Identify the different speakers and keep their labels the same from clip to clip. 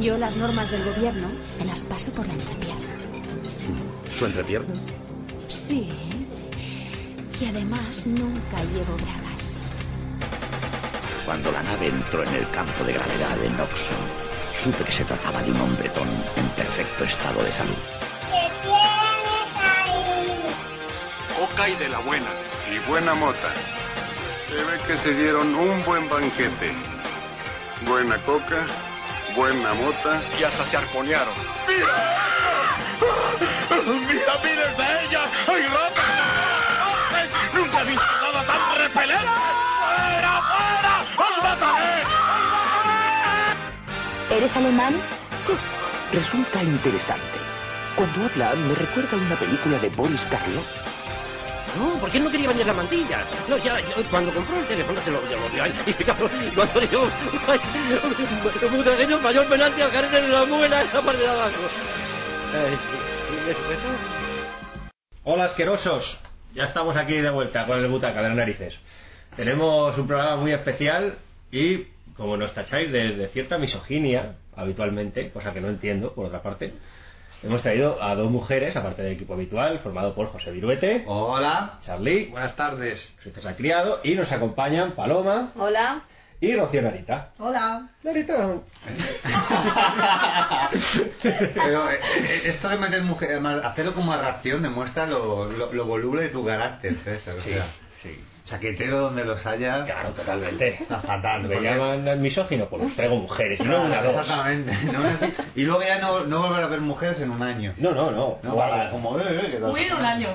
Speaker 1: Yo las normas del gobierno me las paso por la entrepierna.
Speaker 2: ¿Su entrepierna?
Speaker 1: Sí. ¿eh? Y además nunca llevo bragas.
Speaker 3: Cuando la nave entró en el campo de gravedad de Noxon, supe que se trataba de un hombretón en perfecto estado de salud.
Speaker 4: ¿Qué tienes ahí?
Speaker 5: Coca y de la buena. Y buena mota. Se ve que se dieron un buen banquete. Buena coca, buena mota. Y hasta se arponearon.
Speaker 6: ¡Mira miles de ellas! ¡Ay, ratas! ¡Ay, ¡Nunca he visto nada tan repelente! ¡Fuera, fuera! ¡Os mataré!
Speaker 1: ¿Eres alemán?
Speaker 3: Resulta interesante. Cuando habla, me recuerda a una película de Boris Karloff.
Speaker 7: No, porque él no quería vender las mantillas. No, ya, yo, cuando compró el teléfono se lo dio lo dio, y claro, cuando yo un trajeño falló el penalti a caerse de la muela en la parte de abajo. Ay, y respeto.
Speaker 8: Hola, asquerosos. Ya estamos aquí de vuelta con el butaca de las narices. Tenemos un programa muy especial y, como nos tacháis de, de cierta misoginia habitualmente, cosa que no entiendo, por otra parte, hemos traído a dos mujeres, aparte del equipo habitual, formado por José Viruete.
Speaker 9: Hola.
Speaker 8: Charlie,
Speaker 9: Buenas tardes.
Speaker 8: su ha criado, y nos acompañan Paloma
Speaker 10: Hola.
Speaker 8: y Rocío Narita.
Speaker 10: Hola.
Speaker 8: Narita.
Speaker 9: Pero eh, eh, esto de meter mujer, mal- hacerlo como a ración demuestra lo, lo, lo voluble de tu carácter, César. O sea,
Speaker 8: sí.
Speaker 9: chaquetero donde los hayas.
Speaker 8: Claro, totalmente.
Speaker 9: Está fatal.
Speaker 8: Me
Speaker 9: porque-
Speaker 8: llaman misógino, pues los traigo mujeres, y no una
Speaker 9: Claro,
Speaker 8: dos.
Speaker 9: Exactamente. no una- y luego ya no, no volver a ver mujeres en un año.
Speaker 8: No, no, no.
Speaker 9: No,
Speaker 8: O
Speaker 9: para-
Speaker 8: algo.
Speaker 9: como, eh, eh, que tal.
Speaker 10: Muy en un año.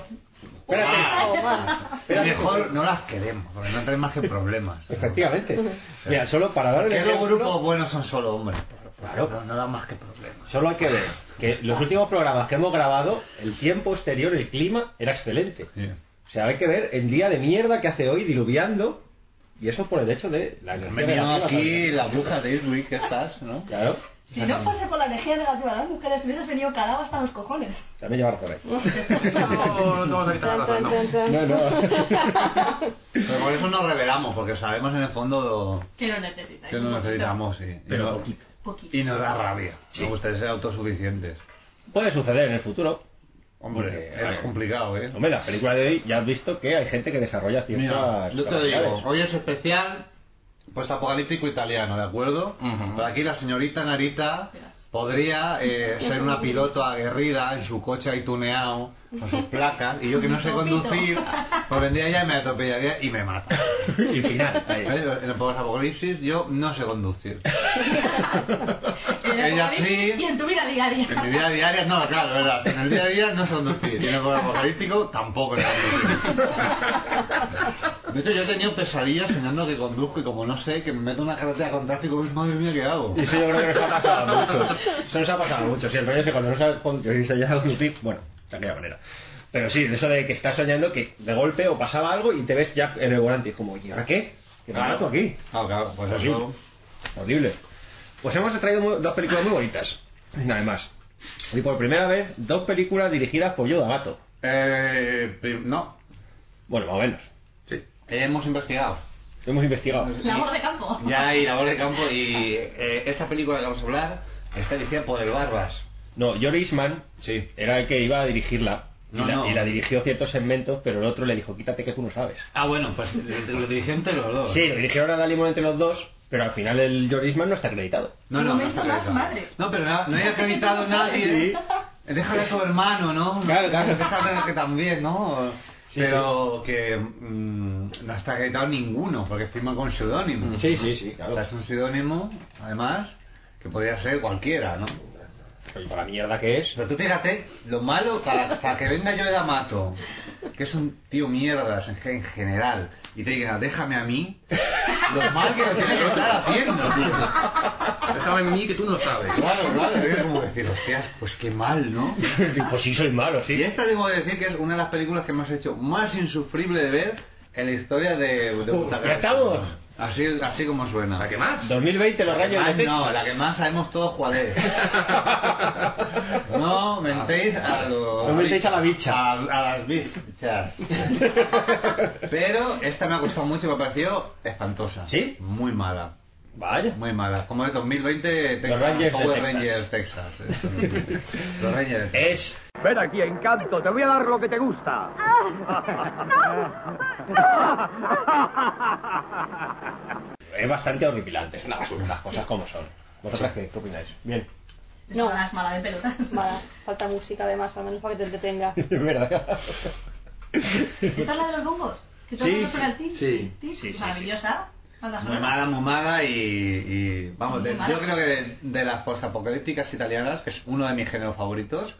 Speaker 8: Espérate.
Speaker 9: Ah, Pero mejor no las queremos, porque no traen más que problemas.
Speaker 8: Efectivamente. Mira, solo para dar el
Speaker 9: Que los
Speaker 8: ejemplo,
Speaker 9: grupos buenos son solo hombres. porque
Speaker 8: Claro.
Speaker 9: No, no dan más que problemas.
Speaker 8: solo hay que ver que los últimos programas que hemos grabado, el tiempo exterior, el clima, era excelente. O sea, hay que ver el día de mierda que hace hoy diluviando, y eso por el hecho de la energía
Speaker 9: Me han
Speaker 8: de la
Speaker 9: venido
Speaker 8: tierra
Speaker 9: aquí
Speaker 8: también.
Speaker 9: la bruja de Irwin que estás, ¿no?
Speaker 8: Claro,
Speaker 10: Si no fuese por la energía negativa de las mujeres, hubieses venido calado hasta los cojones.
Speaker 8: también llevar por ahí.
Speaker 6: No, no vamos a quitar la razón, no.
Speaker 8: No, no.
Speaker 9: Pero por eso nos revelamos, porque sabemos en el fondo
Speaker 10: Que lo necesitáis.
Speaker 9: que
Speaker 10: un
Speaker 9: lo
Speaker 10: poquito.
Speaker 9: necesitamos, sí. Y
Speaker 8: Pero
Speaker 9: no-
Speaker 8: poquito.
Speaker 10: Poquito.
Speaker 9: Y nos da rabia. Nos gustaría ser autosuficientes.
Speaker 8: Puede suceder en el futuro.
Speaker 9: Hombre,
Speaker 8: Porque,
Speaker 9: es
Speaker 8: eh,
Speaker 9: complicado, ¿eh?
Speaker 8: Hombre, la película de hoy ya has visto que hay gente que desarrolla ciertas.
Speaker 9: Mira, yo te digo,
Speaker 8: capacidades.
Speaker 9: hoy es especial postapocalíptico italiano, ¿de acuerdo? Pero aquí la señorita Narita podría eh, ser una piloto aguerrida en su coche ahí tuneado, con sus placas, y yo que no sé conducir, pues vendría ella y me atropellaría y me mata.
Speaker 8: y final. ahí.
Speaker 9: ¿Eh? En el postapocalipsis yo no sé conducir.
Speaker 10: En el
Speaker 9: Ella
Speaker 10: apocalipsis
Speaker 9: sí.
Speaker 10: Y en tu vida diaria.
Speaker 9: En mi vida diaria, no, claro, es verdad. En el día a día no sé conducir. Y en el apocalíptico tampoco sé conducir. De hecho, yo he tenido pesadillas soñando que conduzco y como no sé, que me meto en una carretera con tráfico, uy, madre mía, ¿qué hago?
Speaker 8: Eso yo creo que nos ha pasado mucho. Eso nos ha pasado mucho. Si el rollo es que cuando no sabes conducir, se llega a conducir, bueno, de aquella manera. Pero sí, eso de que estás soñando que de golpe o pasaba algo y te ves ya en el volante y es como, ¿y ahora qué? ¿Qué
Speaker 9: Claro.
Speaker 8: barato aquí?
Speaker 9: Claro, claro, pues
Speaker 8: Horrible.
Speaker 9: eso.
Speaker 8: Horrible. Pues hemos traído mu- dos películas muy bonitas. Además. Y por primera vez, dos películas dirigidas por Yoda Gato.
Speaker 9: Eh, prim- no,
Speaker 8: Bueno, más o menos.
Speaker 9: sí. Hemos investigado.
Speaker 8: Hemos investigado.
Speaker 10: Labor de campo.
Speaker 9: Ya hay labor de campo y eh, esta película que vamos a hablar está dirigida por el Barbas.
Speaker 8: No, Jory Eastman
Speaker 9: Sí.
Speaker 8: era el que iba a dirigirla. Y,
Speaker 9: No,
Speaker 8: la,
Speaker 9: no.
Speaker 8: y la dirigió ciertos segmentos, pero el otro le dijo, quítate que tú no sabes.
Speaker 9: Ah, bueno, pues lo dirigió entre los dos.
Speaker 8: Sí, lo dirigieron a la limón entre los dos, pero al final el Jordi Eastman no está acreditado.
Speaker 9: No,
Speaker 10: Un
Speaker 9: no, no,
Speaker 10: momento
Speaker 9: está
Speaker 10: más
Speaker 9: acreditado.
Speaker 10: madre.
Speaker 9: No, pero no, no hay acreditado nadie. Déjale a tu hermano, ¿no?
Speaker 8: Claro, claro.
Speaker 9: Déjale que también, ¿no?
Speaker 8: Sí,
Speaker 9: pero que mm, no está acreditado ninguno, porque firma con seudónimo.
Speaker 8: sí, sí,
Speaker 9: O sea, es un seudónimo, además, que podría ser cualquiera, ¿no?
Speaker 8: Y por la mierda que es.
Speaker 9: Pero tú fíjate, lo malo, para, para que venga yo de Amato, que es un tío mierdas en, gen- en general, y te diga, déjame a mí, lo mal que lo tiene que estar haciendo, tío.
Speaker 6: Déjame en mí que tú no sabes.
Speaker 9: Claro, claro, es como decir, hostias, pues qué mal, ¿no?
Speaker 8: Sí, pues sí, soy malo,
Speaker 9: Y
Speaker 8: sí.
Speaker 9: esta debo decir que es una de las películas que me has hecho más insufrible de ver en la historia de... de
Speaker 6: Oh,
Speaker 8: Uh,
Speaker 9: Butaca
Speaker 8: ¿ya estamos?
Speaker 9: Así, así como suena.
Speaker 6: ¿La que más?
Speaker 8: 2020, los
Speaker 9: La que
Speaker 8: rayos de
Speaker 9: más
Speaker 8: Texas.
Speaker 9: no, la que más sabemos todos cuál es. No mentéis a los...
Speaker 8: No mentéis a la bicha.
Speaker 9: A, a las bichas. Pero esta me ha costado mucho y me ha parecido espantosa.
Speaker 8: ¿Sí?
Speaker 9: Muy mala.
Speaker 8: Vaya.
Speaker 9: Muy malas. Como de 2020, Texas.
Speaker 8: Rangers de
Speaker 9: Power
Speaker 8: Texas. Eh,
Speaker 9: Rangers, Texas. eso mismo. Los Rangers.
Speaker 8: Es.
Speaker 6: Ven aquí, encanto, te voy a dar lo que te gusta.
Speaker 8: Es bastante horripilante, es una basura, las cosas como son. ¿Vosotras qué, qué opináis? Bien.
Speaker 11: No, nada, es mala de pelotas.
Speaker 12: Mala. Falta música además, al menos para que te entretenga.
Speaker 8: Es verdad.
Speaker 11: ¿Esta es la de los bongos? Que todo
Speaker 8: Sí,
Speaker 11: el mundo suena el tin,
Speaker 9: sí.
Speaker 11: tin, tin.
Speaker 8: Sí, sí,
Speaker 11: Maravillosa. Banda
Speaker 9: Muy
Speaker 11: sonora.
Speaker 9: mala, muy mala y, y, vamos, de-
Speaker 11: Muy mala.
Speaker 9: yo creo que de, de las postapocalípticas italianas, que es uno de mis géneros favoritos,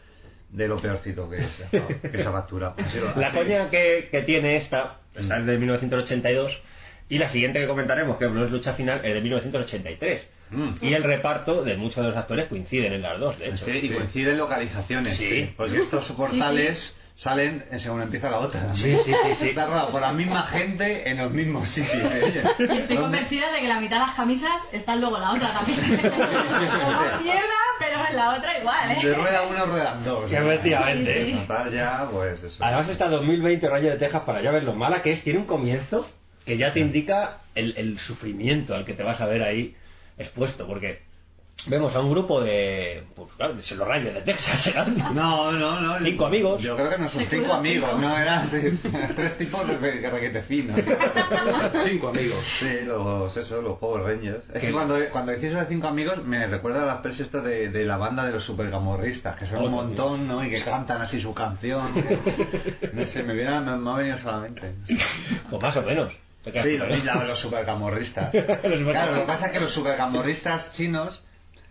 Speaker 9: de lo peorcito que es, que se ha facturado. Así lo-
Speaker 8: La
Speaker 9: así-
Speaker 8: coña que, que tiene esta,
Speaker 9: Mm.
Speaker 8: esta es de 1982, y la siguiente que comentaremos, que no es lucha final, es de 1983.
Speaker 9: Mm.
Speaker 8: Y el reparto de muchos de los actores coinciden en las dos, de hecho.
Speaker 9: Sí, y coinciden localizaciones,
Speaker 8: Sí.
Speaker 9: porque estos portales salen en según empieza la otra.
Speaker 8: Sí, sí, sí, sí.
Speaker 9: Está rodado por la misma gente en los mismos sitios. ¿eh?
Speaker 11: Y
Speaker 9: ¿Dónde-
Speaker 11: estoy convencida de que la mitad de las camisas están luego en la otra también. Una pierna, pero en la otra igual,
Speaker 9: De
Speaker 11: ¿eh?
Speaker 9: rueda uno, ruedan dos.
Speaker 8: Sí, efectivamente.
Speaker 9: Sí, sí. Total, ya, pues eso.
Speaker 8: Además está 2020 Rayo de Texas para ya ver lo mala que es. Tiene un comienzo que ya te
Speaker 9: Mm.
Speaker 8: indica el, el sufrimiento al que te vas a ver ahí expuesto, porque vemos a un grupo de... Pues claro, se los rayos de Texas serán.
Speaker 9: No, no, no.
Speaker 8: Cinco amigos.
Speaker 9: Yo creo que no son
Speaker 11: Se
Speaker 9: cinco
Speaker 11: curan
Speaker 9: amigos,
Speaker 11: cinco.
Speaker 9: no eran sí, tres tipos de re- requete finos.
Speaker 13: Cinco amigos.
Speaker 9: Sí, los, eso, los Power Rangers. Es
Speaker 8: Sí.
Speaker 9: que cuando, cuando decís eso de cinco amigos, me recuerda a las pelis estas de, de la banda de los supergamorristas, que son un
Speaker 8: Otro,
Speaker 9: montón, ¿no? Y que cantan así su canción. No sé, me, viene, me, me ha venido solamente.
Speaker 8: O Pues más o menos. ¿eh? Te quedas
Speaker 9: Sí,
Speaker 8: con
Speaker 9: lo
Speaker 8: la-
Speaker 9: vi, la- los supergamorristas.
Speaker 8: Los supergamorristas.
Speaker 9: Claro, lo que pasa es que los supergamorristas chinos,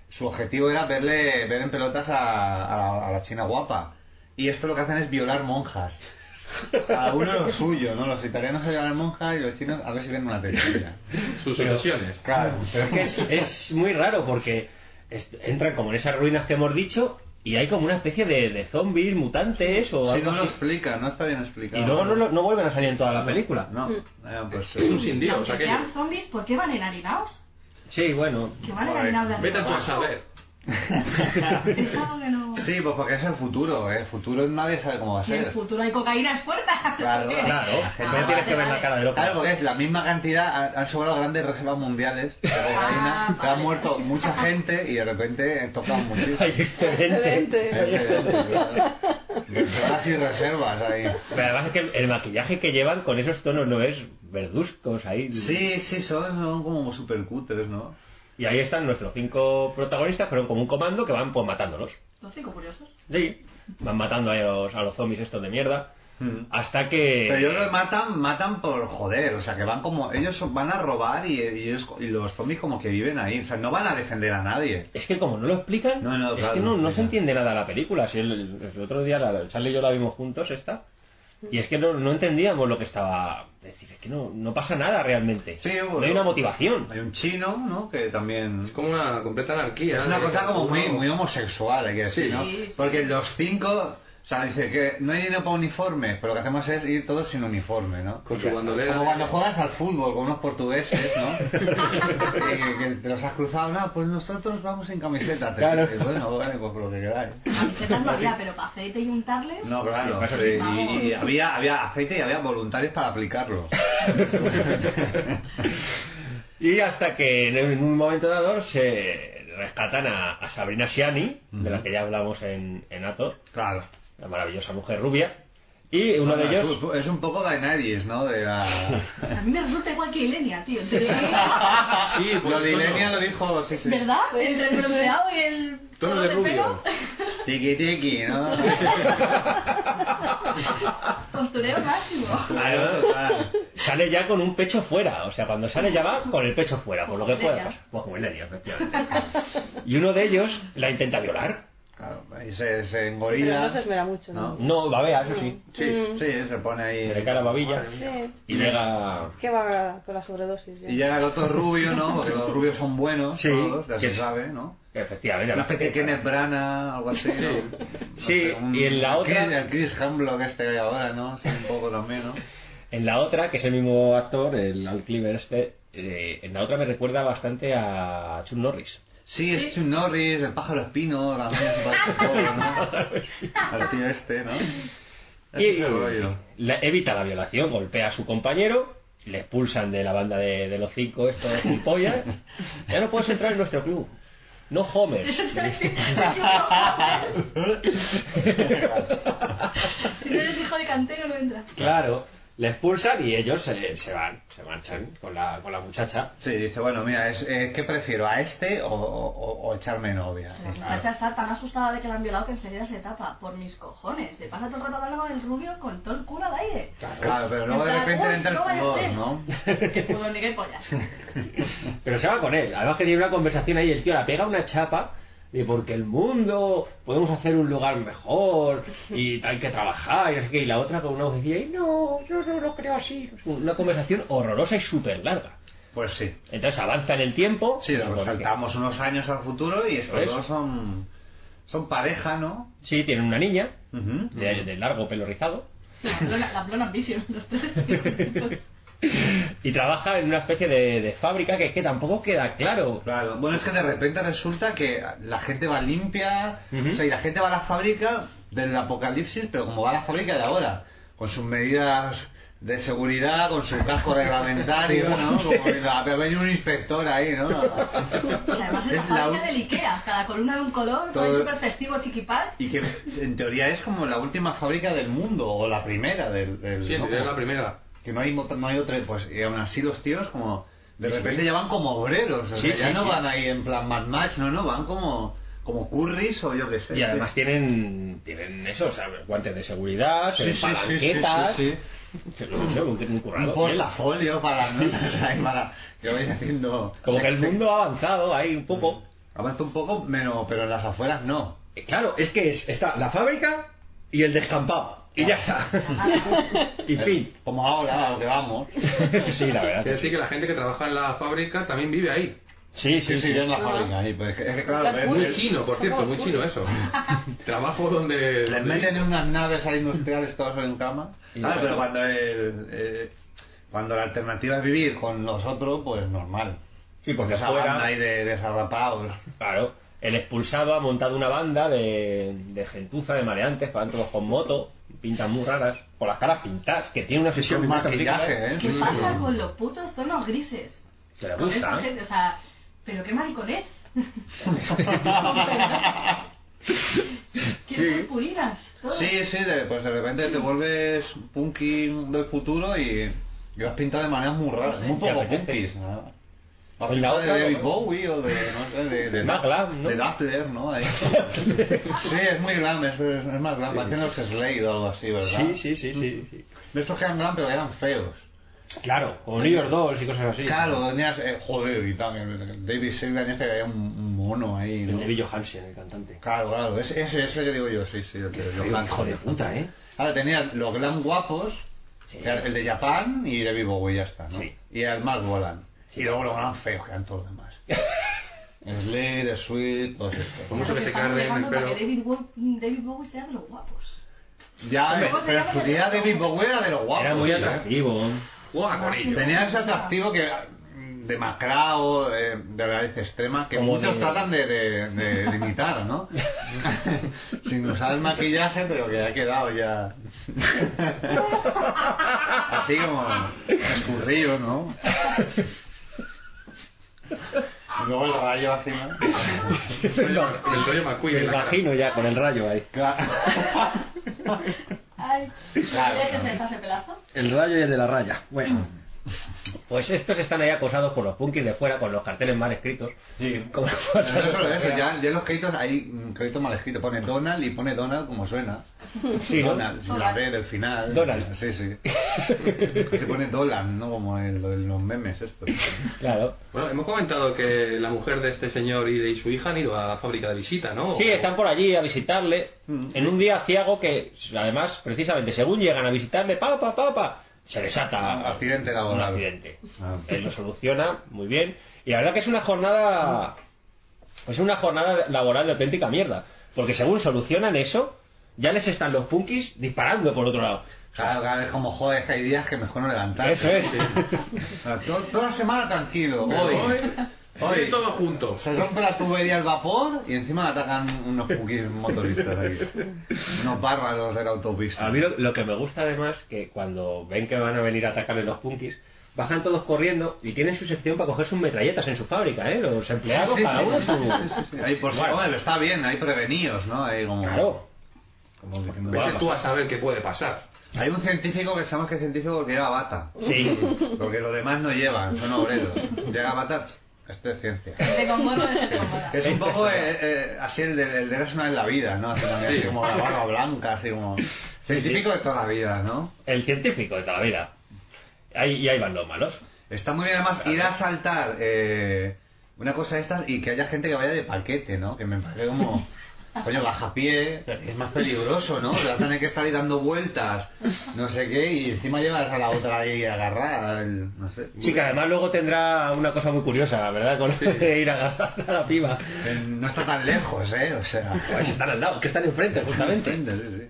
Speaker 9: su objetivo era verle, ver en pelotas a, a la- a la china guapa. Y esto lo que hacen es violar monjas. Cada uno lo suyo, ¿no? Los italianos se violan monjas y los chinos a ver si ven una televisión.
Speaker 13: Sus obsesiones.
Speaker 9: Claro.
Speaker 8: Pero es que es, es muy raro porque es- entran como en esas ruinas que hemos dicho y hay como una especie de, de zombies, mutantes o
Speaker 9: Si
Speaker 8: algo
Speaker 9: no lo
Speaker 8: así.
Speaker 9: explica, no está bien
Speaker 8: Y
Speaker 9: explicado.
Speaker 8: luego no, lo- Mm. no vuelven a salir en toda la película.
Speaker 9: No, eh, pues...
Speaker 13: Es un sin
Speaker 11: Y
Speaker 13: dios
Speaker 11: aunque
Speaker 13: aquello.
Speaker 11: sean zombies, ¿por qué van enharinados?
Speaker 8: Sí, bueno.
Speaker 11: Que van
Speaker 9: Joder,
Speaker 11: enharinados de
Speaker 13: Vete
Speaker 11: arriba
Speaker 13: tú a
Speaker 11: abajo.
Speaker 13: saber.
Speaker 11: Es algo que no...
Speaker 9: Sí, pues porque es el futuro, ¿eh? El futuro nadie sabe cómo va a
Speaker 11: Que en
Speaker 9: ser.
Speaker 11: el futuro hay cocaína es puerta.
Speaker 9: Claro,
Speaker 8: Claro,
Speaker 9: La gente-
Speaker 8: no
Speaker 11: Ah,
Speaker 8: tienes que
Speaker 11: vale,
Speaker 8: ver la
Speaker 11: vale.
Speaker 8: cara de loco.
Speaker 9: Claro, porque es la misma cantidad, han- han sobrado grandes reservas mundiales de cocaína,
Speaker 11: Ah,
Speaker 9: que ha
Speaker 11: vale.
Speaker 9: muerto mucha gente y de repente tocan muchísimo.
Speaker 8: Ay, excelente.
Speaker 12: Excelente.
Speaker 9: Excelente, claro. Reservas y reservas ahí.
Speaker 8: Pero además es que el maquillaje que llevan con esos tonos no es verduzcos ahí.
Speaker 9: Sí, sí, son, son como super cutres, ¿no?
Speaker 8: Y ahí están nuestros cinco protagonistas, pero como un comando que van pues matándolos.
Speaker 11: Los cinco curiosos.
Speaker 8: Sí. Van matando ahí a los, a los zombies estos de mierda.
Speaker 9: Mm.
Speaker 8: Hasta que...
Speaker 9: Pero yo creo que matan, matan por joder, o sea que van como, ellos son- van a robar y, y ellos- y los zombies como que viven ahí, o sea, no van a defender a nadie.
Speaker 8: Es que como no lo explican,
Speaker 9: No, no,
Speaker 8: es
Speaker 9: claro,
Speaker 8: que no,
Speaker 9: no
Speaker 8: no se
Speaker 9: explican.
Speaker 8: entiende nada la película. Si el, el- el otro día la, Charlie y yo la vimos juntos esta, y es que no, no entendíamos lo que estaba... Es decir, es que no, no pasa nada realmente.
Speaker 9: Sí,
Speaker 8: no
Speaker 9: bueno.
Speaker 8: hay una motivación.
Speaker 9: Hay un chino, ¿no? Que también...
Speaker 13: Es como una completa anarquía.
Speaker 9: Es una
Speaker 13: ¿eh?
Speaker 9: cosa como muy, muy homosexual, hay que decir,
Speaker 13: Sí.
Speaker 9: ¿no?
Speaker 11: Sí, sí.
Speaker 9: Porque los cinco, o sea, dice que no hay dinero para uniformes, pero lo que hacemos es ir todos sin uniforme, ¿no?
Speaker 13: Con su bandolera.
Speaker 9: Como cuando juegas al fútbol con unos portugueses, ¿no? que, que te los has cruzado, no, pues nosotros vamos en camiseta. Te
Speaker 8: Claro.
Speaker 9: dices, bueno, vale, pues lo que queráis.
Speaker 11: Camisetas no había, pero para aceite y untarles...
Speaker 9: No, claro,
Speaker 8: Sí,
Speaker 9: sí,
Speaker 11: sí.
Speaker 9: y, y había, había aceite y había voluntarios para aplicarlo.
Speaker 8: Y hasta que en en un momento dado se rescatan a, a Sabrina Siani, de la que ya hablamos en, en Ator,
Speaker 9: Claro.
Speaker 8: la maravillosa mujer rubia, y uno de
Speaker 9: Bueno,
Speaker 8: ellos...
Speaker 9: es, un- es un poco Daenerys, ¿no? De la...
Speaker 11: A mí me resulta igual que Ilenia, tío.
Speaker 12: Sí.
Speaker 13: Sí, pues,
Speaker 8: pues,
Speaker 13: por
Speaker 9: Lo de
Speaker 13: el tono.
Speaker 9: Ilenia lo dijo, sí, sí.
Speaker 11: ¿Verdad?
Speaker 12: Sí,
Speaker 11: Entre
Speaker 12: sí,
Speaker 11: el bronceado y el...
Speaker 13: Tono
Speaker 11: color
Speaker 13: de
Speaker 11: del
Speaker 13: rubio.
Speaker 9: Tiki tiki, ¿no?
Speaker 11: pelo, Postureo máximo.
Speaker 9: Claro, total.
Speaker 8: Sale ya con un pecho fuera, o sea, cuando sale ya va con el pecho fuera, por lo que pueda
Speaker 11: Joder, ya.
Speaker 8: pasar. Pues como Ilenia, efectivamente. Y uno de ellos la intenta violar.
Speaker 9: Claro, ahí se, se
Speaker 12: Sí, pero
Speaker 9: engorila.
Speaker 12: no se esmera mucho, ¿no? Mm.
Speaker 8: No, babea, eso sí.
Speaker 9: Sí, sí, se pone ahí.
Speaker 8: Se le cae la babilla.
Speaker 12: Sí.
Speaker 8: Y llega.
Speaker 12: ¿Qué va con la sobredosis? ya?
Speaker 9: Y llega el otro rubio, ¿no? Porque los rubios son buenos,
Speaker 8: Sí.
Speaker 9: todos, ya
Speaker 8: Que
Speaker 9: se
Speaker 8: es-
Speaker 9: sabe, ¿no?
Speaker 8: Efectivamente.
Speaker 9: Una
Speaker 8: la
Speaker 9: especie de Kenneth Branagh, algo así, ¿no? No
Speaker 8: Sí, y en la otra-
Speaker 9: Chris- el Chris Hemlock este que hay ahora, ¿no? Sí, un poco también, ¿no?
Speaker 8: En la otra, que es el mismo actor, el Al Cleaver este, eh, en la otra me recuerda bastante a Chuck Norris.
Speaker 9: Sí, es Chuck Norris, el pájaro espino, también se parece un poco, ¿no? Al tío este, ¿no? Ese
Speaker 8: Y-
Speaker 9: es el rollo.
Speaker 8: La- evita la violación, golpea a su compañero le expulsan de la banda de, de los cinco estos pollas, ya no puedes entrar en nuestro club. No Homer.
Speaker 11: Si no eres hijo de cantero, no entras.
Speaker 8: Claro, le expulsan y ellos se, se van, se marchan con la, con la muchacha.
Speaker 9: Sí, dice, bueno, mira, es, eh, ¿qué prefiero? ¿A este o, o- o- o echarme novia?
Speaker 11: La muchacha está tan asustada de que la han violado que enseguida se tapa. Por mis cojones. Se pasa todo el rato hablando con el rubio con todo el culo al aire.
Speaker 9: Claro, pero luego de
Speaker 11: En plan,
Speaker 9: repente
Speaker 11: "Uy,
Speaker 9: le entra el
Speaker 11: no vaya a
Speaker 9: pudor,
Speaker 11: ser".
Speaker 9: ¿no?
Speaker 11: Que pudor ni que pollas.
Speaker 8: Pero se va con él. Además que tiene una conversación ahí, el tío la pega una chapa de porque el mundo, podemos hacer un lugar mejor y hay que trabajar y no sé qué. Y la otra con una voz decía, "Ay, no, yo no lo creo así. Una conversación horrorosa y súper larga.
Speaker 9: Pues sí.
Speaker 8: Entonces avanza en el tiempo.
Speaker 9: Sí,
Speaker 8: se
Speaker 9: nos
Speaker 8: supone que-
Speaker 9: saltamos unos años al futuro y estos
Speaker 8: Eso es.
Speaker 9: dos son, son pareja, ¿no?
Speaker 8: Sí, tienen una niña de, de largo pelo rizado
Speaker 11: La plona, la plona ambición, los tres.
Speaker 8: y trabaja en una especie de, de fábrica que es que tampoco queda claro.
Speaker 9: Claro, bueno, es que de repente resulta que la gente va limpia, o sea, y la gente va a la fábrica del apocalipsis, pero como va a la fábrica de ahora, con sus medidas de seguridad, con su casco reglamentario, ¿no? Como que va a venir un inspector ahí, ¿no?
Speaker 11: Y además es,
Speaker 9: Es
Speaker 11: la
Speaker 9: la
Speaker 11: fábrica
Speaker 9: un-
Speaker 11: del Ikea. Cada columna de un color, todo
Speaker 9: Todo-
Speaker 11: es súper festivo, chiquipal.
Speaker 9: Y que en teoría es como la última fábrica del mundo, o la primera del... del
Speaker 13: Sí, en
Speaker 9: ¿no?
Speaker 13: teoría es la primera.
Speaker 9: Que no hay, mot- no hay otra, pues, y aún así los tíos como... De repente ya van como obreros, o
Speaker 8: Sí,
Speaker 9: sea, ya
Speaker 8: sí,
Speaker 9: no
Speaker 8: sí.
Speaker 9: van ahí en plan Mad Max, no, no, van como... Como curris o yo qué sé.
Speaker 8: Y además tienen, tienen eso, o sea, guantes de seguridad, se ven palanquetas,
Speaker 9: sí, sí,
Speaker 8: se- no sé, un, un
Speaker 9: sí. Un
Speaker 8: currado.
Speaker 9: portafolio para las notas ahí, para que vaya haciendo...
Speaker 8: Como que el mundo ha avanzado ahí un poco.
Speaker 9: Avanza un poco, menos, pero en las afueras no.
Speaker 8: Eh, Mm. Claro, es que es- está la fábrica y el descampado. Y ya está. y fin.
Speaker 9: Como ahora, a lo que vamos.
Speaker 8: sí, la verdad.
Speaker 13: Es decir, que la gente que trabaja en la fábrica también vive ahí.
Speaker 8: Sí, sí,
Speaker 9: Sí, sí, yo en la fábrica ahí, pues, es que claro... ves-
Speaker 13: Muy
Speaker 9: ves-
Speaker 13: chino, por cierto, muy chino eso. Trabajo donde...
Speaker 9: Les
Speaker 13: donde-
Speaker 9: meten en unas naves ahí industriales todos en cama.
Speaker 13: Sí,
Speaker 9: Claro,
Speaker 13: claro.
Speaker 9: pero cuando el, eh, cuando la alternativa es vivir con nosotros, pues normal. Pues
Speaker 8: Sí, porque
Speaker 9: esa
Speaker 8: fuera-
Speaker 9: banda ahí de desarrapados.
Speaker 8: Claro, el expulsado ha montado una banda de, de gentuza, de maleantes, que van todos con moto, pintas muy raras, con las caras pintadas, que tiene una obsesión
Speaker 9: con
Speaker 8: con esta
Speaker 9: maquillaje,
Speaker 8: película,
Speaker 9: ¿eh?
Speaker 11: ¿Qué pasa con los putos tonos grises?
Speaker 8: Que le
Speaker 11: Con esta
Speaker 8: gusta. ¿eh?
Speaker 11: gente, o sea, pero qué maricón es. qué purpurinas. todo.
Speaker 9: Sí, sí, de- pues de repente te vuelves punky del futuro y, y vas pintado de maneras muy raras, muy
Speaker 8: Sí,
Speaker 9: poco
Speaker 8: apetece.
Speaker 9: punkis. ¿no? Vas
Speaker 8: Soy la
Speaker 9: pintado
Speaker 8: otra,
Speaker 9: de David
Speaker 8: ¿no?
Speaker 9: Bowie o de, no sé, de, de,
Speaker 8: Más glam, ¿no?
Speaker 9: de Daftler, ¿no? Ahí. sí, es muy glam, es, es más glam, parecen los Slade o algo así, ¿verdad?
Speaker 8: Sí, sí, sí, sí, sí.
Speaker 9: De estos que eran glam, pero eran feos.
Speaker 8: Claro, como New York Dolls y cosas así.
Speaker 9: Claro, tenías, eh, joder, y tal, el David Sylvian este que había un, un mono ahí,
Speaker 8: El
Speaker 9: ¿no?
Speaker 8: de Bill Johansen, el cantante.
Speaker 9: Claro, claro, ese, ese, ese que digo yo, sí, sí, el
Speaker 8: Qué hijo de puta, ¿eh?
Speaker 9: Ahora tenías los glam guapos, que era el de Japan y de Vivo, güey, ya está, ¿no?
Speaker 8: Sí.
Speaker 9: Y el Mark Bolan. Y luego los glam feos, que eran todos los demás. Slade, Sweet, todos estos.
Speaker 13: Vamos a
Speaker 11: Porque
Speaker 13: que se
Speaker 11: estamos
Speaker 13: carguen el
Speaker 11: llegando para
Speaker 13: pelo.
Speaker 11: que David, Wo- David Bowie sea de los guapos.
Speaker 9: Ya,
Speaker 8: Hombre,
Speaker 9: eh, pero en su día David Bowie era de los guapos. ¿eh?
Speaker 8: Era ¿eh? muy
Speaker 9: sí,
Speaker 8: atractivo.
Speaker 13: Guau, con ello.
Speaker 9: Tenía ese atractivo que mm, demacrado, eh, de raíz extrema, que
Speaker 8: Como
Speaker 9: muchos
Speaker 8: de-
Speaker 9: tratan de, de, de- de imitar, ¿no? Sin usar el maquillaje, pero que ha quedado ya. Así como escurrido, ¿no? Y Luego el rayo así, ¿no?
Speaker 13: El rollo McQueen en
Speaker 8: Me
Speaker 13: la cara.
Speaker 8: imagino ya con el rayo ahí.
Speaker 9: Claro.
Speaker 11: Ay,
Speaker 9: Claro,
Speaker 11: ¿crees que
Speaker 9: claro.
Speaker 11: se deshace pelazo?
Speaker 8: El rayo y el de la raya. Bueno. Pues estos están ahí acosados por los punkis de fuera con los carteles mal escritos.
Speaker 9: Sí.
Speaker 8: Como-
Speaker 9: Pero no solo eso, ya, ya los créditos, hay mm, créditos mal escritos. Pone Donald y pone Donald como suena.
Speaker 8: Sí, ¿no?
Speaker 9: Donald, la D del final.
Speaker 8: Donald.
Speaker 9: Sí, sí. Pues Se pone Dolan, ¿no? Como en lo de los memes, esto.
Speaker 8: Claro.
Speaker 13: Bueno, hemos comentado que la mujer de este señor y, y su hija han ido a la fábrica de visita, ¿no?
Speaker 8: Oh. Sí, están por allí a visitarle. En un día ciago que, además, precisamente, según llegan a visitarle, pa, pa, pa, pa, se desata
Speaker 9: Accidente
Speaker 8: un
Speaker 9: laboral.
Speaker 8: accidente.
Speaker 9: Ah.
Speaker 8: Él lo soluciona muy bien. Y la verdad que es una jornada. Es una jornada laboral de auténtica mierda. Porque según solucionan eso, ya les están los punkis disparando por otro lado.
Speaker 9: Claro, claro, es como, joder, que hay días que mejor no levantarse.
Speaker 8: Eso es.
Speaker 9: O sea, to- toda la semana tranquilo.
Speaker 13: Pero
Speaker 9: Hoy,
Speaker 13: hoy, hoy
Speaker 9: hoy,
Speaker 13: todo junto.
Speaker 9: se rompe la tubería al vapor y encima atacan unos cookies motoristas ahí. Unos bárbaros de la
Speaker 8: A
Speaker 9: autopista.
Speaker 8: mí lo, lo que me gusta además que cuando ven que van a venir a atacarle los punkis, bajan todos corriendo y tienen su sección para coger sus metralletas en su fábrica, ¿eh? Los empleados
Speaker 9: Sí, sí,
Speaker 8: cada
Speaker 9: sí,
Speaker 8: uno
Speaker 9: sí,
Speaker 8: su-
Speaker 9: sí, sí, sí. Ahí por si-
Speaker 8: Bueno.
Speaker 9: bueno, está bien, hay prevenidos, ¿no? Ahí como,
Speaker 8: Claro.
Speaker 9: como diciendo,
Speaker 13: Vete
Speaker 9: "Bueno,
Speaker 13: tú a saber qué puede pasar.
Speaker 9: Hay un científico que sabemos que es científico porque lleva bata.
Speaker 8: Sí.
Speaker 9: Porque los demás no llevan, son obreros. Llega bata, tss, esto es ciencia.
Speaker 11: Te conmueve, te conmueve.
Speaker 9: Es un poco eh, eh, así el de, el de Eres una en la vida, ¿no? Así, también,
Speaker 13: Sí.
Speaker 9: así como la barba blanca, así como... Científico de toda la vida, ¿no?
Speaker 8: El científico de toda la vida. Ahí, y ahí van los malos.
Speaker 9: Está muy bien además ir a saltar eh, una cosa de estas y que haya gente que vaya de palquete, ¿no? Que me parece como... Coño, baja a pie, es más peligroso, ¿no? Te vas a tener que estar ahí dando vueltas, no sé qué, y encima llevas a la otra ahí agarrada, el- no sé.
Speaker 8: Sí, que además luego tendrá una cosa muy curiosa, ¿verdad? Con lo de ir a, a la piba.
Speaker 9: Eh, No está tan lejos, ¿eh? O sea... pues,
Speaker 8: Pues están al lado, que están enfrente, justamente.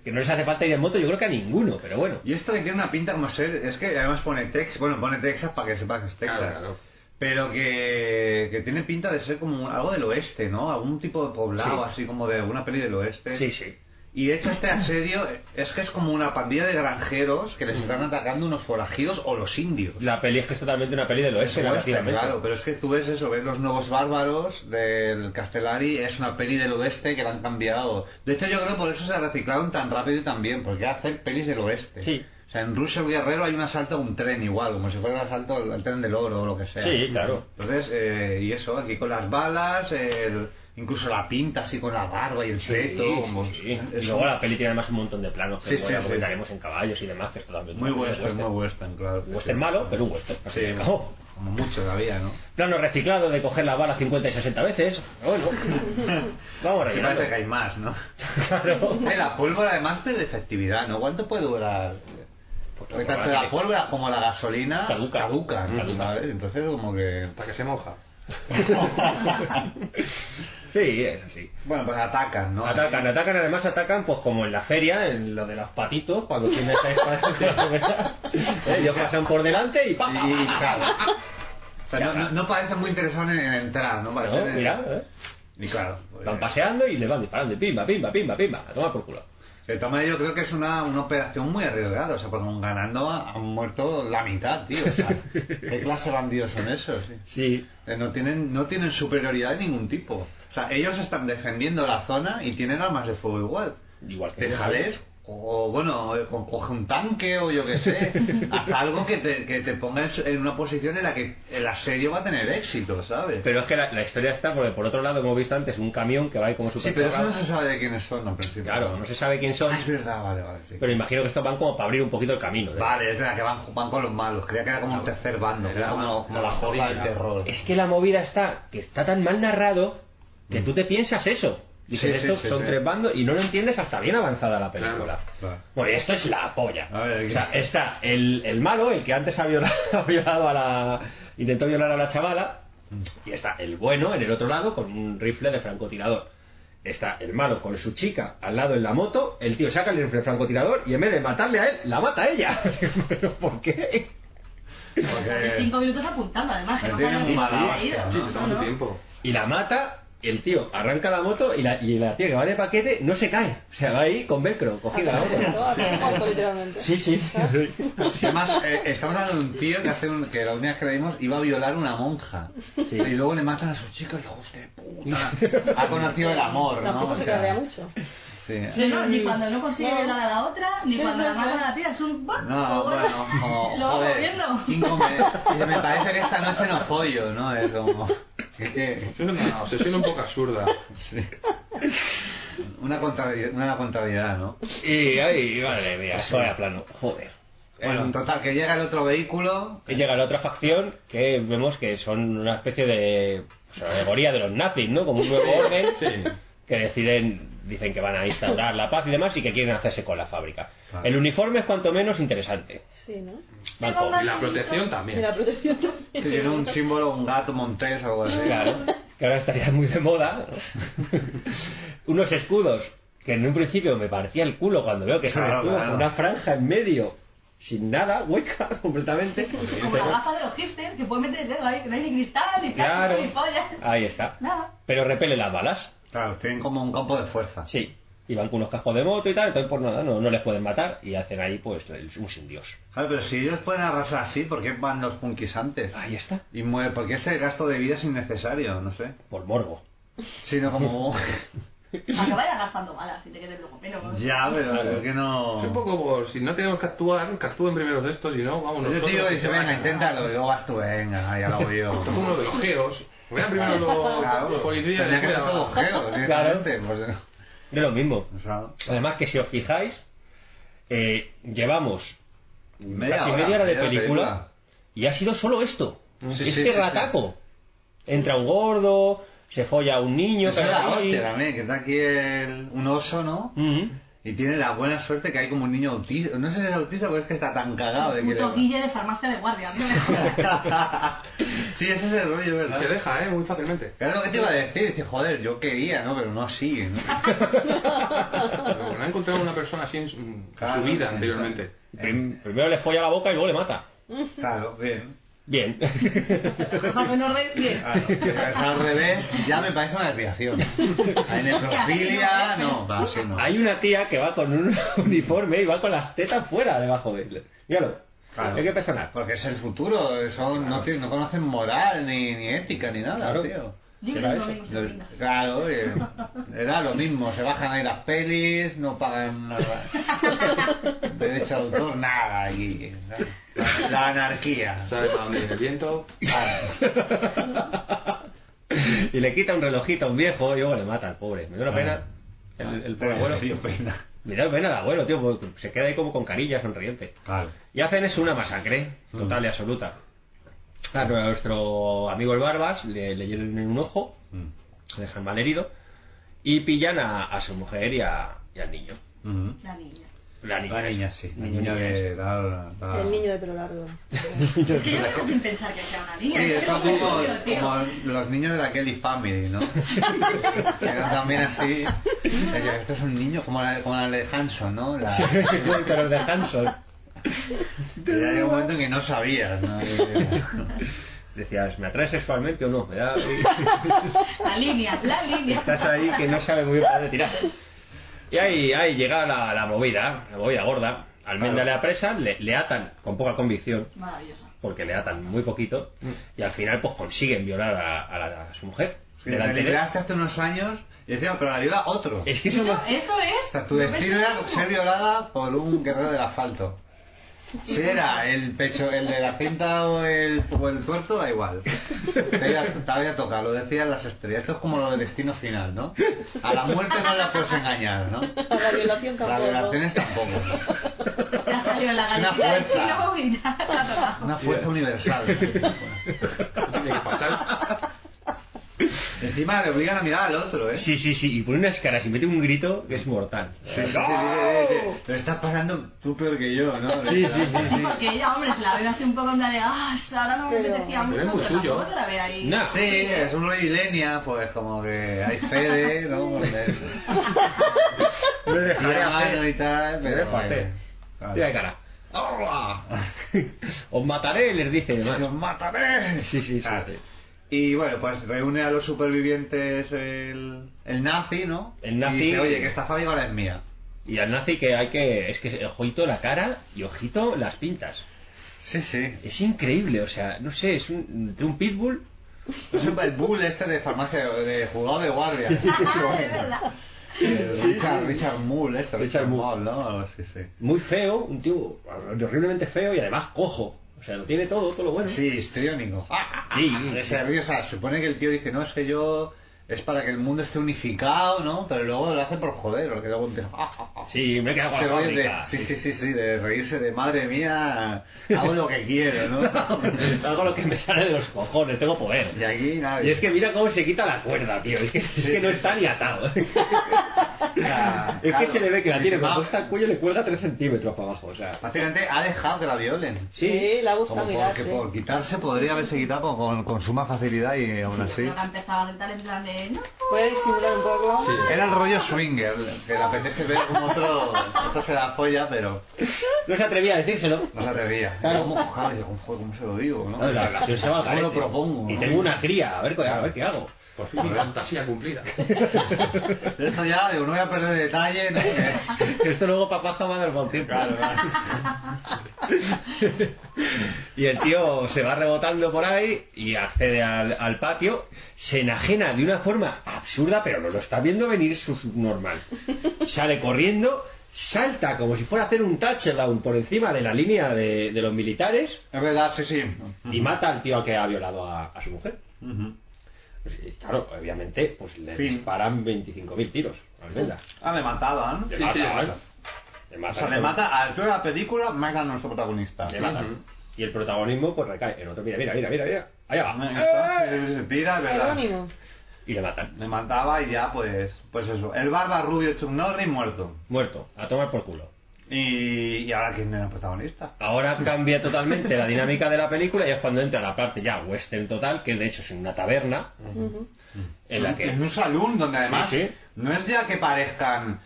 Speaker 8: Que no les hace falta ir en moto, yo creo que a ninguno, pero bueno.
Speaker 9: Y esto que tiene una pinta como ser, es que además pone Texas, bueno, pone Texas para que sepas que es Texas.
Speaker 13: Claro, claro.
Speaker 9: Pero que, que tiene pinta de ser como un- algo del oeste, ¿no? Algún tipo de poblado,
Speaker 8: Sí.
Speaker 9: así como de alguna peli del oeste.
Speaker 8: Sí, sí.
Speaker 9: Y de hecho este asedio es que es como una pandilla de granjeros que les están atacando unos forajidos o los indios.
Speaker 8: La peli es que es totalmente una peli del oeste,
Speaker 9: Es un western,
Speaker 8: narrativamente.
Speaker 9: claro, pero es que tú ves eso, ves los nuevos bárbaros del Castellari, es una peli del oeste que la han cambiado. De hecho, yo creo por eso se reciclaron tan rápido y tan bien, porque hacer pelis del oeste.
Speaker 8: Sí.
Speaker 9: O sea, en Russell Guerrero hay un asalto a un tren igual, como si fuera el asalto al, al tren del oro o lo que sea.
Speaker 8: Sí, claro.
Speaker 9: Entonces, eh, y eso, aquí con las balas, el- incluso la pinta así con la barba y el peto.
Speaker 8: Sí,
Speaker 9: como-
Speaker 8: sí, sí.
Speaker 9: es
Speaker 8: Y luego
Speaker 9: un-
Speaker 8: la peli tiene además un montón de planos que
Speaker 9: Sí,
Speaker 8: luego
Speaker 9: sí,
Speaker 8: ya
Speaker 9: sí.
Speaker 8: comentaremos en caballos y demás, que es totalmente
Speaker 9: Muy
Speaker 8: una peli de
Speaker 9: western, muy western, claro.
Speaker 8: Western malo, pero un western. al
Speaker 9: Sí,
Speaker 8: fin y al cabo.
Speaker 9: como mucho todavía, ¿no?
Speaker 8: Plano reciclado de coger la bala 50 y 60 veces. Pero Bueno, vamos
Speaker 9: Sí,
Speaker 8: rellenando.
Speaker 9: parece que hay más, ¿no?
Speaker 8: Claro.
Speaker 9: Eh, la pólvora además pierde efectividad, ¿no? ¿Cuánto puede durar? Porque tanto la pólvora como la gasolina
Speaker 8: Caduca.
Speaker 9: caducan,
Speaker 8: Caduca.
Speaker 9: ¿sabes? Entonces como que...
Speaker 13: Hasta que se moja.
Speaker 8: Sí, es así.
Speaker 9: Bueno, pues atacan, ¿no?
Speaker 8: Atacan, atacan, además atacan, pues como en la feria, en lo de los patitos, cuando tienes esa espada. Eh, Ellos pasan por delante y ¡pam!
Speaker 9: Y, claro. O sea, no, no, no parecen muy interesados en, en entrar, ¿no?
Speaker 8: No,
Speaker 9: Parecen en-
Speaker 8: mira, eh,
Speaker 9: Y claro. pues,
Speaker 8: van paseando y le van disparando, y pimba, pimba, pimba, pimba, a tomar por culo.
Speaker 9: De todas maneras, yo creo que es una, una operación muy arriesgada. O sea, porque ganando han muerto la mitad, tío. O sea, ¿qué clase de bandidos son esos? tío?
Speaker 8: Sí,
Speaker 9: Eh, No tienen, no tienen superioridad de ningún tipo. O sea, ellos están defendiendo la zona y tienen armas de fuego igual.
Speaker 8: igual que.
Speaker 9: Te jales, o bueno, eh, co- coge un tanque o yo qué sé. Haz algo que te, que te ponga en su- en una posición en la que el asedio va a tener éxito, ¿sabes?
Speaker 8: Pero es que la, la historia está, porque por otro lado, como visto antes, un camión que va ahí como super.
Speaker 9: sí, pero eso no se sabe de quiénes son al principio.
Speaker 8: Claro, no se sabe quién son,
Speaker 9: Ah, es verdad, vale, vale, sí.
Speaker 8: pero imagino que estos van como para abrir un poquito el camino. ¿eh?
Speaker 9: Vale, es verdad que van, van con los malos. Creía que era como un tercer bando, que era como, como la jornada del terror.
Speaker 8: Es que la movida está, que está tan mal narrado, que tú te piensas eso. Dices,
Speaker 9: Sí, sí,
Speaker 8: estos
Speaker 9: sí,
Speaker 8: son
Speaker 9: sí.
Speaker 8: tres bandos y no lo entiendes hasta bien avanzada la película.
Speaker 13: Claro,
Speaker 9: claro.
Speaker 8: Bueno, y esto es la polla.
Speaker 9: A ver, aquí.
Speaker 8: o sea, está el, el malo, el que antes ha violado, ha violado a la... intentó violar a la chavala, y está el bueno en el otro lado con un rifle de francotirador. Está el malo con su chica al lado en la moto, el tío saca el rifle francotirador y en vez de matarle a él, la mata a ella. ¿Pero por qué?
Speaker 9: Porque-
Speaker 11: Cinco minutos apuntando, además.
Speaker 9: Me
Speaker 11: Que no
Speaker 9: tiene
Speaker 11: paras
Speaker 9: muy
Speaker 11: de
Speaker 9: mala
Speaker 11: ir,
Speaker 9: hostia,
Speaker 11: ir.
Speaker 13: Sí, te toma
Speaker 11: No,
Speaker 13: tu
Speaker 11: no.
Speaker 13: tiempo.
Speaker 8: y la mata, el tío arranca la moto y la, y la tía que va de paquete no se cae. O sea, va ahí con velcro, cogida.
Speaker 12: Todo
Speaker 8: vamos.
Speaker 12: a tomar auto, literalmente.
Speaker 8: Sí, sí.
Speaker 9: Y además, eh, estamos hablando de un tío que hace un- que la última vez que le vimos iba a violar una monja.
Speaker 8: Sí.
Speaker 9: Y luego le matan a su chica, hijos de puta. Ha conocido el amor, ¿no?
Speaker 12: Tampoco
Speaker 9: O
Speaker 12: se
Speaker 9: sea,
Speaker 12: cabrea mucho.
Speaker 9: sí.
Speaker 11: Sí, no, ni cuando no consigue
Speaker 12: No.
Speaker 11: violar a la otra, ni
Speaker 12: Sí,
Speaker 11: cuando
Speaker 12: sí,
Speaker 11: la
Speaker 12: sí.
Speaker 11: matan a la tía, es
Speaker 9: No,
Speaker 11: un...
Speaker 9: bueno, como,
Speaker 11: Lo vamos
Speaker 9: joder,
Speaker 11: viendo.
Speaker 9: Kingo me, dice, me parece que esta noche no pollo, ¿no? Es como... que- que-
Speaker 13: Es una obsesión un poco absurda.
Speaker 9: sí. Una contrariedad, una contrariedad, ¿no?
Speaker 8: Y ahí, madre mía, soy a plano. Joder.
Speaker 9: Bueno,
Speaker 8: Em,
Speaker 9: en total, que llega el otro vehículo...
Speaker 8: Y llega la otra facción que vemos que son una especie de pues, alegoría de los nazis, ¿no? Como un nuevo orden que deciden, dicen que van a instaurar la paz y demás y que quieren hacerse con la fábrica.
Speaker 9: Claro.
Speaker 8: El uniforme es cuanto menos interesante.
Speaker 12: Sí, ¿no?
Speaker 8: Van con-
Speaker 13: Y la protección también.
Speaker 12: Y la protección
Speaker 9: Que
Speaker 12: también.
Speaker 9: tiene un símbolo, un gato montés o algo así.
Speaker 8: Claro, que ahora estaría muy de moda. ¿no? Unos escudos que en un principio me partía el culo cuando veo que es un
Speaker 9: Claro,
Speaker 8: escudo
Speaker 9: claro.
Speaker 8: con una franja en medio, sin nada, hueca completamente.
Speaker 11: Como la gafa de los hipsters, que puede meter el dedo ahí, que no hay ni cristal, ni
Speaker 8: Claro,
Speaker 11: plástico, ni pollas.
Speaker 8: ahí está.
Speaker 11: Nada.
Speaker 8: Pero repele las balas.
Speaker 9: Claro, tienen como un campo de fuerza.
Speaker 8: Sí. y van con unos cascos de moto y tal, entonces pues nada, no, no les pueden matar y hacen ahí pues el- un sin dios.
Speaker 9: Claro, pero si ellos pueden arrasar así, ¿por qué van los punkis antes?
Speaker 8: Ahí está.
Speaker 9: Y muere, porque ese gasto de vida es innecesario, no sé.
Speaker 8: Por morbo.
Speaker 9: Sino como.
Speaker 11: Para que vayas gastando balas y te quedes luego menos. ¿no?
Speaker 9: es que no.
Speaker 13: Es un poco por si no tenemos que actuar, que actúen primero de estos y no, vamos
Speaker 9: Yo
Speaker 13: nosotros.
Speaker 9: te digo,
Speaker 13: que
Speaker 9: dice,
Speaker 13: se
Speaker 9: venga,
Speaker 13: vayan".
Speaker 9: inténtalo, y luego vas tú, venga, ya lo hago yo.
Speaker 13: Esto es uno de los geos. Vean primero los,
Speaker 9: Claro,
Speaker 13: los policías.
Speaker 9: tendría que ser
Speaker 13: después
Speaker 9: todo
Speaker 13: abajo.
Speaker 9: geo, directamente. pues,
Speaker 8: De lo mismo.
Speaker 9: sea.
Speaker 8: Además que si os fijáis, eh, llevamos
Speaker 9: Media
Speaker 8: casi
Speaker 9: hora,
Speaker 8: media hora de
Speaker 9: media hora de
Speaker 8: película,
Speaker 9: película.
Speaker 8: y ha sido solo esto.
Speaker 9: Sí,
Speaker 8: este
Speaker 9: sí, sí, sí.
Speaker 8: rataco. Entra un gordo, se folla a un niño.
Speaker 9: Esa es
Speaker 8: cada
Speaker 9: la Eh.
Speaker 8: uno y-
Speaker 9: hostia también, que está aquí el- un oso, ¿no? Y tiene la buena suerte que hay como un niño autista. No sé si es autista, pero es que está tan cagado de que
Speaker 11: Puto
Speaker 9: le-
Speaker 11: guille de farmacia de guardia. tío.
Speaker 9: Sí, ese es el rollo, ¿verdad?
Speaker 13: Se deja, ¿eh? Muy fácilmente.
Speaker 9: Claro, lo que te iba a decir, dice, joder, yo quería, ¿no? Pero no así, ¿no?
Speaker 13: Pero bueno, ha encontrado una persona así en su, en su
Speaker 9: Claro,
Speaker 13: vida
Speaker 9: está.
Speaker 13: anteriormente.
Speaker 8: Prim- primero le folla la boca y luego le mata.
Speaker 9: Claro, bien.
Speaker 8: Bien.
Speaker 11: Cosas en orden, bien.
Speaker 9: Claro, si es al revés, ya me parece una desviación. Hay necrofilia, no, va, sí, no.
Speaker 8: Hay una tía que va con un uniforme y va con las tetas fuera debajo de él. Míralo.
Speaker 9: Claro.
Speaker 8: Hay que personal.
Speaker 9: Porque es el futuro, son, no, tienen- no conocen moral, ni, ni ética, ni nada,
Speaker 8: Claro.
Speaker 9: tío.
Speaker 11: Dímelo, Domingo, se
Speaker 9: Lo-
Speaker 11: venga.
Speaker 9: claro, eh, era lo mismo, se bajan ahí las pelis, no pagan nada. Derecho de autor, nada aquí. La, la anarquía.
Speaker 13: ¿Sabes para dónde viene el viento?
Speaker 8: Y le quita un relojito a un viejo y luego le mata al pobre. Me da una pena.
Speaker 9: Ah.
Speaker 8: El, el pobre abuelo.
Speaker 9: Tío, pena.
Speaker 8: Me da pena el abuelo, tío. porque Se queda ahí como con carillas sonriente.
Speaker 9: Claro.
Speaker 8: Y hacen es una masacre total y
Speaker 9: Mm.
Speaker 8: absoluta. Claro, a nuestro amigo el Barbas le, le hieren en un ojo,
Speaker 9: Mm.
Speaker 8: le dejan malherido y pillan a, a su mujer y, a- y al niño.
Speaker 9: Ujú.
Speaker 11: La niña.
Speaker 8: La niña,
Speaker 9: Mm. La
Speaker 8: es-
Speaker 9: niña, sí. La
Speaker 8: niño,
Speaker 9: niña
Speaker 8: niña es.
Speaker 9: que da- da-
Speaker 12: El niño de pelo largo.
Speaker 11: Es que yo sigo sin pensar que sea una niña.
Speaker 9: Sí,
Speaker 11: es que
Speaker 9: eso
Speaker 11: no
Speaker 9: es
Speaker 11: sé,
Speaker 9: como,
Speaker 11: tío, tío.
Speaker 9: como los niños de la Kelly Family, ¿no? Era también así. de que Esto es un niño como la, como la de Hanson, ¿no? La,
Speaker 8: Pero de Hanson.
Speaker 9: ya llega un momento en que no sabías, ¿no? Y-
Speaker 8: Decías, ¿me atrae sexualmente o no? Me da...
Speaker 11: La línea, la línea.
Speaker 8: Estás ahí que no sabe muy bien para dónde tirar. Y ahí, ahí llega la, la movida, la movida gorda. Almenda le apresan, le, le atan con poca convicción,
Speaker 11: Maravillosa.
Speaker 8: porque le atan muy poquito,
Speaker 9: Mm.
Speaker 8: y al final pues consiguen violar a, a la- a su mujer.
Speaker 9: Sí,
Speaker 8: delante
Speaker 9: te
Speaker 8: de él.
Speaker 9: liberaste hace unos años y decía, pero la viola otro.
Speaker 8: Es que eso,
Speaker 11: Eso,
Speaker 8: no-
Speaker 11: eso es.
Speaker 9: O sea, tu
Speaker 11: lo ves
Speaker 9: destino
Speaker 11: todo.
Speaker 9: era ser violada por un guerrero del asfalto. Si era el pecho, el de la cinta o el, o el tuerto, da igual. Te había, te había tocado, lo decían las estrellas. Esto es como lo de destino final, ¿no? A la muerte no la puedes engañar, ¿no?
Speaker 12: A la violación
Speaker 9: Las
Speaker 12: tampoco.
Speaker 9: violaciones tampoco.
Speaker 11: Ya salió la
Speaker 9: Es una
Speaker 11: gallina de
Speaker 9: fuerza.
Speaker 11: chino y ya la tocamos.
Speaker 9: Una fuerza universal.
Speaker 13: Tiene que pasar.
Speaker 9: Encima le obligan a mirar al otro, ¿eh?
Speaker 8: Sí, sí, sí, y pone unas caras y mete un grito que es mortal.
Speaker 9: Sí, sí, sí, sí, sí, sí. Lo estás pasando tú peor que yo, ¿no?
Speaker 8: Sí, sí, sí,
Speaker 11: Sí, porque ella, hombre, se la ve así un poco en plan de, ah, ahora no me
Speaker 12: Pero-
Speaker 11: apetecía mucho,
Speaker 13: Pero es muy
Speaker 11: pero
Speaker 13: suyo.
Speaker 11: tampoco se la ve ahí.
Speaker 8: Nah.
Speaker 9: Sí, es un rollo Ilenia, pues como que hay Fede, ¿no?
Speaker 8: No le
Speaker 9: Y
Speaker 8: dejaré
Speaker 9: mano y
Speaker 8: hacer.
Speaker 9: tal,
Speaker 8: Lo
Speaker 9: pero
Speaker 8: dejo
Speaker 9: bueno.
Speaker 8: hacer.
Speaker 9: Claro.
Speaker 8: Mira de cara. ¡Hola! Os mataré, les dice. además.
Speaker 9: ¡Los mataré!
Speaker 8: Sí, sí, sí.
Speaker 9: Claro.
Speaker 8: sí.
Speaker 9: Y bueno, pues reúne a los supervivientes el, el nazi, ¿no?
Speaker 8: El nazi.
Speaker 9: Y dice, oye, que esta fábrica ahora es mía.
Speaker 8: Y al nazi que hay que. Es que ojito la cara y ojito las pintas.
Speaker 9: Sí, sí.
Speaker 8: Es increíble, o sea, no sé, es un, de un pitbull.
Speaker 9: Es un- el bull este de farmacia, de jugado de guardia.
Speaker 11: Ah, de verdad.
Speaker 9: El Richard, Richard Mull, este.
Speaker 8: Richard
Speaker 9: Richard,
Speaker 8: Mull.
Speaker 9: Mull, ¿no? Algo así, sí.
Speaker 8: Muy feo, un tío horriblemente feo y además cojo. O sea, lo tiene todo, todo lo bueno.
Speaker 9: Sí, histriónico.
Speaker 8: Sí.
Speaker 9: Se ríe, o sea, se supone que el tío dice, no, es que yo... Es para que el mundo esté unificado, ¿no? Pero luego lo hace por joder, porque luego empieza...
Speaker 8: Ah, Sí, me he quedado con
Speaker 9: Se
Speaker 8: la
Speaker 9: ríe de-
Speaker 8: fábrica.
Speaker 9: sí, sí, sí, sí, de reírse de madre mía, hago lo que quiero, ¿no?
Speaker 8: Hago lo que me sale de los cojones, tengo poder.
Speaker 9: Y aquí nadie.
Speaker 8: Y es que mira cómo se quita la cuerda, tío. Es que, es que no está ni atado. Es que se le ve que la tiene más puesta al cuello y le cuelga 3 centímetros para abajo. O sea,
Speaker 9: Básicamente ha dejado que la violen.
Speaker 12: Sí, la gusta
Speaker 9: Como
Speaker 12: mirar,
Speaker 9: porque
Speaker 12: sí.
Speaker 9: por quitarse podría haberse quitado con, con- con suma facilidad y aún así.
Speaker 11: Pero que empezaba a gritar en plan de, no, pues
Speaker 12: Puede disimular un poco.
Speaker 13: Sí.
Speaker 9: Era el rollo swinger, que le apetece ver como otro, otro se la folla, pero
Speaker 8: no se atrevía a decírselo.
Speaker 9: no se atrevía.
Speaker 8: Claro.
Speaker 9: ¿Cómo, joder, yo, joder, ¿cómo se lo digo? ¿no?
Speaker 8: No, la relación se va al
Speaker 9: ¿Cómo lo
Speaker 8: garete.
Speaker 9: propongo?
Speaker 8: Y
Speaker 9: no?
Speaker 8: tengo una cría, a ver, a ver qué hago.
Speaker 13: Por fin mi fantasía cumplida.
Speaker 9: Esto ya, digo, no voy a perder detalle.
Speaker 8: Esto luego papá Zama del Montín. Y el tío se va rebotando por ahí y accede al, al patio, se enajena de una forma absurda, pero no lo está viendo venir su subnormal. Sale corriendo, salta como si fuera a hacer un touchdown por encima de la línea de, de los militares.
Speaker 9: Es verdad, sí, sí.
Speaker 8: Y mata al tío que ha violado a, a su mujer. Pues, eh, claro, obviamente, pues le disparan 25.000 tiros. Almenda.
Speaker 9: Ah, le mataban.
Speaker 8: Le mataban. Le
Speaker 9: O
Speaker 8: matan
Speaker 9: sea, le
Speaker 8: con-
Speaker 9: mata a la altura de la película, mata a nuestro protagonista.
Speaker 8: le matan. Y el protagonismo pues recae en otro. Mira, mira, mira, mira, mira. Allá va.
Speaker 9: Ahí está. Se tira, es verdad.
Speaker 12: Jerónimo.
Speaker 8: Y le matan.
Speaker 9: Le mataba y ya, pues, pues eso. El barba rubio Chuck Norris muerto.
Speaker 8: Muerto. A tomar por culo.
Speaker 9: Y, y ahora quién era el protagonista.
Speaker 8: Ahora cambia totalmente la dinámica de la película y es cuando entra la parte ya western total, que de hecho es en una taberna, en la
Speaker 9: Es
Speaker 8: que...
Speaker 9: un salón donde además
Speaker 8: Sí, sí.
Speaker 9: no es ya que parezcan.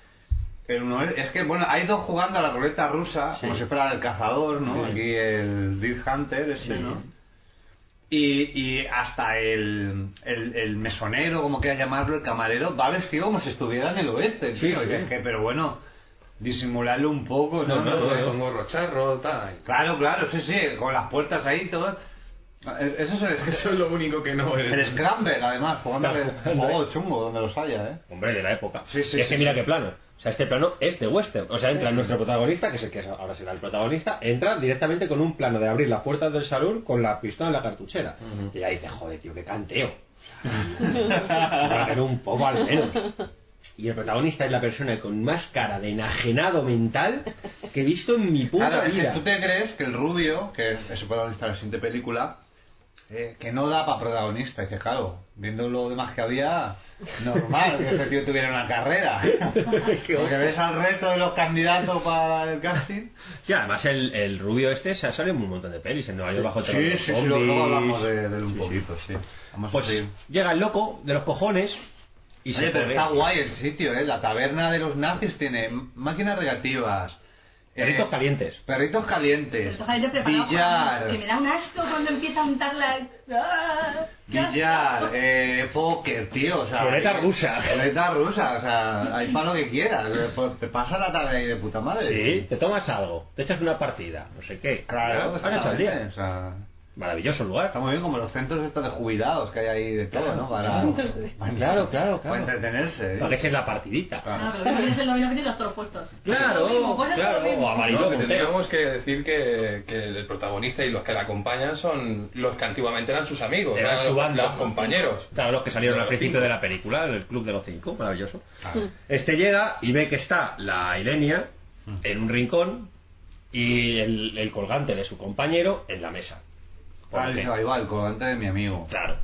Speaker 9: el uno es, es que, bueno, hay dos jugando a la ruleta rusa, como si fuera el cazador, ¿no?
Speaker 8: Sí.
Speaker 9: Aquí el Deer Hunter, ese,
Speaker 8: Sí.
Speaker 9: ¿no? Y, y hasta el, el, el mesonero, como quiera llamarlo, el camarero, va vestido como si estuviera en el oeste.
Speaker 8: Sí,
Speaker 9: tío.
Speaker 8: sí.
Speaker 9: Y es que, pero bueno, disimularlo un poco, ¿no?
Speaker 8: No, no,
Speaker 13: Todo es con gorro charro, tal.
Speaker 9: Claro, claro, sí, sí, con las puertas ahí, todo. Eh, Eso es el,
Speaker 13: Eso es lo único que no es.
Speaker 9: el Scramble, además, jugando
Speaker 8: Está
Speaker 9: el
Speaker 8: jugando
Speaker 9: juego
Speaker 8: ahí.
Speaker 9: chungo donde los haya, ¿eh?
Speaker 8: Hombre, de la época.
Speaker 9: Sí, sí,
Speaker 8: Y es
Speaker 9: sí,
Speaker 8: que mira
Speaker 9: sí.
Speaker 8: qué plano. O sea, este plano es de western. O sea, entra nuestro protagonista, que es el que ahora será el protagonista, entra directamente con un plano de abrir las puertas del salón con la pistola en la cartuchera. Y ya dice, joder, tío, qué canteo. Bájale un poco al menos. Y el protagonista es la persona con más cara de enajenado mental que he visto en mi puta
Speaker 9: Claro, es que
Speaker 8: vida.
Speaker 9: tú te crees que el rubio, que es el protagonista de la siguiente película, eh, que no da para protagonista. Y dices, claro, viendo lo demás que había, normal que este tío tuviera una carrera. Porque ves al resto de los candidatos para el casting.
Speaker 8: Sí, además el, el rubio este se ha salido en un montón de pelis. En Nueva York bajo terror de
Speaker 9: Sí,
Speaker 8: los
Speaker 9: sí, sí, luego- luego
Speaker 8: zombies.
Speaker 9: hablamos de, de él un poquito, sí. Vamos a
Speaker 8: Pues
Speaker 9: seguir.
Speaker 8: llega el loco de los cojones y
Speaker 9: Oye,
Speaker 8: se
Speaker 9: pero
Speaker 8: pone-
Speaker 9: está guay el sitio, ¿eh? La taberna de los nazis tiene máquinas relativas. eh.
Speaker 8: Perritos calientos.
Speaker 9: Perritos calientes.
Speaker 11: Estos gente preparados.
Speaker 9: Billar.
Speaker 11: Que me da un asco cuando empieza a untar la. ¡Ah! ¡Qué asco!
Speaker 9: Billar, eh, póker, tío, o sea...
Speaker 8: Ruleta
Speaker 9: hay-
Speaker 8: rusa.
Speaker 9: Ruleta rusa, o sea, hay para lo que quieras. eh, pues, Te pasa la tarde ahí de puta madre.
Speaker 8: Sí, te tomas algo, te echas una partida, no sé qué.
Speaker 9: Claro,
Speaker 8: Ahora
Speaker 9: exactamente,
Speaker 8: es al día.
Speaker 9: O sea,
Speaker 8: Maravilloso lugar.
Speaker 9: está muy bien como los centros estos de jubilados que hay ahí de todo, ¿no? Para, para-
Speaker 8: Claro, claro,
Speaker 9: para
Speaker 8: claro.
Speaker 9: entretenerse. ¿eh?
Speaker 8: Para que eches la partidita.
Speaker 11: No, pero lo que tienes en la que tienes todos puestos.
Speaker 8: Claro,
Speaker 11: Es lo mismo, pues es
Speaker 8: claro,
Speaker 11: lo mismo.
Speaker 8: o amarillo.
Speaker 13: No, que
Speaker 8: Montero.
Speaker 13: tendríamos que decir que, que el protagonista y los que le acompañan son los que antiguamente eran sus amigos,
Speaker 8: Era
Speaker 13: eran
Speaker 8: su
Speaker 13: los,
Speaker 8: banda.
Speaker 13: los compañeros.
Speaker 8: Claro, los que salieron al
Speaker 13: Los
Speaker 8: principio
Speaker 13: cinco.
Speaker 8: de la película, el Club de los Cinco, maravilloso. Este llega y ve que está la Ilenia en un rincón y el, el colgante de su compañero en la mesa. Por
Speaker 9: Claro,
Speaker 8: lo que-
Speaker 9: dice, ahí va, el colgante de mi amigo.
Speaker 8: claro.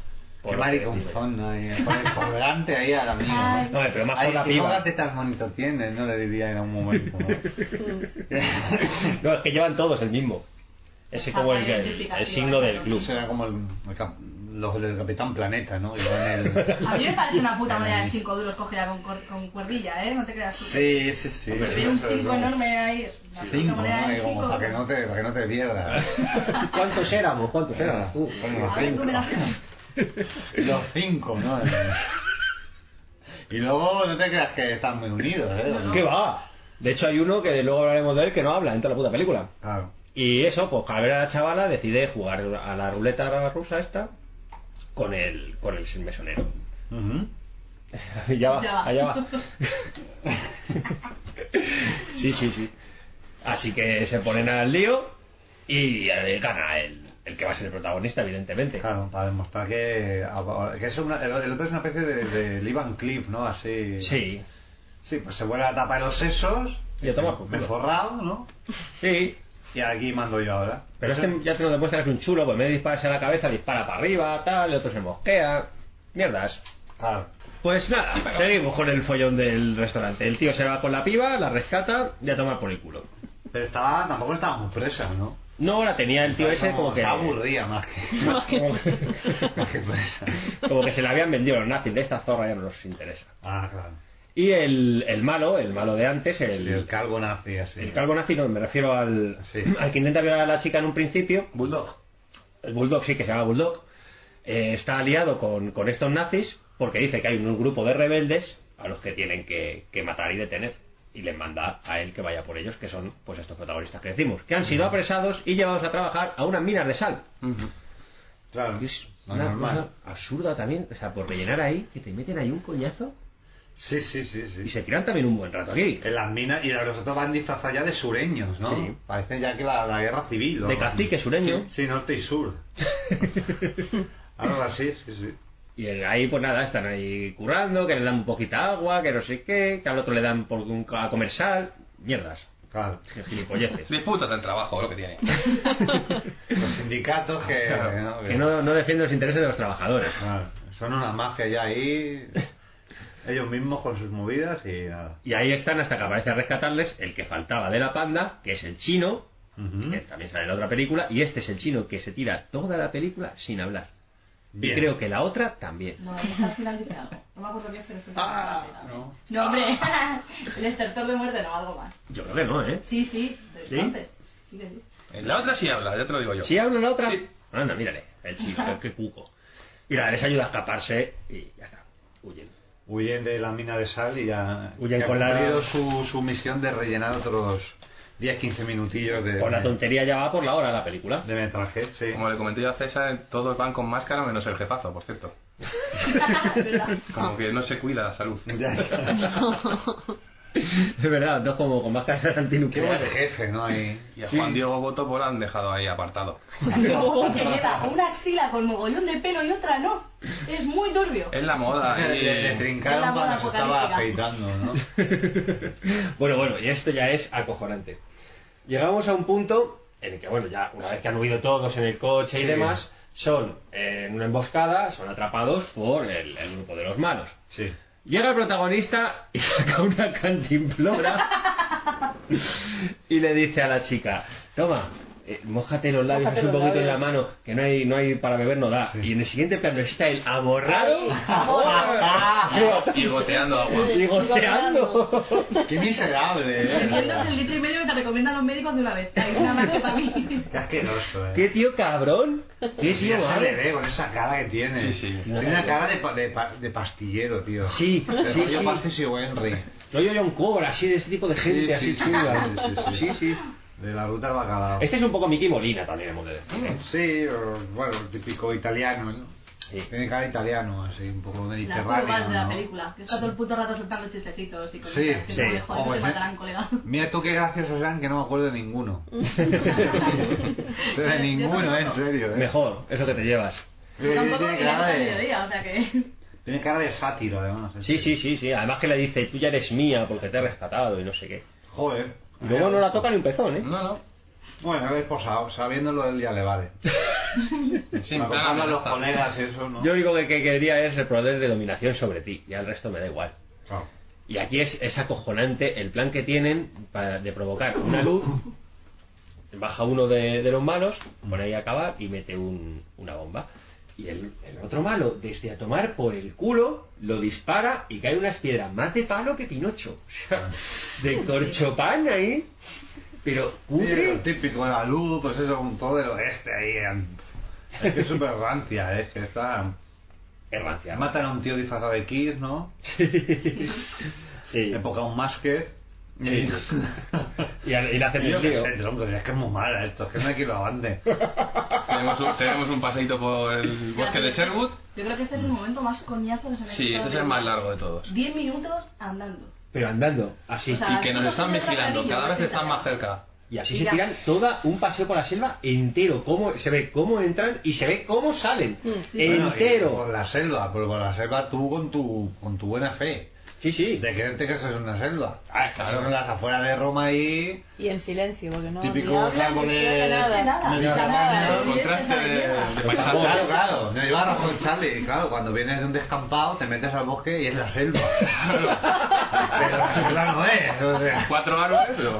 Speaker 8: por
Speaker 9: Qué
Speaker 8: lo que
Speaker 9: mariconzón ahí, con el colgante ahí a la mía.
Speaker 8: No, eh, pero más
Speaker 9: Ay,
Speaker 8: por la
Speaker 9: qué
Speaker 8: piba.
Speaker 9: pocas tetas bonito tienes, no le diría en un momento. ¿no?
Speaker 8: No, es que llevan todos el mismo.
Speaker 11: Ah,
Speaker 8: Ese como el, el, el signo del club.
Speaker 9: Será como el, el cap- los del Capitán Planeta, ¿no? Que van el-
Speaker 11: A mí me parece una puta manera de cinco duros cogida con, cor- con cuerdilla, ¿eh? No te creas.
Speaker 9: Sí, sí, sí.
Speaker 8: Hombre,
Speaker 11: Tiene un cinco enorme ahí. Es una puta
Speaker 9: Cinco,
Speaker 11: manera
Speaker 9: ¿no?
Speaker 11: de
Speaker 9: Y como,
Speaker 11: cinco.
Speaker 9: para, que no te, para que no te pierdas.
Speaker 8: ¿Cuántos éramos? ¿Cuántos éramos tú?
Speaker 9: Bueno,
Speaker 11: A ver,
Speaker 9: cinco.
Speaker 11: numeración.
Speaker 9: Los cinco, ¿no? Y luego no te creas que están muy unidos, ¿eh?
Speaker 8: ¿Qué va? De hecho hay uno que luego hablaremos de él que no habla en toda la puta película.
Speaker 9: Claro.
Speaker 8: Y eso, pues Calavera la chavala decide jugar a la ruleta rusa esta con el, con el mesonero.
Speaker 9: Ujú.
Speaker 8: allá va,
Speaker 11: Ya va.
Speaker 8: allá va. sí, sí, sí. Así que se ponen al lío y eh, gana el, el que va a ser el protagonista, evidentemente.
Speaker 9: Claro, para demostrar que, que es una- el el otro es una especie de, de Lee Van Cleef, ¿no? Así.
Speaker 8: Sí,
Speaker 9: Sí, pues se vuelve la tapa de los sesos.
Speaker 8: Y a tomar por
Speaker 9: Me he
Speaker 8: culo.
Speaker 9: forrado, ¿no?
Speaker 8: sí.
Speaker 9: Y aquí mando yo ahora.
Speaker 8: Pero este ya te lo demuestra que es un chulo, pues en vez de dispararse a la cabeza, dispara para arriba, tal, el otro se mosquea. Mierdas.
Speaker 9: Claro.
Speaker 8: Pues nada, seguimos con el follón del restaurante. El tío se va con la piba, la rescata y a tomar por el culo.
Speaker 9: Pero estaba, tampoco estábamos presas, ¿no?
Speaker 8: No, la tenía el tío ese
Speaker 9: Estábamos-
Speaker 8: como que...
Speaker 9: Estaba aburrida más que,
Speaker 8: como,
Speaker 9: más que presa.
Speaker 8: como que se la habían vendido los nazis de esta zorra, ya no nos interesa.
Speaker 9: Ah, claro.
Speaker 8: Y el, el malo, el malo de antes, el,
Speaker 9: Sí, el calvo nazi, así.
Speaker 8: el calvo nazi, no, me refiero al,
Speaker 9: Sí.
Speaker 8: al que intenta violar a la chica en un principio,
Speaker 13: Bulldog.
Speaker 8: el Bulldog sí que se llama Bulldog, eh, está aliado con, con estos nazis porque dice que hay un grupo de rebeldes a los que tienen que, que matar y detener. Y les manda a él que vaya por ellos, que son pues estos protagonistas que decimos, que han sido apresados y llevados a trabajar a unas minas de sal.
Speaker 9: Claro.
Speaker 8: Es una
Speaker 9: normal.
Speaker 8: cosa absurda también, o sea, por rellenar ahí, que te meten ahí un coñazo.
Speaker 9: Sí, sí, sí, sí.
Speaker 8: Y se tiran también un buen rato aquí.
Speaker 9: En las minas, y los otros van disfrazados ya de sureños, ¿no?
Speaker 8: Sí.
Speaker 9: Parece ya que la, la guerra civil. o
Speaker 8: De
Speaker 9: algo así.
Speaker 8: cacique sureño.
Speaker 9: Sí, sí, norte y sur. Algo así, sí, sí.
Speaker 8: Y el- ahí, pues nada, están ahí currando, que le dan poquita agua, que no sé qué, que al otro le dan por un- a comer sal. Mierdas.
Speaker 9: Claro.
Speaker 8: Que gilipolleces.
Speaker 13: Dispútate el trabajo, lo que tiene.
Speaker 9: Los sindicatos que... ¿no?
Speaker 8: Que no, no defienden los intereses de los trabajadores.
Speaker 9: Claro, Son una mafia ya ahí. Ellos mismos con sus movidas y nada.
Speaker 8: Y ahí están hasta que aparece a rescatarles el que faltaba de la panda, que es el chino, que también sale en la otra película, y este es el chino que se tira toda la película sin hablar.
Speaker 9: Bien.
Speaker 8: Y creo que la otra también.
Speaker 11: No, esa al final dice algo. No me acuerdo qué es, pero es
Speaker 9: Ah,
Speaker 11: no. no, hombre. el estertor de muerte, no, algo más.
Speaker 8: Yo creo que no, ¿eh?
Speaker 11: Sí, sí, pero
Speaker 8: ¿Sí?
Speaker 11: entonces. Sí que sí.
Speaker 13: La otra sí habla, ya te lo digo yo.
Speaker 8: ¿Sí habla la otra? Anda, mírale, el chino, qué- qué cuco. Y la les ayuda a escaparse y ya está, huyen.
Speaker 9: Huyen de la mina de sal y ya,
Speaker 8: Huyen
Speaker 9: ya
Speaker 8: con
Speaker 9: ha
Speaker 8: la-
Speaker 9: cumplido su, su misión de rellenar otros 10-15 minutillos de,
Speaker 8: Con la
Speaker 9: de,
Speaker 8: tontería ya va por la hora la película.
Speaker 9: metraje. Sí.
Speaker 13: Como le comenté yo a César, todos van con máscara menos el jefazo, por cierto. Como que no se cuida la salud.
Speaker 9: Ya está.
Speaker 8: Es verdad, dos como con máscaras
Speaker 9: Qué buen
Speaker 8: antinucleares.
Speaker 9: jefe, ¿no? Ahí.
Speaker 13: Y a Juan Diego Boto por han dejado ahí apartado.
Speaker 11: que lleva una axila con mogollón de pelo y otra no. Es muy turbio.
Speaker 13: Es la moda. y-
Speaker 9: Le, le
Speaker 11: Es la
Speaker 9: trincaron
Speaker 11: moda
Speaker 9: cuando se estaba
Speaker 11: apocalíptica.
Speaker 9: afeitando, ¿no?
Speaker 8: Bueno, bueno, y esto ya es acojonante. Llegamos a un punto en el que, bueno, ya una vez que han huido todos en el coche y
Speaker 9: Sí.
Speaker 8: demás, son eh, en una emboscada, son atrapados por el, el grupo de los malos.
Speaker 9: Sí.
Speaker 8: Llega el protagonista y saca una cantimplora y le dice a la chica, toma, eh, mójate los labios
Speaker 12: Mójate
Speaker 8: así un
Speaker 12: los
Speaker 8: poquito en la
Speaker 12: labios".
Speaker 8: mano, que no hay, no hay para beber, no da. Y en el siguiente plano está el amorrado
Speaker 13: Y goteando agua.
Speaker 8: y goceando.
Speaker 9: Qué miserable,
Speaker 11: Bebiéndose
Speaker 9: ¿eh?
Speaker 11: el litro y medio que te recomiendan los médicos de una vez. Hay una más que para mí.
Speaker 9: Qué asqueroso, ¿eh?
Speaker 8: ¡Qué tío cabrón! ¡Qué
Speaker 9: Sí,
Speaker 8: tío
Speaker 9: ya se
Speaker 8: malo!
Speaker 9: le ve con esa cara que tiene.
Speaker 13: Sí, sí.
Speaker 9: Tiene una cara de, pa- de pa- de pastillero, tío.
Speaker 8: Sí,
Speaker 9: De
Speaker 8: sí,
Speaker 9: rollo
Speaker 8: sí.
Speaker 9: Patricio Henry.
Speaker 8: No yo un cobra así de este tipo de gente, así chunga.
Speaker 9: sí, sí, sí. De la ruta al bacalao.
Speaker 8: Este es un poco Miki Molina también, hemos de decir. ¿eh?
Speaker 9: Sí, o, bueno, el típico italiano, ¿no? Tiene cara de italiano, así, un poco
Speaker 11: Las
Speaker 9: mediterráneo.
Speaker 11: curvas de la
Speaker 9: ¿no?
Speaker 11: película. Que está todo el puto rato soltando chistecitos y cosas.
Speaker 9: Sí,
Speaker 11: que
Speaker 9: sí.
Speaker 11: te joder,
Speaker 9: Como
Speaker 11: te
Speaker 9: es-
Speaker 11: matarán, colega.
Speaker 9: Mira tú qué graciosos sean que no me acuerdo de ninguno. de ninguno, en serio. ¿eh?
Speaker 8: Mejor, eso que te llevas.
Speaker 9: Tiene
Speaker 11: Tampoco
Speaker 9: tiene
Speaker 11: me
Speaker 9: cara
Speaker 11: al
Speaker 9: de,
Speaker 11: mediodía, o sea que.
Speaker 9: tiene cara de sátiro, además. ¿eh?
Speaker 8: Sí, sí, sí, sí. Además que le dice, tú ya eres mía porque te he rescatado y no sé qué.
Speaker 9: Joder.
Speaker 8: Y luego no la toca ni un pezón, ¿eh?
Speaker 13: No, no.
Speaker 9: Bueno, habéis posado, sabiéndolo él ya le vale.
Speaker 13: Sin
Speaker 9: Para
Speaker 13: plan
Speaker 9: contarlo a los
Speaker 13: amenaza.
Speaker 9: colegas y eso, ¿no?
Speaker 8: Yo lo único que, que quería es el poder de dominación sobre ti. Y al resto me da igual.
Speaker 9: Claro.
Speaker 8: Y aquí es, es acojonante el plan que tienen para, de provocar una luz. Baja uno de, de los malos, pone ahí a acabar y mete un- una bomba. Y el, el otro malo, desde a tomar por el culo, lo dispara y cae unas piedras más de palo que Pinocho. O sea, de corchopán ahí. Pero
Speaker 9: Sí,
Speaker 8: cutre.
Speaker 9: lo típico de la luz, pues eso, con todo el oeste ahí. en- Es que es súper rancia, ¿eh? es que está...
Speaker 8: Es rancia.
Speaker 9: Matan a un tío disfrazado de Kiss, ¿no?
Speaker 8: Sí.
Speaker 9: Época un masker.
Speaker 8: Sí. Y, al- y le hacen
Speaker 9: Yo
Speaker 8: el
Speaker 9: qué
Speaker 8: lío.
Speaker 9: sé, tío, hombre, es que es muy mala esto, es que no hay que lo avance.
Speaker 13: Tenemos un, tenemos un paseito por el bosque de Sherwood.
Speaker 11: Yo creo que este es el momento más coñazo que se me ha
Speaker 13: Sí,
Speaker 11: quitado
Speaker 13: este es
Speaker 11: de-
Speaker 13: el más largo de todos.
Speaker 11: 10 minutos andando.
Speaker 8: Pero andando, así.
Speaker 11: O sea,
Speaker 13: Y que nos están vigilando, cada vez están más cerca.
Speaker 8: Y así
Speaker 11: Y
Speaker 8: se
Speaker 11: ya.
Speaker 8: tiran toda un paseo por la selva entero. Cómo, se ve cómo entran y se ve cómo salen.
Speaker 11: Mm, sí.
Speaker 9: Bueno, y Por
Speaker 8: entero.
Speaker 9: la selva, por, por la selva tú con tu, con tu buena fe.
Speaker 8: Sí, sí.
Speaker 9: De creerte que eso es una selva.
Speaker 8: Ah,
Speaker 9: Eso en las afueras de Roma ahí...
Speaker 12: Y en silencio, porque no.
Speaker 9: Típico
Speaker 12: ni hablan, ni
Speaker 9: árboles
Speaker 12: suena nada.
Speaker 11: nada,
Speaker 12: Ni
Speaker 9: nada,
Speaker 12: nada.
Speaker 9: nada.
Speaker 13: El contraste de, de
Speaker 9: Claro,
Speaker 13: paisajes.
Speaker 9: claro, claro. No iba a razón Charlie. Claro, cuando vienes de un descampado te metes al bosque y es la selva. Pero la selva no es. O sea.
Speaker 13: Cuatro árboles, pero...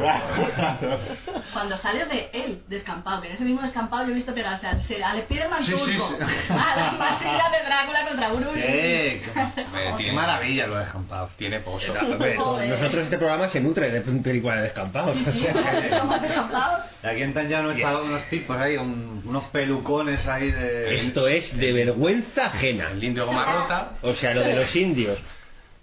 Speaker 11: Cuando sales de él, descampado, que en ese mismo descampado yo he visto pegarse al, se- al Spiderman
Speaker 9: Sí,
Speaker 11: turco, Ah,
Speaker 9: sí, sí.
Speaker 11: a la masilla de Drácula contra Bruno y-
Speaker 9: Eh,
Speaker 13: Tiene, tiene
Speaker 9: maravilla lo de descampados.
Speaker 13: Tiene pozo.
Speaker 8: Era- hombre, todo- nosotros este programa se nutre de películas de descampados. o sea que-
Speaker 9: Y aquí en Tanjano están unos tipos ahí, un- unos pelucones ahí de.
Speaker 8: Esto es de vergüenza ajena. El
Speaker 13: indio Gomarrota.
Speaker 8: O sea, lo de los indios.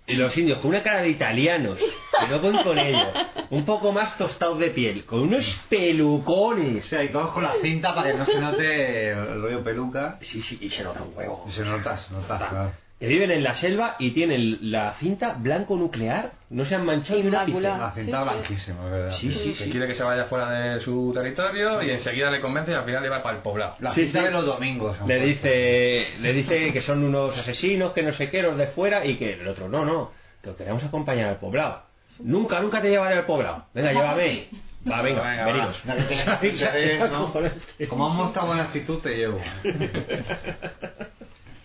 Speaker 8: Y los indios con una cara de italianos, que no pueden con ellos. Un poco más tostados de piel, con unos pelucones.
Speaker 9: O sea, y todos con la cinta para que no se note el rollo peluca.
Speaker 8: Sí, sí, y se nota un huevo.
Speaker 9: se nota, se nota, claro.
Speaker 8: Que viven en la selva y tienen la cinta blanco nuclear, no se han manchado ni una
Speaker 9: La cinta blanquísima, es verdad.
Speaker 8: Sí, sí,
Speaker 13: Que quiere que se vaya fuera de su territorio y enseguida le convence y al final le va para el poblado.
Speaker 9: La
Speaker 8: Sí,
Speaker 9: cinta
Speaker 8: sí.
Speaker 9: de los domingos. han
Speaker 8: Le
Speaker 9: puesto.
Speaker 8: dice, le dice que son unos asesinos, que no sé qué, los de fuera, y que el otro, no, no, que os queremos acompañar al poblado. Nunca, nunca te llevaré al poblado. Venga, llévame. Va, venga,
Speaker 9: Venga, va.
Speaker 8: veniros.
Speaker 9: Ya que tienes interés, ¿no? Como has mostrado buena actitud, te llevo.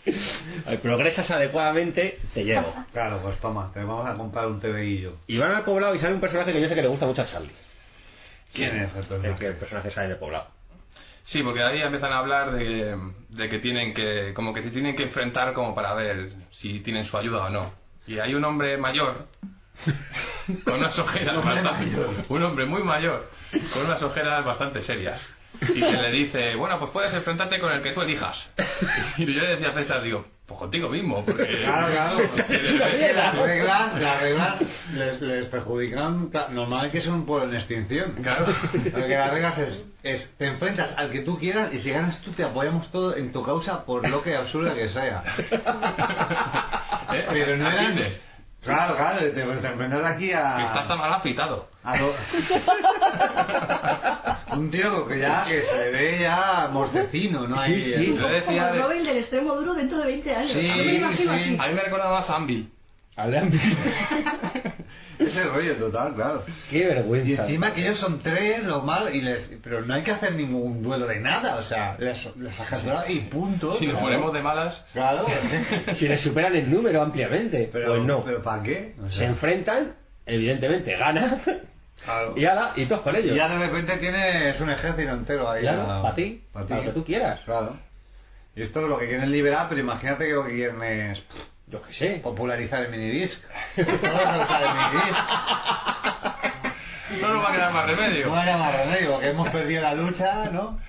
Speaker 8: Eh, Progresas adecuadamente, te llevo.
Speaker 9: Claro, pues toma, te vamos a comprar un tebeillo.
Speaker 8: Y van al poblado y sale un personaje que yo sé que le gusta mucho a Charlie.
Speaker 9: ¿Quién es el
Speaker 8: El, que- el personaje sale del poblado.
Speaker 13: Sí, porque ahí empiezan a hablar de, de que tienen que, como que se tienen que enfrentar como para ver si tienen su ayuda o no. Y hay un hombre mayor con unas ojeras bastante, un hombre muy mayor con unas ojeras bastante serias y que le dice, bueno, pues puedes enfrentarte con el que tú elijas. Y yo le decía a César, digo, pues contigo mismo, porque
Speaker 9: Claro, claro.
Speaker 13: se le ve que la-
Speaker 9: Las reglas, las reglas les, les perjudican. ta- Normal que son por en extinción.
Speaker 13: Claro.
Speaker 9: Porque las reglas es, es, te enfrentas al que tú quieras y si ganas tú te apoyamos todo en tu causa por lo que absurda que sea.
Speaker 13: ¿eh?
Speaker 9: Pero no eran...
Speaker 13: Atiende,
Speaker 9: Claro, claro, te, pues te enfrentas aquí
Speaker 13: que está hasta
Speaker 9: a...
Speaker 13: mal afeitado.
Speaker 9: a do- Un tío que ya que se le ve ya mortecino, ¿no?
Speaker 13: Sí,
Speaker 9: Ahí,
Speaker 13: sí.
Speaker 9: eh.
Speaker 13: Yo
Speaker 11: Como
Speaker 13: decía
Speaker 11: el
Speaker 13: de-
Speaker 11: Nobel del extremo duro dentro de 20 años.
Speaker 9: Sí,
Speaker 11: Yo me imagino
Speaker 9: sí, sí.
Speaker 13: A mí me recordaba a Zambi.
Speaker 9: Ese rollo total, claro.
Speaker 8: Qué
Speaker 9: Y
Speaker 8: vergüenza.
Speaker 9: encima que ellos son tres, lo mal, y les, pero no hay que hacer ningún duelo de nada, o sea, las, las has capturado y punto.
Speaker 13: Si nos
Speaker 9: claro.
Speaker 13: ponemos de malas,
Speaker 9: Claro. eh.
Speaker 8: Si le superan el número ampliamente,
Speaker 9: Pero,
Speaker 8: pues no.
Speaker 9: ¿Pero para qué? O
Speaker 8: Se
Speaker 9: sea,
Speaker 8: enfrentan, evidentemente, ganan,
Speaker 9: claro.
Speaker 8: y ala, y todos con
Speaker 9: Y
Speaker 8: ellos.
Speaker 9: ya de repente tienes un ejército entero ahí.
Speaker 8: Claro,
Speaker 9: a-
Speaker 8: pa' ti,
Speaker 9: pa'
Speaker 8: pa' lo que tú quieras.
Speaker 9: Claro. Y esto es lo que quieren liberar, pero imagínate que lo que quieren es pff,
Speaker 8: Yo qué sé.
Speaker 9: Pues popularizar el minidisc. Todos a usar el minidisc.
Speaker 13: no nos va a quedar más remedio.
Speaker 9: No haya más remedio, que hemos perdido la lucha, ¿no?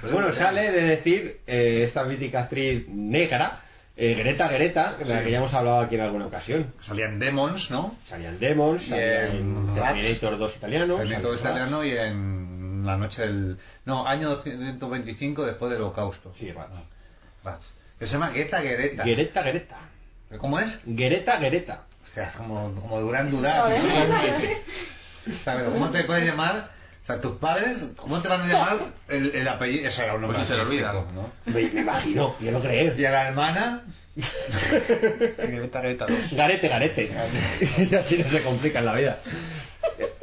Speaker 9: Pues
Speaker 8: Bueno,
Speaker 9: es
Speaker 8: sale de decir eh, esta mítica actriz negra, eh, Greta Greta, de la
Speaker 9: Sí.
Speaker 8: que ya hemos hablado aquí en alguna ocasión.
Speaker 9: Salían demons, ¿no?
Speaker 8: Salían Demons, salían
Speaker 9: en Rats.
Speaker 8: Terminator 2 italiano.
Speaker 9: En
Speaker 8: salían
Speaker 9: todo italiano
Speaker 8: Rats.
Speaker 9: y en la noche del... No, año 225 después del holocausto.
Speaker 8: Sí, Rats.
Speaker 9: Rats. Que se llama Guetta Guereta.
Speaker 8: Greta Greta.
Speaker 9: ¿Cómo es?
Speaker 8: Greta Greta.
Speaker 9: O sea, es como, como Durán Durán.
Speaker 12: Sí,
Speaker 9: ¿Sabes? ¿Cómo te puedes llamar? O sea, tus padres, ¿cómo te van a llamar el, el apellido? Eso era un nombre
Speaker 13: Pues si se lo
Speaker 9: artístico,
Speaker 13: olvidan.
Speaker 9: ¿no?
Speaker 8: Me, me imagino, quiero creer.
Speaker 9: ¿Y a la hermana?
Speaker 8: Garete, garete. Así no se complica en la vida.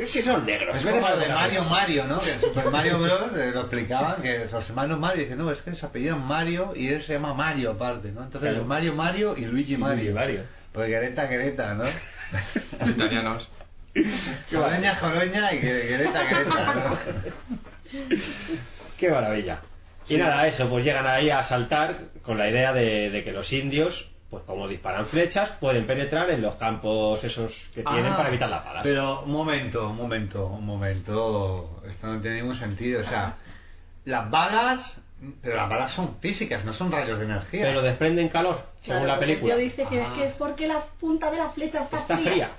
Speaker 8: Si son negros.
Speaker 9: Es
Speaker 8: me
Speaker 9: como
Speaker 8: dejan
Speaker 9: lo de
Speaker 8: la
Speaker 9: Mario
Speaker 8: cabeza.
Speaker 9: Mario, ¿no? Que en Super Mario Bros. eh, lo explicaban, que los hermanos Mario dicen, no, es que se apellidan Mario y él se llama Mario aparte, ¿no? Entonces
Speaker 8: Claro.
Speaker 9: Mario Mario y Luigi Mario.
Speaker 8: Luigi Mario.
Speaker 9: Pues Greta, Greta, ¿no?
Speaker 13: Los italianos.
Speaker 9: Joroña, Joroña y Gre- Greta, Greta, ¿no?
Speaker 8: Qué maravilla. Y nada, eso, pues llegan ahí a asaltar con la idea de, de que los indios, pues como disparan flechas, pueden penetrar en los campos esos que tienen
Speaker 9: Ah,
Speaker 8: para evitar las balas.
Speaker 9: Pero, un momento, un momento, un momento. Esto no tiene ningún sentido. O sea, las balas, pero las balas son físicas, no son rayos de energía.
Speaker 8: Pero desprenden calor, según la película.
Speaker 11: Yo dice que es que es porque la punta de la flecha está,
Speaker 8: Está fría.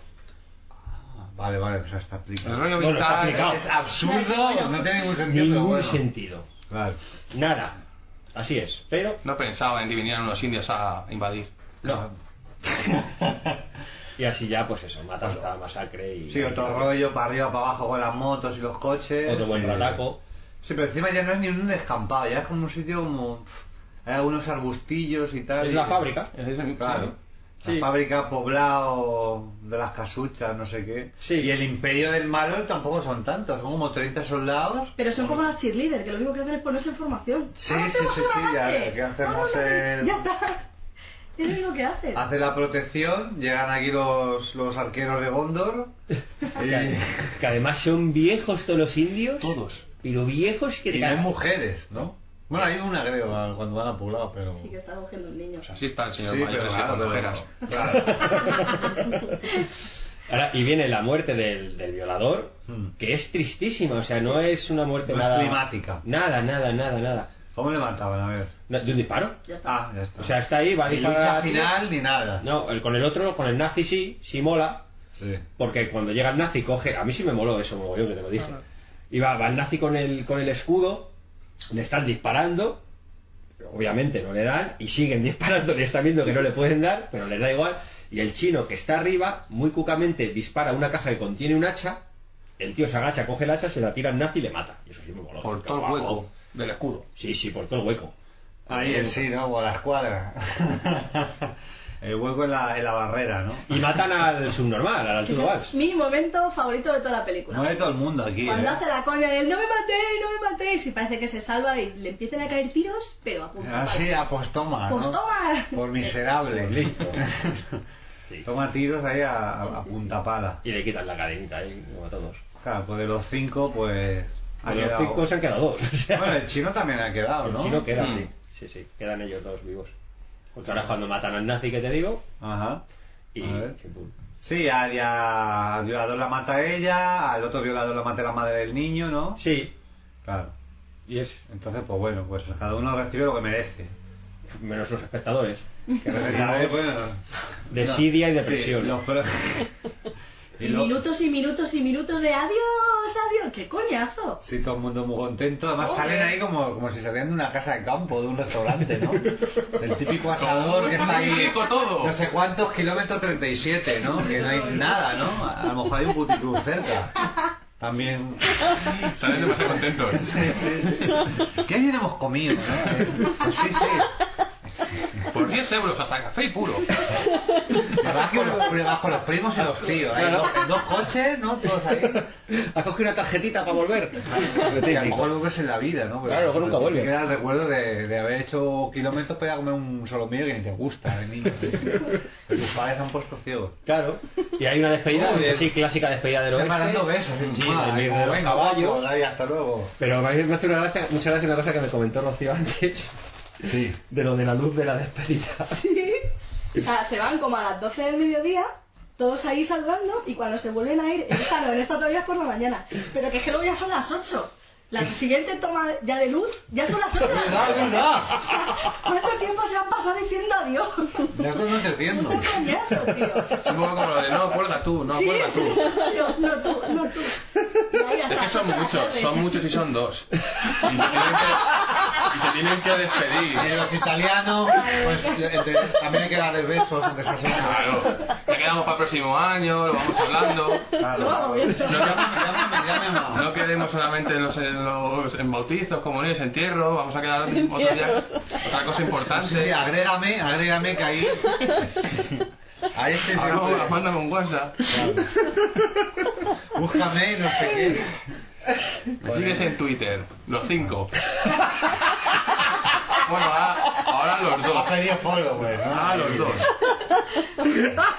Speaker 9: Ah, Vale, vale, o sea, está
Speaker 13: El
Speaker 9: aplicado.
Speaker 13: rollo
Speaker 8: Bueno, está
Speaker 13: vintage-
Speaker 8: aplicado.
Speaker 9: Es absurdo, no tiene ningún sentido.
Speaker 8: Ningún
Speaker 9: pero bueno.
Speaker 8: sentido.
Speaker 9: Claro.
Speaker 8: Nada. Así es. Pero,
Speaker 13: No pensaba en que vinieran unos indios a invadir.
Speaker 8: no. y así ya, pues eso, matanza, masacre y...
Speaker 9: Sí, otro rollo para arriba, para abajo con las motos y los coches.
Speaker 8: Otro buen
Speaker 9: Sí.
Speaker 8: rataco.
Speaker 9: Sí, pero encima ya no es ni un descampado, ya es como un sitio como. pff, Hay algunos arbustillos y tal.
Speaker 8: Es
Speaker 9: y-
Speaker 8: la fábrica.
Speaker 13: Es el-
Speaker 9: Claro.
Speaker 8: Sí.
Speaker 9: La fábrica poblado de las casuchas, no sé qué.
Speaker 8: Sí.
Speaker 9: Y el imperio del malo tampoco son tantos, son como 30 soldados.
Speaker 11: Pero son como las cheerleader, que lo único que hacen es ponerse en formación.
Speaker 9: Sí,
Speaker 11: Ahora
Speaker 9: sí,
Speaker 11: hacemos
Speaker 9: sí,
Speaker 11: una
Speaker 9: sí, ya,
Speaker 11: marcha. "Ah,
Speaker 9: que hacemos
Speaker 11: Ahora hacemos-
Speaker 9: el-
Speaker 11: Ya está. Es lo que hacen.
Speaker 9: Hace la protección, llegan aquí los, los arqueros de Gondor.
Speaker 8: Que,
Speaker 9: y,
Speaker 8: que además son viejos todos los indios,
Speaker 9: todos.
Speaker 8: pero viejos que...
Speaker 9: Y
Speaker 8: te
Speaker 9: no hay
Speaker 8: cagas.
Speaker 9: mujeres, ¿no? Bueno, hay una, creo, al- cuando van a Puglao, pero...
Speaker 12: Sí, que está cogiendo un niño.
Speaker 9: Ah.
Speaker 13: Así está el señor
Speaker 9: Sí,
Speaker 13: mayor,
Speaker 9: pero
Speaker 13: ese
Speaker 9: claro,
Speaker 13: con
Speaker 9: pero-
Speaker 13: ojeras.
Speaker 8: Ahora, y viene la muerte del, del violador,
Speaker 9: Hmm.
Speaker 8: que es tristísima, o sea, no es una muerte
Speaker 9: No es
Speaker 8: nada...
Speaker 9: climática.
Speaker 8: Nada, nada, nada, nada.
Speaker 9: ¿Cómo le mataban? A ver.
Speaker 8: ¿De un disparo?
Speaker 12: Ya
Speaker 9: Ah, ya está.
Speaker 8: O sea, está ahí, va a
Speaker 9: Ni
Speaker 8: disparar...
Speaker 9: lucha
Speaker 8: a ti.
Speaker 9: final ni nada.
Speaker 8: No, el- con el otro, con el nazi sí, sí mola,
Speaker 9: Sí.
Speaker 8: porque cuando llega el nazi coge... A mí sí me moló eso, mogollón, que te lo dije. Y va, va el nazi con el, con el escudo, le están disparando, obviamente no le dan, y siguen disparando, le están viendo que no le pueden dar, pero les da igual. Y el chino que está arriba, muy cucamente, dispara una caja que contiene un hacha, el tío se agacha, coge el hacha, se la tira al nazi y le mata. Y eso sí me moló.
Speaker 13: Por todo el hueco del escudo.
Speaker 8: Sí, sí, por todo el hueco.
Speaker 9: Ahí en sí, ¿no? O a la escuadra. el hueco en la, en la barrera, ¿no?
Speaker 8: Y matan al subnormal, al
Speaker 11: Ese
Speaker 8: Arturo
Speaker 11: es
Speaker 8: Valls.
Speaker 11: mi momento favorito de toda la película.
Speaker 9: Muere todo el mundo aquí,
Speaker 11: Cuando
Speaker 9: ¿eh?
Speaker 11: hace la coña de él, no me matéis, no me matéis, y parece que se salva y le empiezan a caer tiros, pero a punto.
Speaker 9: Así, Ah, a postoma, ¿no?
Speaker 11: Pues toma.
Speaker 9: Por miserable. Listo. Toma tiros ahí a, a- a punta pala.
Speaker 8: Y le quitan la cadenita ahí, como a todos.
Speaker 9: Claro, pues de los cinco, pues... ha
Speaker 8: De los
Speaker 9: quedado-
Speaker 8: cinco se han quedado dos. o sea,
Speaker 9: Bueno, el chino también ha quedado,
Speaker 8: el
Speaker 9: ¿no?
Speaker 8: chino queda,
Speaker 9: Mm.
Speaker 8: sí. Sí, sí, quedan ellos dos vivos. Pues ahora cuando matan al nazi que te digo,
Speaker 9: Ajá.
Speaker 8: y...
Speaker 9: A ver.
Speaker 8: chimpum.
Speaker 9: Sí, al, al violador la mata ella, al otro violador la mata la madre del niño, ¿no?
Speaker 8: Sí.
Speaker 9: Claro.
Speaker 8: Y es
Speaker 9: Entonces, pues bueno, pues cada uno recibe lo que merece.
Speaker 8: menos los espectadores. Que
Speaker 9: Claro,
Speaker 8: recibimos
Speaker 9: bueno.
Speaker 8: desidia y
Speaker 9: Sí,
Speaker 8: depresión.
Speaker 9: los pro-
Speaker 11: Y,
Speaker 9: y lo-
Speaker 11: minutos y minutos y minutos de adiós, adiós, qué coñazo.
Speaker 9: Sí, todo el mundo muy contento. Además,
Speaker 11: Joder.
Speaker 9: salen ahí como, como si salieran de una casa de campo, de un restaurante, ¿no? El típico asador que está ahí.
Speaker 13: Rico todo.
Speaker 9: No sé cuántos, kilómetros 37, ¿no? Que no hay nada, ¿no? A lo mejor hay un puticlub cerca. También.
Speaker 13: Salen demasiado contentos.
Speaker 9: Sí, sí, sí. ¿Qué bien hemos comido, no? Eh, Pues sí, sí.
Speaker 13: Por 10 euros hasta café y puro.
Speaker 9: Me vas con los, me vas con los primos y los tíos. Hay dos, dos coches, ¿no? Todos ahí.
Speaker 8: Ha cogido una tarjetita para volver.
Speaker 9: Que a lo mejor vuelves en la vida, ¿no?
Speaker 8: Claro, a lo mejor nunca
Speaker 9: te
Speaker 8: vuelves.
Speaker 9: Queda el recuerdo de, de haber hecho kilómetros para ir a comer un solo mío que ni te gusta, de niño. Pero tus padres se han puesto ciegos.
Speaker 8: Claro. Y hay una despedida,
Speaker 9: Joder.
Speaker 8: sí, clásica despedida del
Speaker 9: Se
Speaker 8: oeste.
Speaker 9: van dando besos.
Speaker 8: Sí,
Speaker 9: Ah,
Speaker 8: del
Speaker 9: como,
Speaker 8: de los
Speaker 9: venga,
Speaker 8: caballos.
Speaker 9: guapo, David, hasta luego.
Speaker 8: Pero me hace- me hace una gracia, muchas gracias una cosa que me comentó Rocío antes.
Speaker 9: Sí.
Speaker 8: De lo de la luz de la despedida.
Speaker 11: Sí. O sea, se van como a las 12 del mediodía, todos ahí salvando, y cuando se vuelven a ir, esta no, en esta todavía es por la mañana. Pero que es que luego ya son las 8. La siguiente toma ya de luz, ya son las 8 de la
Speaker 9: verdad, es
Speaker 11: mañana.
Speaker 9: verdad.
Speaker 11: O sea, ¿cuánto tiempo se han pasado diciendo adiós?
Speaker 9: Ya estoy no entendiendo.
Speaker 11: Un coñazo, tío.
Speaker 13: Es un poco como lo de no, cuelga tú, no,
Speaker 11: sí,
Speaker 13: cuelga
Speaker 11: sí,
Speaker 13: tú.
Speaker 11: sí, no, no tú, no tú. Y ahí hasta
Speaker 13: Es que
Speaker 11: las
Speaker 13: son
Speaker 11: ocho de la
Speaker 13: muchos,
Speaker 11: tarde.
Speaker 13: son muchos y son dos. Y se tienen que, y se tienen que
Speaker 9: Y
Speaker 13: despedir.
Speaker 9: los italianos, pues entre- también hay que darle besos antes de hacer
Speaker 13: Claro, ya quedamos para el próximo año, lo vamos hablando.
Speaker 9: Claro.
Speaker 11: Vamos viendo.
Speaker 9: No, llámame, llámame, llámame.
Speaker 13: No quedemos solamente en los, en los en bautizos, comuniones, entierros, vamos a quedar otro día, otra cosa
Speaker 9: Sí,
Speaker 13: importante.
Speaker 9: agrégame, agrégame que ahí. Ahí estoy
Speaker 13: Ahora
Speaker 9: siempre.
Speaker 13: vamos, mándame un WhatsApp.
Speaker 9: Búscame, no sé qué.
Speaker 13: Me sigues en Twitter, los cinco. Bueno, ahora, ahora los
Speaker 9: Ha
Speaker 13: dos.
Speaker 9: salido followers, pues, ¿no?
Speaker 13: Ahora Ah, los dos.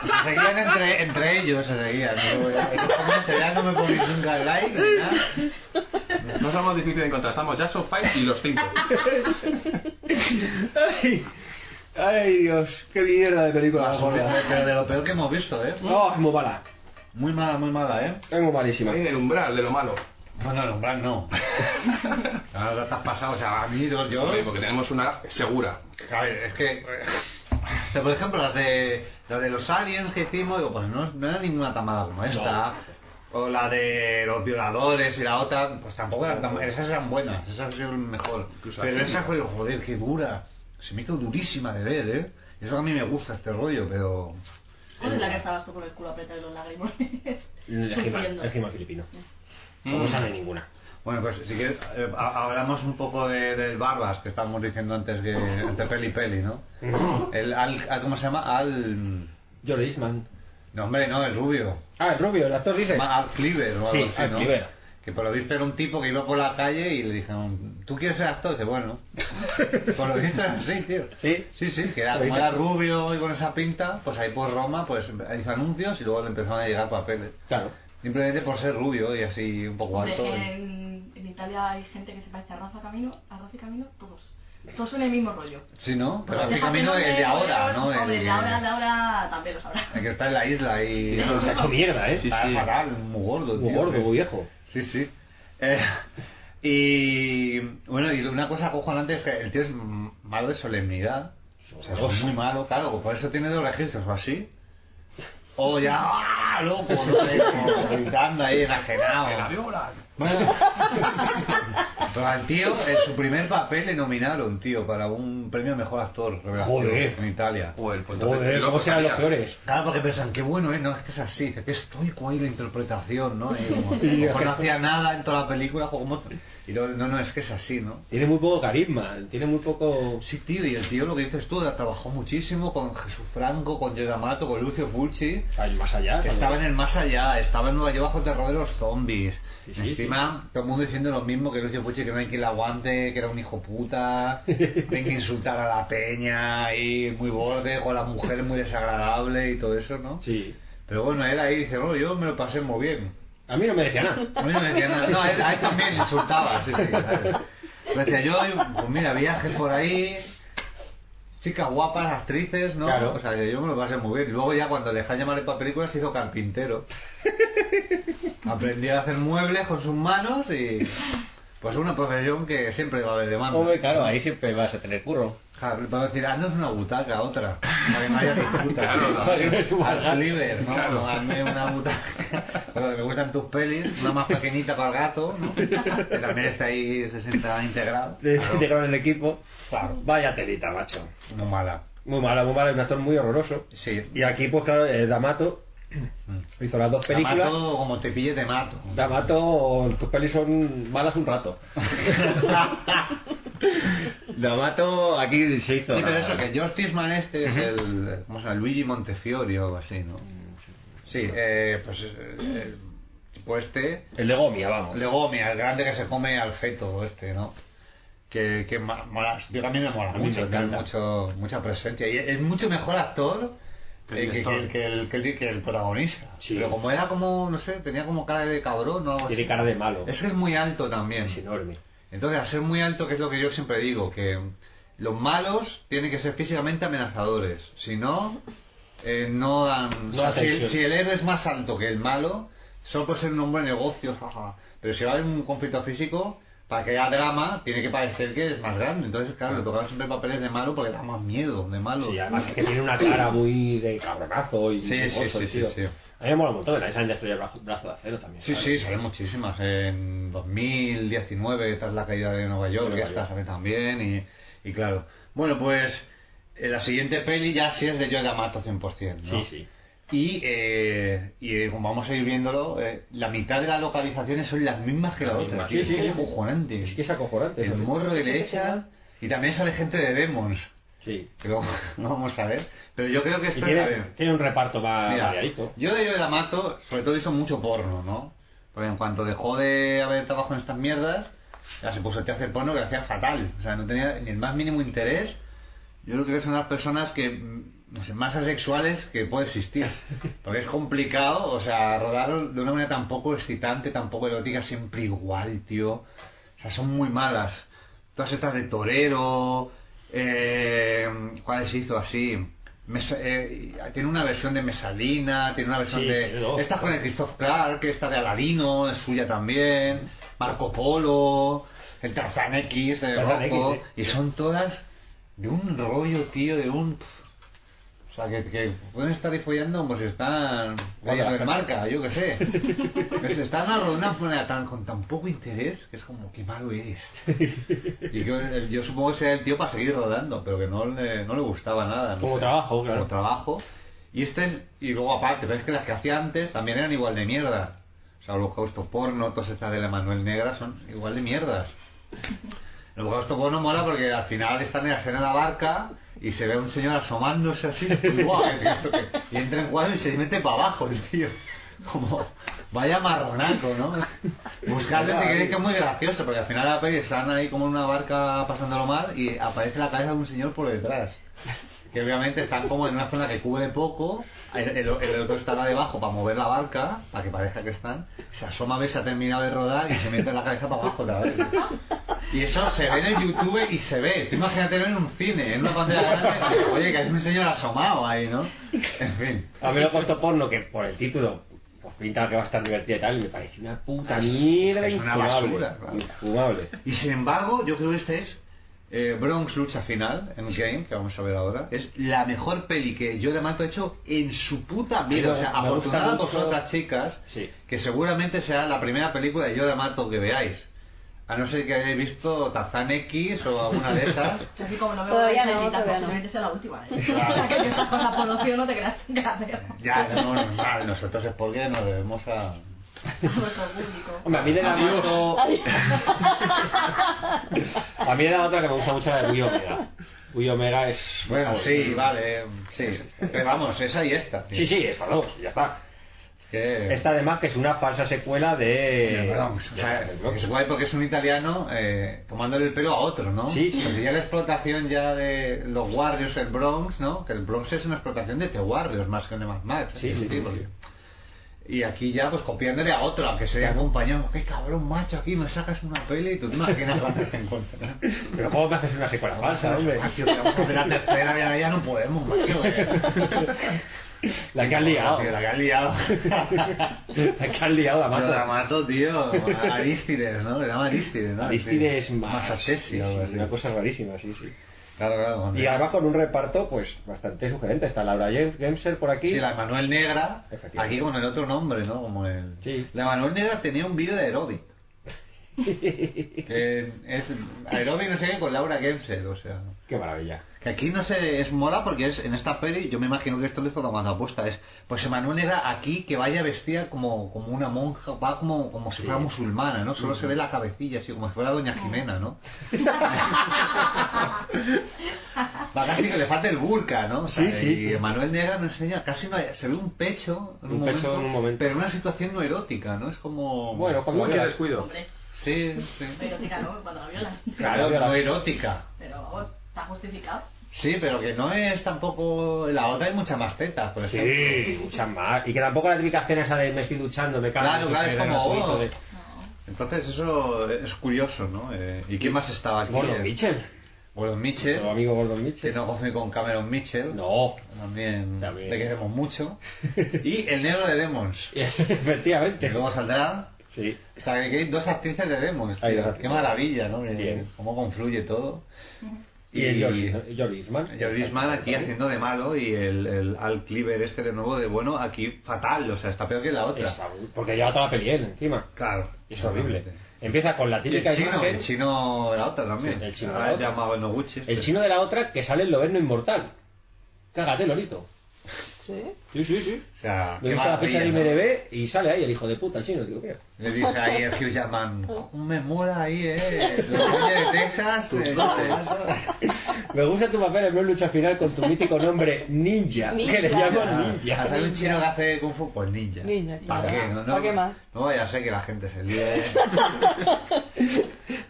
Speaker 9: Se seguían entre, entre ellos, se seguían. ¿no? En los comentarios ya no me ponéis nunca el like ni nada.
Speaker 13: No somos difíciles de encontrar, estamos Jackson Five y los cinco.
Speaker 8: Ay, ay, Dios, qué mierda de película.
Speaker 9: Ah,
Speaker 8: la gorda.
Speaker 9: Pero de lo peor que hemos visto, ¿eh?
Speaker 8: No, es muy mala.
Speaker 9: Muy mala, muy mala, ¿eh?
Speaker 8: Es muy malísima.
Speaker 13: En el umbral de lo malo.
Speaker 9: Bueno, el umbral no. Ahora te has pasado, o sea, a mí yo... yo-
Speaker 13: Hombre, Porque tenemos una segura.
Speaker 9: a ver, es que... o sea, por ejemplo, las de, las de los aliens que hicimos, digo, pues no, no era ninguna tan mala como esta. O la de los violadores y la otra, pues tampoco eran tan Esas eran buenas, esas eran mejor.
Speaker 13: Incluso
Speaker 9: pero
Speaker 13: así,
Speaker 9: esa
Speaker 13: ¿no?
Speaker 9: fue, joder, qué dura. Se me hizo durísima de ver, ¿eh? Y Eso que a mí me gusta este rollo, pero...
Speaker 11: ¿Cuál es la que estabas tú con el culo apretado y los lagrimones?
Speaker 8: El He-Man,
Speaker 11: Sufriendo.
Speaker 8: el He-Man filipino.
Speaker 13: Mm.
Speaker 8: Como esa no hay ninguna.
Speaker 9: Bueno, pues si quieres, eh, ha- hablamos un poco de, del Barbas, que estábamos diciendo antes que entre peli y peli, ¿no? El, al, al- ¿Cómo se llama? Al...
Speaker 8: George Eastman.
Speaker 9: No, hombre, no, el rubio.
Speaker 8: Ah, el rubio, el actor dice.
Speaker 9: Ma- Al Cleaver o algo
Speaker 8: Sí,
Speaker 9: así,
Speaker 8: Al
Speaker 9: ¿no?
Speaker 8: Cleaver.
Speaker 9: Que por lo visto era un tipo que iba por la calle y le dijeron, ¿tú quieres ser actor? Dice, bueno. por lo visto era así, tío.
Speaker 8: Sí.
Speaker 9: Sí, sí, que era, como era rubio y con esa pinta, pues ahí por Roma pues hizo anuncios y luego le empezaron a llegar papeles.
Speaker 8: Claro.
Speaker 9: Simplemente por ser rubio y así un poco
Speaker 11: Hombre,
Speaker 9: alto.
Speaker 11: es que
Speaker 9: y-
Speaker 11: en, en Italia hay gente que se parece a Rafa Camino, a Rafa y Camino, todos. Todos son el mismo rollo.
Speaker 9: Sí, ¿no? Pero
Speaker 11: Dejas
Speaker 9: el camino
Speaker 11: nombre,
Speaker 9: el de ahora,
Speaker 11: color,
Speaker 9: ¿no?
Speaker 11: o
Speaker 9: El,
Speaker 11: de ahora, de ahora, también lo sabrá.
Speaker 9: el que está en la isla y...
Speaker 8: Sí, está hecho mierda, ¿eh?
Speaker 9: Está
Speaker 8: Sí, sí.
Speaker 9: fatal, muy gordo,
Speaker 8: Muy
Speaker 9: tío.
Speaker 8: gordo, muy viejo.
Speaker 9: Sí, sí. Eh, y... Bueno, y una cosa cojonante es que el tío es m- malo de solemnidad. O sea, es muy malo, claro. pues Por eso tiene dos registros, o así. O ya, ¡ah, loco! ¿no? Eh, como Gritando ahí, enajenado.
Speaker 13: ¡Que la violan!
Speaker 9: Pero al tío, en su primer papel le nominaron, tío, para un premio a mejor actor. revelación,
Speaker 8: Joder.
Speaker 9: En Italia.
Speaker 13: Joder, pues entonces,
Speaker 8: Joder,
Speaker 13: luego
Speaker 8: ¿cómo serán los
Speaker 13: sabía.
Speaker 8: peores?
Speaker 9: Claro, porque piensan, qué bueno, ¿eh? No, es que es así, dice, qué estoico ahí la interpretación, ¿no? Y como,
Speaker 8: Y
Speaker 9: como
Speaker 8: es que-
Speaker 9: no hacía nada en toda la película, como... Y luego, no, no, es que es así, ¿no?
Speaker 8: Tiene muy poco carisma, tiene muy poco...
Speaker 9: Sí, tío, y el tío, lo que dices tú, trabajó muchísimo con Jesús Franco, con Jed Amato, con Lucio Fulci.
Speaker 8: Ay, más allá.
Speaker 9: Estaba en
Speaker 8: también.
Speaker 9: el más allá, estaba en Nueva York bajo el terror de los zombies.
Speaker 8: Sí, sí,
Speaker 9: Encima, todo el mundo diciendo lo mismo que Lucio Pucci, que no hay quien la aguante, que era un hijo puta, que hay que insultar a la peña y muy borde, con la mujer muy desagradable y todo eso, ¿no?
Speaker 8: Sí.
Speaker 9: Pero bueno, él ahí dice, no, yo me lo pasé muy bien.
Speaker 8: A mí no me decía nada.
Speaker 9: A mí no me decía nada. No, a él, a él también le insultaba, sí, sí. a él. Me decía yo, pues mira, viajes por ahí, chicas guapas, actrices, ¿no?
Speaker 8: Claro.
Speaker 9: O sea, yo me lo pasé muy bien. Luego ya cuando le dejé llamar para películas se hizo carpintero. Aprendió a hacer muebles con sus manos y... Pues una profesión que siempre va a haber demanda.
Speaker 8: Hombre, claro, ahí siempre vas a tener curro.
Speaker 9: Claro, va a decir, haznos una butaca, otra, para que no haya disputa.
Speaker 13: Claro,
Speaker 8: Para que no se valga.
Speaker 9: Al Cliver, ¿no?
Speaker 13: Claro.
Speaker 9: No, Hazme una butaca. Pero me gustan tus pelis, una más pequeñita para el gato, ¿no? Que también está ahí 60 integrado.
Speaker 8: De,
Speaker 9: Claro,
Speaker 8: de con el equipo.
Speaker 9: Claro,
Speaker 8: Vaya telita, macho.
Speaker 9: no mala.
Speaker 8: Muy mala, muy mala, un actor muy horroroso.
Speaker 9: Sí.
Speaker 8: Y aquí, pues claro, eh, D'Amato hizo las dos películas.
Speaker 9: Te mato como te pille, te mato.
Speaker 8: D'Amato, tus pelis son malas un rato. D'Amato aquí se hizo.
Speaker 9: Sí, pero
Speaker 8: la-
Speaker 9: eso, que Justice Man este es el... ¿Cómo se llama? Luigi Montefiori o algo así, ¿no? Sí, eh, pues... es, eh, tipo este...
Speaker 8: El de Gomia, vamos.
Speaker 9: Legomia, el grande que se come al feto este, ¿no? Que, que ma- mola, este tío, que a mí me mola
Speaker 8: A mí
Speaker 9: mucho,
Speaker 8: me
Speaker 9: tiene
Speaker 8: encanta.
Speaker 9: mucho, mucha presencia. Y es mucho mejor actor
Speaker 13: Que
Speaker 9: eh, que, que,
Speaker 13: director.
Speaker 9: el- que el, que, el, que el protagonista.
Speaker 8: Sí.
Speaker 9: Pero como era como, no sé, tenía como cara de cabrón o algo así.
Speaker 8: Tiene cara de malo.
Speaker 9: Es que es muy alto también.
Speaker 8: Es enorme.
Speaker 9: Entonces, al ser muy alto, que es lo que yo siempre digo, que los malos tienen que ser físicamente amenazadores. Si no, eh, no dan... o sea,
Speaker 8: dan
Speaker 9: si,
Speaker 8: tensión.
Speaker 9: si el héroe es más alto que el malo, solo puede ser un hombre de negocio, jaja. Pero si va a haber un conflicto físico, para que haya drama, tiene que parecer que es más grande. Entonces, claro, le tocaron siempre papeles de malo porque da más miedo, de malo.
Speaker 8: Sí, además es que tiene una cara muy de cabronazo y
Speaker 9: Sí,
Speaker 8: muy
Speaker 9: sí,
Speaker 8: gozo,
Speaker 9: sí, sí,
Speaker 8: tío.
Speaker 9: sí.
Speaker 8: A mí me mola un montón, la esa destruye el brazo, brazo de acero también.
Speaker 9: Sí,
Speaker 8: claro.
Speaker 9: sí, salen muchísimas. En 2019, tras la caída de Nueva York,
Speaker 8: Nueva
Speaker 9: ya está,
Speaker 8: York.
Speaker 9: sale también. Y, y claro. Bueno, pues eh, la siguiente peli ya sí es de Joe D'Amato 100%.
Speaker 8: Sí,
Speaker 9: ¿no?
Speaker 8: sí.
Speaker 9: Y, eh, y eh, como vamos a ir viéndolo, eh, la mitad de las localizaciones son las mismas que la,
Speaker 13: Las
Speaker 9: otra.
Speaker 13: mismas,
Speaker 9: tío.
Speaker 8: sí, sí,
Speaker 9: es
Speaker 8: sí.
Speaker 9: acojonante.
Speaker 8: Es que es acojonante.
Speaker 9: El
Speaker 8: eso, tío.
Speaker 9: morro que le echan. Y también sale gente de Demons.
Speaker 8: Sí.
Speaker 9: Que luego no vamos a ver. Pero yo creo que
Speaker 8: Y
Speaker 9: esto es- a
Speaker 8: tiene,
Speaker 9: ver.
Speaker 8: tiene un reparto más
Speaker 9: Mira,
Speaker 8: variadito.
Speaker 9: yo de Joe D'Amato, sobre todo hizo mucho porno, ¿no? Porque en cuanto dejó de haber trabajo en estas mierdas, ya se puso a hacer porno que lo hacía fatal. O sea, no tenía ni el más mínimo interés. Yo creo que son las personas que, mm, no sé, más asexuales que puede existir. Porque es complicado, o sea, rodarlo de una manera tan poco excitante, tan poco erótica, siempre igual, tío. O sea, son muy malas. Todas estas de torero, eh, ¿cuáles hizo así? Mesa- eh, tiene una versión de Mesalina, tiene una versión
Speaker 8: Sí,
Speaker 9: de...
Speaker 8: pero-
Speaker 9: Esta con el Christoph Clark, esta de Aladino, es suya también. Marco Polo, el Tarzan X de
Speaker 8: Tarzán X,
Speaker 9: Rocco,
Speaker 8: sí.
Speaker 9: Y son todas de un rollo, tío, de un... O sea, que, que pueden estar ahí follando como si están
Speaker 8: Guarda,
Speaker 9: de
Speaker 8: la-
Speaker 9: marca, yo qué sé. Que se están arrodando de una manera tan, con tan poco interés que es como, qué malo eres. Y que el- yo supongo que sea el tío para seguir rodando, pero que no le, no le gustaba nada. no
Speaker 8: Como
Speaker 9: sé.
Speaker 8: trabajo, claro.
Speaker 9: Como trabajo. Y este es, y luego aparte, pero es que las que hacía antes también eran igual de mierda. O sea, Holocausto Porno, todas estas de la Manuel Negra son igual de mierdas. El Holocausto Porno mola porque al final están en la escena de la barca y se ve a un señor asomándose así, y, "Guau, ¿qué es esto que-?" y entra en cuadro y se mete para abajo el tío. Como, vaya marronaco, ¿no? Buscadle si queréis que es muy gracioso, porque al final de la peli están ahí como en una barca pasándolo mal y aparece la cabeza de un señor por detrás. que obviamente están como en una zona que cubre poco, el, el- el otro estará debajo para mover la barca, para que parezca que están, se asoma a ver si ha terminado de rodar y se mete la cabeza para abajo otra vez. Y eso se ve en el YouTube y se ve. Tú imagínate en un cine, en una pantalla grande. Oye, que hay un señor asomado ahí, ¿no? En fin.
Speaker 8: A mí me costó porno, que por el título pues pinta que va a estar divertida y tal, y me pareció una puta mierda.
Speaker 9: Es una
Speaker 8: infumable.
Speaker 9: basura, claro.
Speaker 8: Infumable.
Speaker 9: Y sin embargo, yo creo que este es eh, Bronx Lucha Final, Endgame, que vamos a ver ahora. Es la mejor peli que yo de mato he hecho en su puta vida.
Speaker 8: Me-
Speaker 9: O sea,
Speaker 8: me gusta
Speaker 9: afortunada
Speaker 8: mucho.
Speaker 9: vosotras, chicas, que seguramente será la primera película de yo de mato que veáis. A no ser que hayáis visto Tarzán X o alguna de esas.
Speaker 11: Así como no me volváis
Speaker 12: Todavía
Speaker 11: a
Speaker 12: no,
Speaker 11: invitar,
Speaker 12: todavía no.
Speaker 11: posiblemente sea la última. ¿eh? O sea, que yo estas cosas por ocio no te creas tan grave
Speaker 9: ya, no, normal. Nosotros es porque nos debemos a.
Speaker 11: a nuestro público.
Speaker 8: Hombre, a mí de la
Speaker 9: Adiós.
Speaker 8: moto- A mí de la otra que me gusta mucho la de Wii Omega. Wii Omega es.
Speaker 9: Bueno,
Speaker 8: por favor,
Speaker 9: sí, vale. Sí. Pero vamos, esa y esta. tío.
Speaker 8: Sí, sí, estas dos, ya está.
Speaker 9: Que-
Speaker 8: Esta eh, además que es una falsa secuela de...
Speaker 9: Del Bronx, o sea, es guay porque es un italiano eh, tomándole el pelo a otro, ¿no?
Speaker 8: Sí, sí.
Speaker 9: O sea, ya la explotación ya de los Warriors en Bronx, ¿no? Que el Bronx es una explotación de The Warriors más que de Mad Max. ¿eh?
Speaker 8: Sí, sí,
Speaker 9: Sí,
Speaker 8: sí,
Speaker 9: porque- Y aquí ya, pues copiándole a otro, a que sería compañero. ¡Qué cabrón, macho! Aquí me sacas una peli y tú te imaginas cuántas se encuentran.
Speaker 8: Pero ¿cómo que haces una secuela falsa, hombre?
Speaker 9: Ah, tío, que vamos a hacer la tercera y ahora ya no podemos, macho. eh.
Speaker 8: La que has liado.
Speaker 9: Tío, la que has liado.
Speaker 8: La que has liado, la
Speaker 9: Yo
Speaker 8: mato.
Speaker 9: la mato, tío. Aristides, ¿no? Le llama Aristides, ¿no?
Speaker 8: Aristides
Speaker 9: Sí.
Speaker 8: más-
Speaker 9: Massachetti,
Speaker 8: sí,
Speaker 9: algo
Speaker 8: sí,
Speaker 9: así.
Speaker 8: una cosa rarísima, sí, sí.
Speaker 9: Claro, claro. hombre.
Speaker 8: Y además con un reparto, pues, bastante sugerente. Está Laura James- Gemser por aquí.
Speaker 9: Sí, la Manuel Negra,
Speaker 8: Efectivamente.
Speaker 9: aquí con el otro nombre, ¿no? Como el...
Speaker 8: Sí.
Speaker 9: La Manuel Negra tenía un vídeo de aeróbic. que es aeróbic no sé qué con Laura Gemser, o sea...
Speaker 8: Qué maravilla.
Speaker 9: Que aquí no sé, es mola porque es en esta peli, yo me imagino que esto lo hizo tomando apuesta, es pues Emanuel era aquí que vaya vestida como, como una monja, va como, como si fuera musulmana, ¿no? Solo se ve la cabecilla, así como si fuera doña Jimena, ¿no? va casi que le falta el burka, ¿no? O sea,
Speaker 8: Sí, sí,
Speaker 9: y
Speaker 8: sí.
Speaker 9: Emanuel Negra no enseña, casi no hay- se ve un pecho en un,
Speaker 8: Un pecho
Speaker 9: momento,
Speaker 8: en un momento.
Speaker 9: pero en una situación no erótica, ¿no? Es como...
Speaker 8: Bueno, cuando
Speaker 13: Uy, qué
Speaker 8: viola-
Speaker 13: descuido.
Speaker 11: Hombre,
Speaker 9: Sí, sí.
Speaker 11: pero tira, ¿no? Cuando la violan.
Speaker 9: Claro,
Speaker 8: Cuando
Speaker 9: no
Speaker 8: viola-
Speaker 9: erótica.
Speaker 11: Pero vamos, está justificado.
Speaker 9: Sí, pero que no es tampoco... La otra hay muchas más tetas, por ejemplo.
Speaker 8: Sí, muchas más. Y que tampoco la típica escena esa de me estoy duchando, me cago
Speaker 9: Claro,
Speaker 8: en su
Speaker 9: claro, es
Speaker 8: piedra,
Speaker 9: como,
Speaker 8: gratuito
Speaker 9: oh.
Speaker 8: de-
Speaker 9: Entonces eso es curioso, ¿no? Eh, ¿Y quién más estaba aquí?
Speaker 8: Gordon
Speaker 9: Eh,
Speaker 8: Mitchell.
Speaker 9: Gordon Mitchell,
Speaker 8: Nuestro amigo Gordon
Speaker 9: que
Speaker 8: Mitchell.
Speaker 9: no confío con Cameron Mitchell,
Speaker 8: No.
Speaker 9: también,
Speaker 8: También.
Speaker 9: le queremos mucho. y el negro de Demons, que
Speaker 8: Efectivamente.
Speaker 9: luego saldrá.
Speaker 8: Sí.
Speaker 9: O sea, que hay dos actrices de Demons,
Speaker 8: Hay
Speaker 9: tío.
Speaker 8: dos actrices.
Speaker 9: qué maravilla, ¿no? Que-
Speaker 8: Bien.
Speaker 9: Cómo confluye todo.
Speaker 8: Y el Joris- Joris Mann.
Speaker 9: Jordi Man aquí haciendo de malo y el, el Al Cleaver este de nuevo de bueno, aquí fatal, o sea, está peor que la otra.
Speaker 8: Está- Porque lleva toda la peli él encima.
Speaker 9: Claro.
Speaker 8: Es horrible. Empieza con la
Speaker 9: Y el
Speaker 8: típica
Speaker 9: chino,
Speaker 8: imagen.
Speaker 9: el chino de la otra también.
Speaker 8: Sí, el chino de la
Speaker 9: Ahora
Speaker 8: otra.
Speaker 9: llamado Noguchi. este.
Speaker 8: El chino de la otra que sale el noveno inmortal. Cágate, Lorito.
Speaker 12: Sí.
Speaker 8: Sí, sí, sí.
Speaker 9: O sea,
Speaker 8: Me
Speaker 9: Ah, qué
Speaker 8: gusta la fecha de
Speaker 9: maravilla, ¿no?
Speaker 8: IMDB y sale ahí el hijo de puta, el chino. Digo, mira.
Speaker 9: Le dije ahí a Hugh Jackman, "Cómo me mola ahí, eh. Los güeyes de Texas. eh,
Speaker 8: Me gusta tu papel en Buen Lucha Final con tu mítico nombre Ninja,
Speaker 12: Ninja.
Speaker 8: que le llaman
Speaker 9: Ah,
Speaker 8: Ninja.
Speaker 9: ¿Sabes un chino que hace Kung Fu? Pues ninja.
Speaker 12: Ninja, claro.
Speaker 9: ¿Para qué? No, no-
Speaker 12: ¿Para qué más?
Speaker 9: No, ya sé que la gente se lía. eh.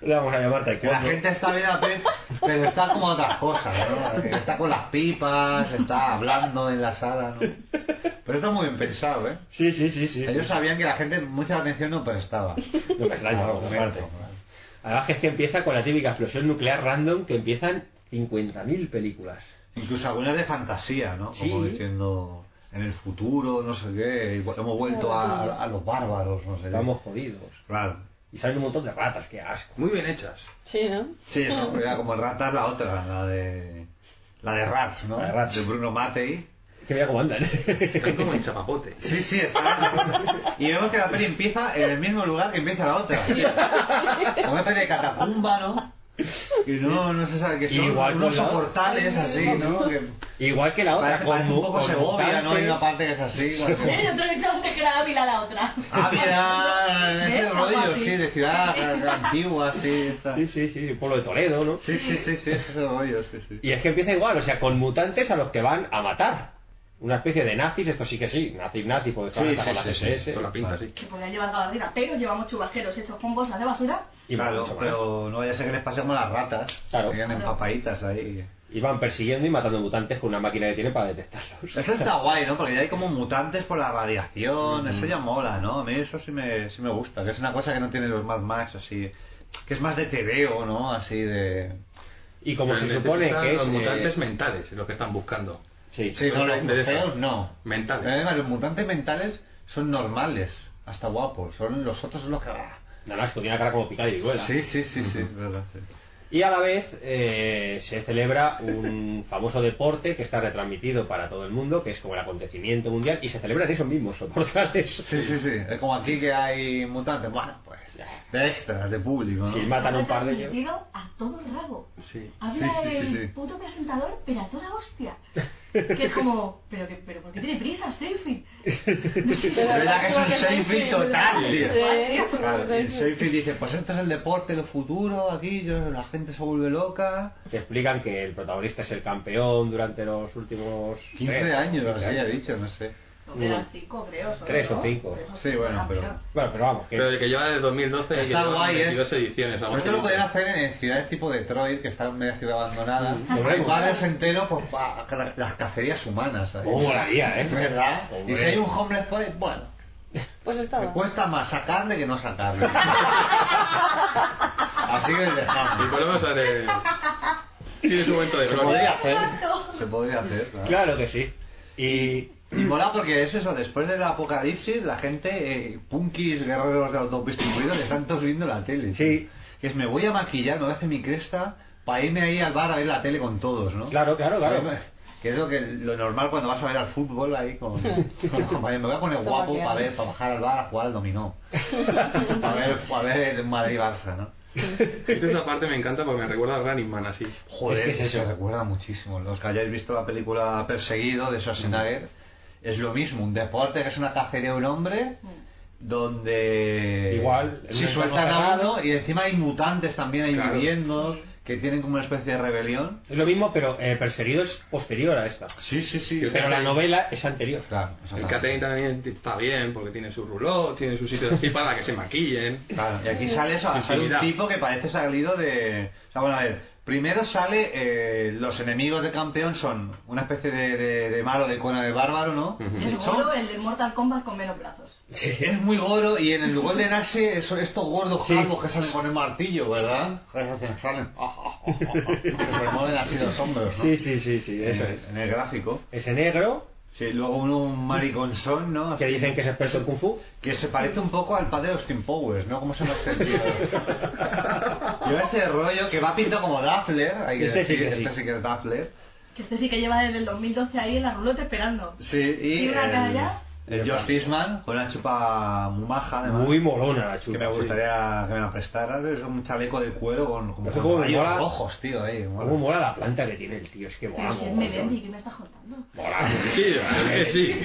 Speaker 8: Le vamos a llamar
Speaker 9: Que la
Speaker 8: Taekwondo.
Speaker 9: gente está bien, pe- pero está como a otras cosas, ¿no? Está con las pipas, está hablando en la sala, ¿no? Pero está muy bien pensado, ¿eh?
Speaker 8: Sí, sí, sí, sí.
Speaker 9: Ellos sabían que la gente mucha atención no prestaba.
Speaker 8: No me extraña, vamos,
Speaker 9: Argumento,
Speaker 8: aparte. Además que es que empieza con la típica explosión nuclear random que empiezan 50.000 películas.
Speaker 9: Incluso algunas de fantasía, ¿no?
Speaker 8: Sí.
Speaker 9: Como diciendo, en el futuro, no sé qué, igual hemos vuelto a, a- a los bárbaros, no sé qué.
Speaker 8: Estamos jodidos.
Speaker 9: Claro.
Speaker 8: Y salen un montón de ratas, qué asco.
Speaker 13: Muy bien hechas.
Speaker 12: Sí, ¿no?
Speaker 9: Sí, ¿no? Era como ratas la otra, la de... La de Rats, ¿no?
Speaker 8: La de Rats.
Speaker 9: Bruno Matei.
Speaker 8: Que mira cómo andan.
Speaker 13: Están como en chapapote.
Speaker 9: Sí, sí, está. y vemos que la peli empieza en el mismo lugar que empieza la otra. Como una peli de catacumba, ¿no? Y no, no se sabe qué son.
Speaker 8: Igual
Speaker 9: unos
Speaker 8: con la-
Speaker 9: soportales así, ¿no? Que
Speaker 8: Igual que la otra.
Speaker 9: parece, parece un
Speaker 8: mu-
Speaker 9: poco Segovia, ¿no? Hay una
Speaker 8: mutantes.
Speaker 9: parte que es así. como-
Speaker 11: Eh, yo te lo he dicho antes que era Ávila la otra.
Speaker 9: Ah, Ávila, ese
Speaker 11: ¿Eh? Algo
Speaker 9: rodillo,
Speaker 11: así.
Speaker 9: sí, de ciudad antigua, sí, está.
Speaker 8: Sí, sí, sí, el pueblo de Toledo, ¿no?
Speaker 9: Sí, sí, sí, sí, ese es el rollo, sí, sí.
Speaker 8: Y es que empieza igual, o sea, con mutantes a los que van a matar. Una especie de nazis, esto sí que sí, nazis, nazis, porque están
Speaker 9: Sí,
Speaker 8: hasta
Speaker 9: sí,
Speaker 8: con las
Speaker 9: sí, sí,
Speaker 8: SS.
Speaker 13: Con la pinta, sí.
Speaker 11: Que podían llevar gabardina, pero llevamos chubajeros hechos con bolsas de basura.
Speaker 8: Y
Speaker 9: claro,
Speaker 8: mucho más.
Speaker 9: pero no vaya a ser que les pasemos las ratas.
Speaker 8: Claro.
Speaker 9: Que quedan empapaditas ahí.
Speaker 8: Y van persiguiendo y matando mutantes con una máquina que tienen para detectarlos.
Speaker 9: Eso está guay, ¿no? Porque ya hay como mutantes por la radiación, eso ya mola, ¿no? A mí eso sí me, sí me gusta, que es una cosa que no tienen los Mad Max, así, que es más de TVO, ¿no? Así de...
Speaker 8: Y como
Speaker 13: Pero
Speaker 8: se
Speaker 13: necesitan
Speaker 8: supone que es...
Speaker 13: Los
Speaker 8: eh,
Speaker 13: mutantes mentales, los que están buscando.
Speaker 8: Sí,
Speaker 9: Sí, no, los
Speaker 13: de- de-
Speaker 9: feos no.
Speaker 13: Mentales.
Speaker 9: Pero además, los mutantes mentales son normales, hasta guapos, son los otros son los que... ah,
Speaker 8: No, no, es que tiene la cara como picada de viruela.
Speaker 9: Pues Sí, sí, sí, sí, es verdad, sí.
Speaker 8: Y a la vez eh, se celebra un famoso deporte que está retransmitido para todo el mundo, que es como el acontecimiento mundial, y se celebran esos mismos soportales.
Speaker 9: Sí, sí, sí. Es como aquí que hay mutantes. Bueno, pues. De extras, de público, ¿no?
Speaker 8: Si matan un par de ellos.
Speaker 10: Transmitido a todo rabo.
Speaker 9: Sí, sí,
Speaker 10: Habla
Speaker 9: sí, sí,
Speaker 10: el
Speaker 9: sí.
Speaker 10: puto presentador, pero a toda hostia. Que es como, pero, que, pero ¿por qué tiene prisa, Seyfield?
Speaker 9: De verdad que es un selfie
Speaker 10: Seyfield
Speaker 9: total,
Speaker 10: Sí,
Speaker 9: tío.
Speaker 10: es un
Speaker 9: Claro, y
Speaker 10: selfie.
Speaker 9: Seyfield dice, pues este es el deporte, el futuro, aquí que la gente se vuelve loca.
Speaker 8: Te explican que el protagonista es el campeón durante los últimos
Speaker 9: 15
Speaker 8: tres,
Speaker 9: años, lo que se haya
Speaker 8: años.
Speaker 9: dicho, no sé.
Speaker 10: Hombre, eran cinco, creo. solo,
Speaker 8: Tres o
Speaker 10: ¿no?
Speaker 8: cinco.
Speaker 10: Tres o
Speaker 9: Sí,
Speaker 10: cinco,
Speaker 9: bueno,
Speaker 10: eran
Speaker 9: pero-
Speaker 10: menos.
Speaker 8: Bueno, pero vamos, que
Speaker 13: Pero
Speaker 8: es-
Speaker 13: el que lleva desde 2012 y que
Speaker 9: Está
Speaker 13: lleva
Speaker 9: guay, es-
Speaker 13: 22 ediciones. algo
Speaker 9: Pero esto
Speaker 13: así.
Speaker 9: lo pueden hacer en ciudades tipo Detroit, que está en media ciudad abandonada.
Speaker 8: lo veremos.
Speaker 9: Barrios enteros, pues, pa- las- las cacerías humanas. ¿sabes?
Speaker 8: Oh, molaría, ¿eh?
Speaker 9: ¿Verdad?
Speaker 8: Hombre.
Speaker 9: Y si hay un homeless por ahí, bueno,
Speaker 12: Pues
Speaker 9: me
Speaker 12: estaba.
Speaker 9: cuesta más sacarle que no sacarle. Así que
Speaker 13: Y
Speaker 9: dejamos.
Speaker 13: por lo menos sale. Tiene su momento de
Speaker 9: Se
Speaker 13: gloria.
Speaker 9: podría hacer. Se podría hacer, claro.
Speaker 8: claro que sí. Y
Speaker 9: Y mola porque es eso, después del apocalipsis, la gente, eh, punkis, guerreros de autopista incluidos, le están todos viendo la tele.
Speaker 8: Sí.
Speaker 9: Que es, me voy a maquillar, me voy a hacer mi cresta, para irme ahí al bar a ver la tele con todos, ¿no?
Speaker 8: Claro, claro, claro.
Speaker 9: Que es lo, que, lo normal cuando vas a ver al fútbol ahí con... con los compañeros. me voy a poner
Speaker 12: Está
Speaker 9: guapo
Speaker 12: maquillado.
Speaker 9: para ver, para bajar al bar a jugar al dominó. A ver, a ver el Madrid-Barça, ¿no?
Speaker 13: Entonces, esa parte me encanta porque me recuerda al Running Man así.
Speaker 9: Joder,
Speaker 8: Es que es
Speaker 9: eso
Speaker 8: eso.
Speaker 9: recuerda muchísimo. Los que hayáis visto la película Perseguido de Schwarzenegger,
Speaker 10: Mm.
Speaker 9: es lo mismo. Un deporte que es una cacería de un hombre, donde.
Speaker 8: Igual, en
Speaker 9: Si
Speaker 8: un
Speaker 9: sueltan
Speaker 8: entorno
Speaker 9: a
Speaker 8: cerrado.
Speaker 9: uno, y encima hay mutantes también ahí
Speaker 13: Claro.
Speaker 9: viviendo,
Speaker 10: Sí.
Speaker 9: que tienen como una especie de rebelión.
Speaker 8: es lo mismo, pero eh, Perseguido es posterior a esta.
Speaker 9: Sí, sí, sí.
Speaker 13: Yo
Speaker 8: Pero la
Speaker 13: Catherine-
Speaker 8: novela es anterior.
Speaker 9: Claro,
Speaker 13: El
Speaker 9: exactamente.
Speaker 13: Catering también está bien porque tiene su rulot, tiene su sitio así para que se maquillen.
Speaker 9: Claro, y aquí sale eso, sale un
Speaker 13: Infinidad.
Speaker 9: tipo que parece salido de... O sea, bueno, a ver, primero sale, eh, los enemigos de campeón son una especie de, de, de malo de cona de bárbaro, ¿no?
Speaker 10: Es
Speaker 9: Son
Speaker 10: solo el de Mortal Kombat con menos brazos.
Speaker 9: Sí, es muy goro y en el Golden Axe son estos gordos
Speaker 8: Sí.
Speaker 9: calvos que salen con el martillo, ¿verdad? Ah, Que salen. que se mueven así los hombros, ¿no?
Speaker 8: Sí, sí, sí, sí, eso
Speaker 9: en,
Speaker 8: es.
Speaker 9: en el gráfico.
Speaker 8: Ese negro
Speaker 9: Sí, luego uno un mariconzón, ¿no?
Speaker 8: que
Speaker 9: Así,
Speaker 8: dicen que es experto en Kung Fu.
Speaker 9: que se parece un poco al padre de Austin Powers, ¿no? Como se llama este tío? Lleva ese rollo que va pintado como Daffler. Hay
Speaker 8: Sí,
Speaker 9: que
Speaker 8: este sí
Speaker 9: decir,
Speaker 8: que sí.
Speaker 9: este sí que es Daffler.
Speaker 10: Que este sí que lleva desde el 2012 ahí en la ruleta esperando.
Speaker 9: Sí, y
Speaker 10: Tiene una cara
Speaker 9: el,
Speaker 10: ya.
Speaker 9: el Josh Eastman con una chupa muy maja, además.
Speaker 8: Muy molona la
Speaker 9: que
Speaker 8: chupa.
Speaker 9: me
Speaker 8: sí.
Speaker 9: gustaría que me la prestaras. Es un chaleco de cuero con, como
Speaker 8: Eso
Speaker 9: con
Speaker 8: como me
Speaker 9: rayos
Speaker 8: mola.
Speaker 9: rojos, tío. Eh, mola.
Speaker 8: Cómo mola la planta que tiene el tío, es que
Speaker 10: Pero
Speaker 8: mola.
Speaker 10: si es
Speaker 8: mogollón.
Speaker 10: Melendi, ¿qué me estás contando?
Speaker 8: Mola.
Speaker 13: Sí, es que sí.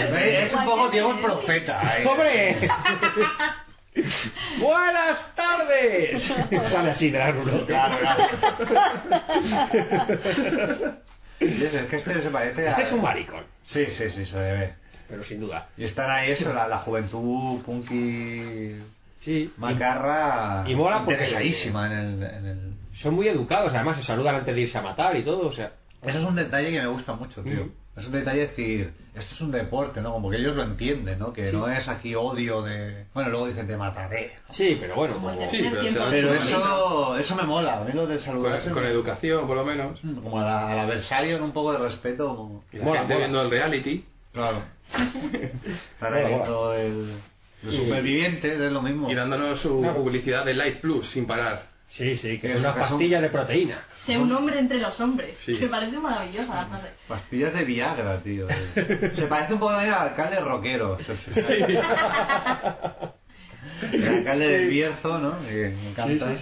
Speaker 9: Eh, es un poco Diego el profeta. eh.
Speaker 8: ¡Hombre! ¡Buenas tardes! Sale así de la ruleta.
Speaker 9: Claro, claro. Es es que este se parece a...
Speaker 8: Este es un maricón,
Speaker 9: Sí, sí, sí, se le ve.
Speaker 8: pero sin duda.
Speaker 9: Y están ahí eso, la, la juventud punky
Speaker 8: Sí.
Speaker 9: macarra
Speaker 8: Y- y mola porque-
Speaker 9: interesadísima en el, en el...
Speaker 8: Son muy educados, además se saludan antes de irse a matar y todo, o sea.
Speaker 9: Eso es un detalle que me gusta mucho, tío.
Speaker 8: Ujú.
Speaker 9: Es un detalle decir, esto es un deporte, ¿no? Como que ellos lo entienden, ¿no? Que
Speaker 8: Sí.
Speaker 9: no es aquí odio de... Bueno, luego dicen te mataré.
Speaker 8: Sí, pero bueno,
Speaker 10: Como el
Speaker 8: como...
Speaker 10: de
Speaker 13: Sí,
Speaker 10: tener
Speaker 13: pero
Speaker 10: tiempo
Speaker 13: se da
Speaker 10: de
Speaker 9: Pero
Speaker 13: Pero
Speaker 10: su vida.
Speaker 9: eso, eso me mola, a mí lo del saludar.
Speaker 13: Con, con educación, por lo menos.
Speaker 9: Mm, Como al, al adversario, con un poco de respeto. como-
Speaker 13: Y la
Speaker 8: Mola,
Speaker 13: gente
Speaker 8: mola.
Speaker 13: viendo el reality.
Speaker 9: Claro. Claro,
Speaker 8: Mola, mola.
Speaker 9: todo el... Los supervivientes es lo mismo.
Speaker 13: Y dándonos su
Speaker 8: Claro.
Speaker 13: publicidad de Light Plus sin parar.
Speaker 8: Sí, sí, que
Speaker 9: Que
Speaker 8: es
Speaker 9: son-
Speaker 8: una
Speaker 9: que son-
Speaker 8: pastilla de proteína.
Speaker 10: Sé un hombre entre los hombres.
Speaker 13: Sí.
Speaker 10: Que parece maravillosa la frase.
Speaker 9: Pastillas de Viagra, tío. eh. Se parece un poco también al alcalde rockero. se os fijáis. El alcalde del Bierzo, ¿no? Que me encanta.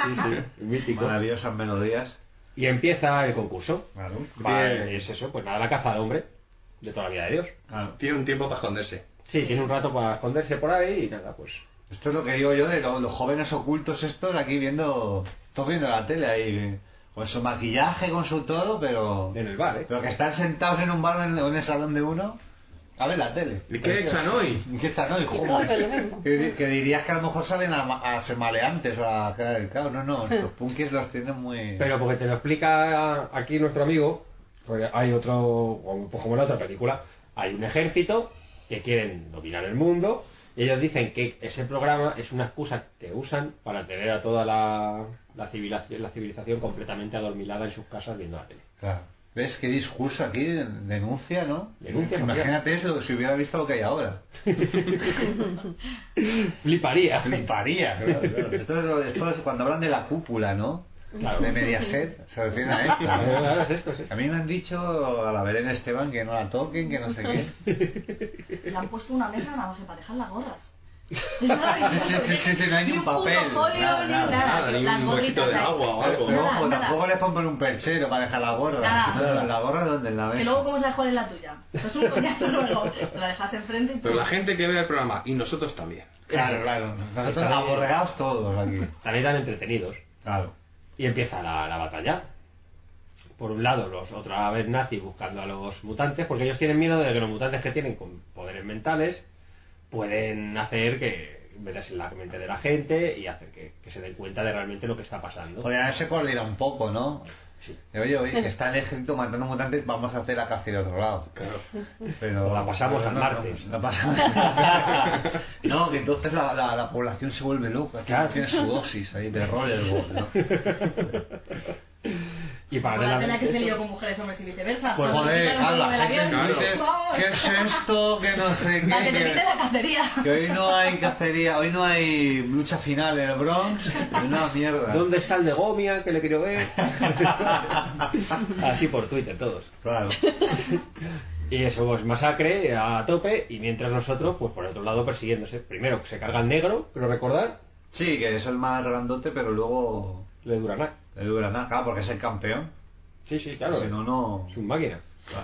Speaker 8: Mítico.
Speaker 9: Maravillosas melodías.
Speaker 8: Y empieza el concurso.
Speaker 9: Claro.
Speaker 8: Va,
Speaker 13: Bien.
Speaker 8: es eso, pues nada, la caza al hombre. De toda la vida de Dios.
Speaker 9: Claro.
Speaker 13: Tiene un tiempo para esconderse.
Speaker 8: Sí, tiene un rato para esconderse por ahí y nada, pues.
Speaker 9: Esto es lo que digo yo de lo- los jóvenes ocultos estos aquí viendo, todos viendo la tele ahí, eh, con su maquillaje, con su todo, pero,
Speaker 8: En el bar, ¿eh?
Speaker 9: pero que están sentados en un bar en, en el salón de uno, A ver la tele.
Speaker 13: ¿Y qué echan hoy?
Speaker 9: ¿Y qué echan hoy?
Speaker 13: Y
Speaker 9: Joder.
Speaker 13: todo
Speaker 12: lo mismo.
Speaker 9: Que, di- que dirías que a lo mejor salen a, a ser maleantes o a quedar el caos. No, no, los punkis los tienen muy...
Speaker 8: Pero porque te lo explica aquí nuestro amigo, porque hay otro, pues como en la otra película, hay un ejército que quieren dominar el mundo y ellos dicen que ese programa es una excusa que usan para tener a toda la, la civilización, la civilización completamente adormilada en sus casas viendo la tele.
Speaker 9: Claro. ¿Ves qué discurso aquí? Denuncia, ¿no?
Speaker 8: Denuncia social.
Speaker 9: Imagínate eso, si hubiera visto lo que hay ahora.
Speaker 8: Fliparía.
Speaker 9: Fliparía, claro, claro. Esto es, lo- esto es cuando hablan de la cúpula, ¿no?
Speaker 8: Claro.
Speaker 9: De Mediaset, se refieren a esto.
Speaker 8: Claro, claro,
Speaker 9: A mí me han dicho a la Belén Esteban que no la toquen, que no sé qué.
Speaker 11: Le han puesto una mesa nada más que para dejar las gorras.
Speaker 9: Sí, sí, sí, sí, sí, no hay ni un papel.
Speaker 11: folio,
Speaker 9: nada,
Speaker 11: ni
Speaker 9: nada,
Speaker 11: nada, Nada, ni las un gorritas huesito de ahí. agua o algo.
Speaker 9: Pero,
Speaker 11: Nada,
Speaker 9: ojo,
Speaker 11: nada.
Speaker 9: tampoco les ponen un perchero para dejar la gorra.
Speaker 11: Nada.
Speaker 9: No, la gorra dónde en la
Speaker 11: Que
Speaker 9: mesa.
Speaker 11: luego, ¿cómo sabes cuál es la tuya? Eso es un coñazo luego. Te la dejas enfrente y
Speaker 13: Pero
Speaker 11: tú.
Speaker 13: la gente que ve el programa, y nosotros también.
Speaker 9: Claro, claro. Nosotros aborregados todos aquí.
Speaker 8: Están ahí tan entretenidos.
Speaker 9: Claro.
Speaker 8: Y empieza la, la batalla. Por un lado, los otra vez nazis buscando a los mutantes, porque ellos tienen miedo de que los mutantes que tienen con poderes mentales pueden hacer que meterse en la mente de la gente y hacer que, que se den cuenta de realmente lo que está pasando.
Speaker 9: Podrían haberse coordinado un poco, ¿no? Y, Oye, oye, que está el ejército matando mutantes, vamos a hacer la caza del otro lado. Pero,
Speaker 8: O la pasamos
Speaker 9: pero
Speaker 8: al
Speaker 9: no,
Speaker 8: martes.
Speaker 9: No, la pasamos. no, que entonces la, la- la población se vuelve loca. Claro, Pues tiene su dosis ahí de rollerball, ¿no?
Speaker 8: Y
Speaker 11: Por la tela que se lió con mujeres, hombres y viceversa.
Speaker 9: Pues
Speaker 11: Nos
Speaker 9: joder,
Speaker 11: quitaron
Speaker 9: claro, la
Speaker 11: el
Speaker 9: gente
Speaker 11: avión.
Speaker 9: en Twitter,
Speaker 11: Vamos.
Speaker 9: ¿qué es esto? Que no sé
Speaker 11: Para que
Speaker 9: qué.
Speaker 11: te
Speaker 9: que-
Speaker 11: quiten la cacería.
Speaker 9: Que hoy no hay cacería, hoy no hay lucha final en el Bronx, una mierda.
Speaker 8: ¿Dónde está el de Gomia que le quiero ver? Así por Twitter todos.
Speaker 9: Claro.
Speaker 8: Y eso pues masacre a tope y mientras nosotros pues por otro lado persiguiéndose. Primero se carga el negro, creo recordar.
Speaker 9: Sí, que es el más grandote, pero luego.
Speaker 8: Le dura nada.
Speaker 9: Le dura nada, claro, porque es el campeón.
Speaker 8: Sí, sí, claro.
Speaker 9: Si no, no.
Speaker 8: Es un máquina.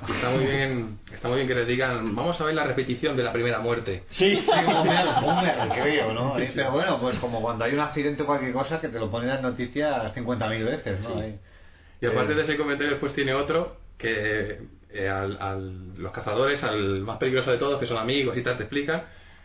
Speaker 13: Está muy bien, está muy bien que les digan, vamos a ver la repetición de la primera muerte.
Speaker 8: Sí,
Speaker 9: como me al- como me al creo, ¿no? Ahí, Pero bueno, pues como cuando hay un accidente o cualquier cosa que te lo ponen en las noticias 50.000 veces, ¿no? Ahí.
Speaker 13: Y
Speaker 9: Eh.
Speaker 13: aparte de ese comentario, después tiene otro que eh, al, al- los cazadores, al más peligroso de todos, que son amigos y tal, te explican,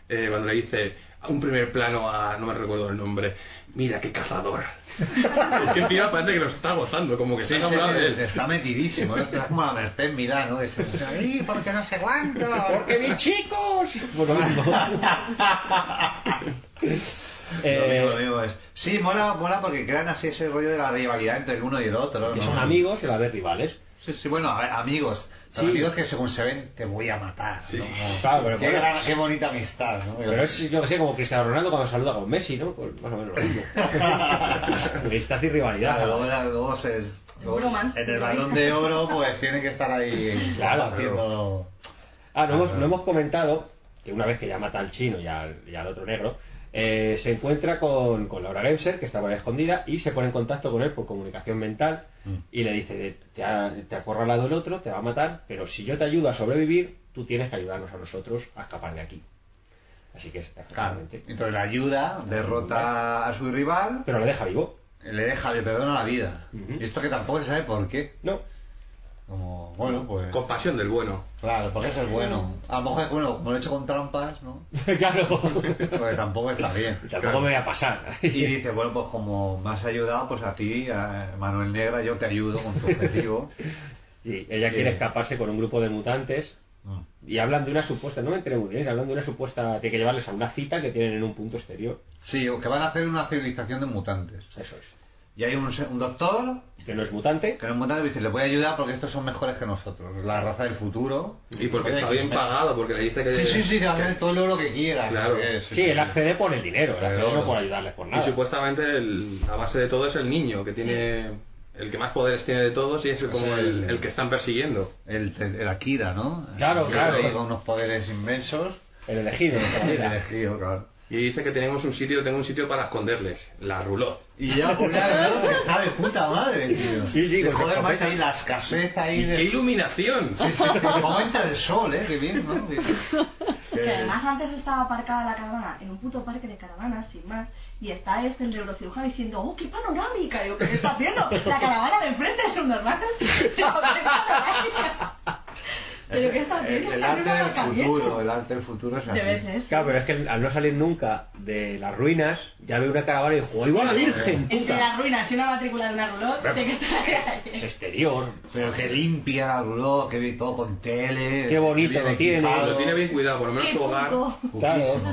Speaker 13: eh, cuando le dice a un primer plano a, no me recuerdo el nombre, mira qué cazador. es que el tío parece que lo está gozando, como que
Speaker 9: Sí,
Speaker 13: se ha
Speaker 9: sí,
Speaker 13: hablado
Speaker 9: sí,
Speaker 13: de él.
Speaker 9: está metidísimo, ¿no? está como a Merced Milá, ¿no? Ese- ¡Ay, porque no sé cuánto! ¡Porque mis chicos!
Speaker 8: Pues lo mismo. Eh,
Speaker 9: Lo mismo, lo mismo es. Sí, mola, mola porque crean así ese rollo de la rivalidad entre el uno y el otro.
Speaker 8: Que
Speaker 9: ¿no?
Speaker 8: son amigos y a la vez rivales.
Speaker 9: Sí, sí, bueno, a ver, amigos. Son
Speaker 8: Sí.
Speaker 9: amigos que según se ven, te voy a matar. ¿no? Como-
Speaker 8: Claro, pero
Speaker 9: qué,
Speaker 8: bueno.
Speaker 9: gran- qué bonita amistad, ¿no?
Speaker 8: Pero es, yo que sé, como Cristiano Ronaldo cuando saluda con Messi, ¿no? Pues más o menos lo mismo. Amistad y rivalidad.
Speaker 9: Claro, luego, la- luego se- luego-
Speaker 8: Bromas.
Speaker 9: en el balón de oro, pues tiene que estar ahí
Speaker 8: Claro,
Speaker 9: haciendo.
Speaker 8: Ah, no hemos, no hemos comentado que una vez que ya mata al chino y al, y al otro negro, eh, se encuentra con, con Laura Gemser, que estaba escondida, y se pone en contacto con él por comunicación mental y le dice, te ha, te ha acorralado el otro, te va a matar, pero si yo te ayudo a sobrevivir, tú tienes que ayudarnos a nosotros a escapar de aquí. Así que, efectivamente.
Speaker 9: Entonces la ayuda, derrota a su rival.
Speaker 8: Pero le deja vivo.
Speaker 9: Le deja, le perdona la vida. Y esto que tampoco se sabe por qué.
Speaker 8: No.
Speaker 9: Como, bueno, pues.
Speaker 13: Compasión del bueno.
Speaker 9: Claro, porque ese es bueno. A lo mejor, bueno, como lo he hecho con trampas, ¿no?
Speaker 8: claro.
Speaker 9: Pues tampoco está bien.
Speaker 8: Tampoco me voy a pasar.
Speaker 9: Y dice, bueno, pues como me has ayudado, pues a ti, a Manuel Negra, yo te ayudo con tu objetivo.
Speaker 8: Sí, ella
Speaker 9: Sí.
Speaker 8: quiere escaparse con un grupo de mutantes
Speaker 9: Mm.
Speaker 8: y hablan de una supuesta, no me enteré muy bien, hablan de una supuesta, tiene que llevarles a una cita que tienen en un punto exterior.
Speaker 9: Sí, o que van a hacer una civilización de mutantes.
Speaker 8: Eso es.
Speaker 9: Y hay un, se- un doctor...
Speaker 8: Que no es mutante.
Speaker 9: Que no es mutante, dice, le voy a ayudar porque estos son mejores que nosotros. La raza del futuro.
Speaker 13: Y porque
Speaker 9: Oye,
Speaker 13: está
Speaker 9: que
Speaker 13: bien
Speaker 9: se-
Speaker 13: pagado, porque le dice que...
Speaker 9: pues Sí, sí, sí, que hace todo lo que quiera.
Speaker 13: Claro.
Speaker 8: Sí, él accede por el dinero, él accede no por ayudarles por
Speaker 13: Y
Speaker 8: nada.
Speaker 13: supuestamente el- la base de todo es el niño, que tiene el que más poderes tiene de todos y es como el, el que están persiguiendo.
Speaker 9: El, el Akira, ¿no?
Speaker 13: Claro,
Speaker 9: Sí,
Speaker 13: claro.
Speaker 9: ahí Con unos poderes inmensos.
Speaker 8: El elegido.
Speaker 9: El elegido, claro.
Speaker 13: Y dice que tenemos un sitio, tengo un sitio para esconderles, la roulotte.
Speaker 9: Y ya, pues, claro, ¿no? que está de puta madre, tío.
Speaker 13: Sí, sí,
Speaker 9: Que,
Speaker 13: con su
Speaker 9: Joder, macho,
Speaker 13: escopeta.
Speaker 9: ahí la escasez
Speaker 13: ¡Y
Speaker 9: ahí
Speaker 13: qué
Speaker 9: de...
Speaker 13: iluminación!
Speaker 9: Sí, sí, sí, cómo entra el sol, ¿eh? Qué bien, ¿no? Que-
Speaker 11: Que
Speaker 9: que-
Speaker 11: además antes estaba aparcada la caravana en un puto parque de caravanas, sin más, y está este, el neurocirujano, diciendo, ¡oh, qué panorámica! Y yo, ¿qué está haciendo? La caravana de enfrente es un normal. Pero que esta
Speaker 9: El,
Speaker 11: es
Speaker 9: el
Speaker 11: la
Speaker 9: arte
Speaker 11: nueva
Speaker 9: del
Speaker 11: cabeza.
Speaker 9: futuro, el arte del futuro es así.
Speaker 11: Debe ser, sí.
Speaker 8: Claro, pero es que al no salir nunca de las ruinas, ya ve una caravana y dijo, ¡ahí va la Virgen!
Speaker 11: Entre
Speaker 8: puta!
Speaker 11: las ruinas y una matrícula de una rulot, te
Speaker 8: Es exterior.
Speaker 9: Pero que limpia la ruló, que ve todo con tele.
Speaker 8: Qué bonito
Speaker 9: que viene
Speaker 8: lo tiene.
Speaker 9: equipado.
Speaker 8: Lo tiene
Speaker 13: bien cuidado, por lo menos
Speaker 11: Qué
Speaker 13: tu hogar.
Speaker 11: cuco.
Speaker 9: Claro,
Speaker 8: Eso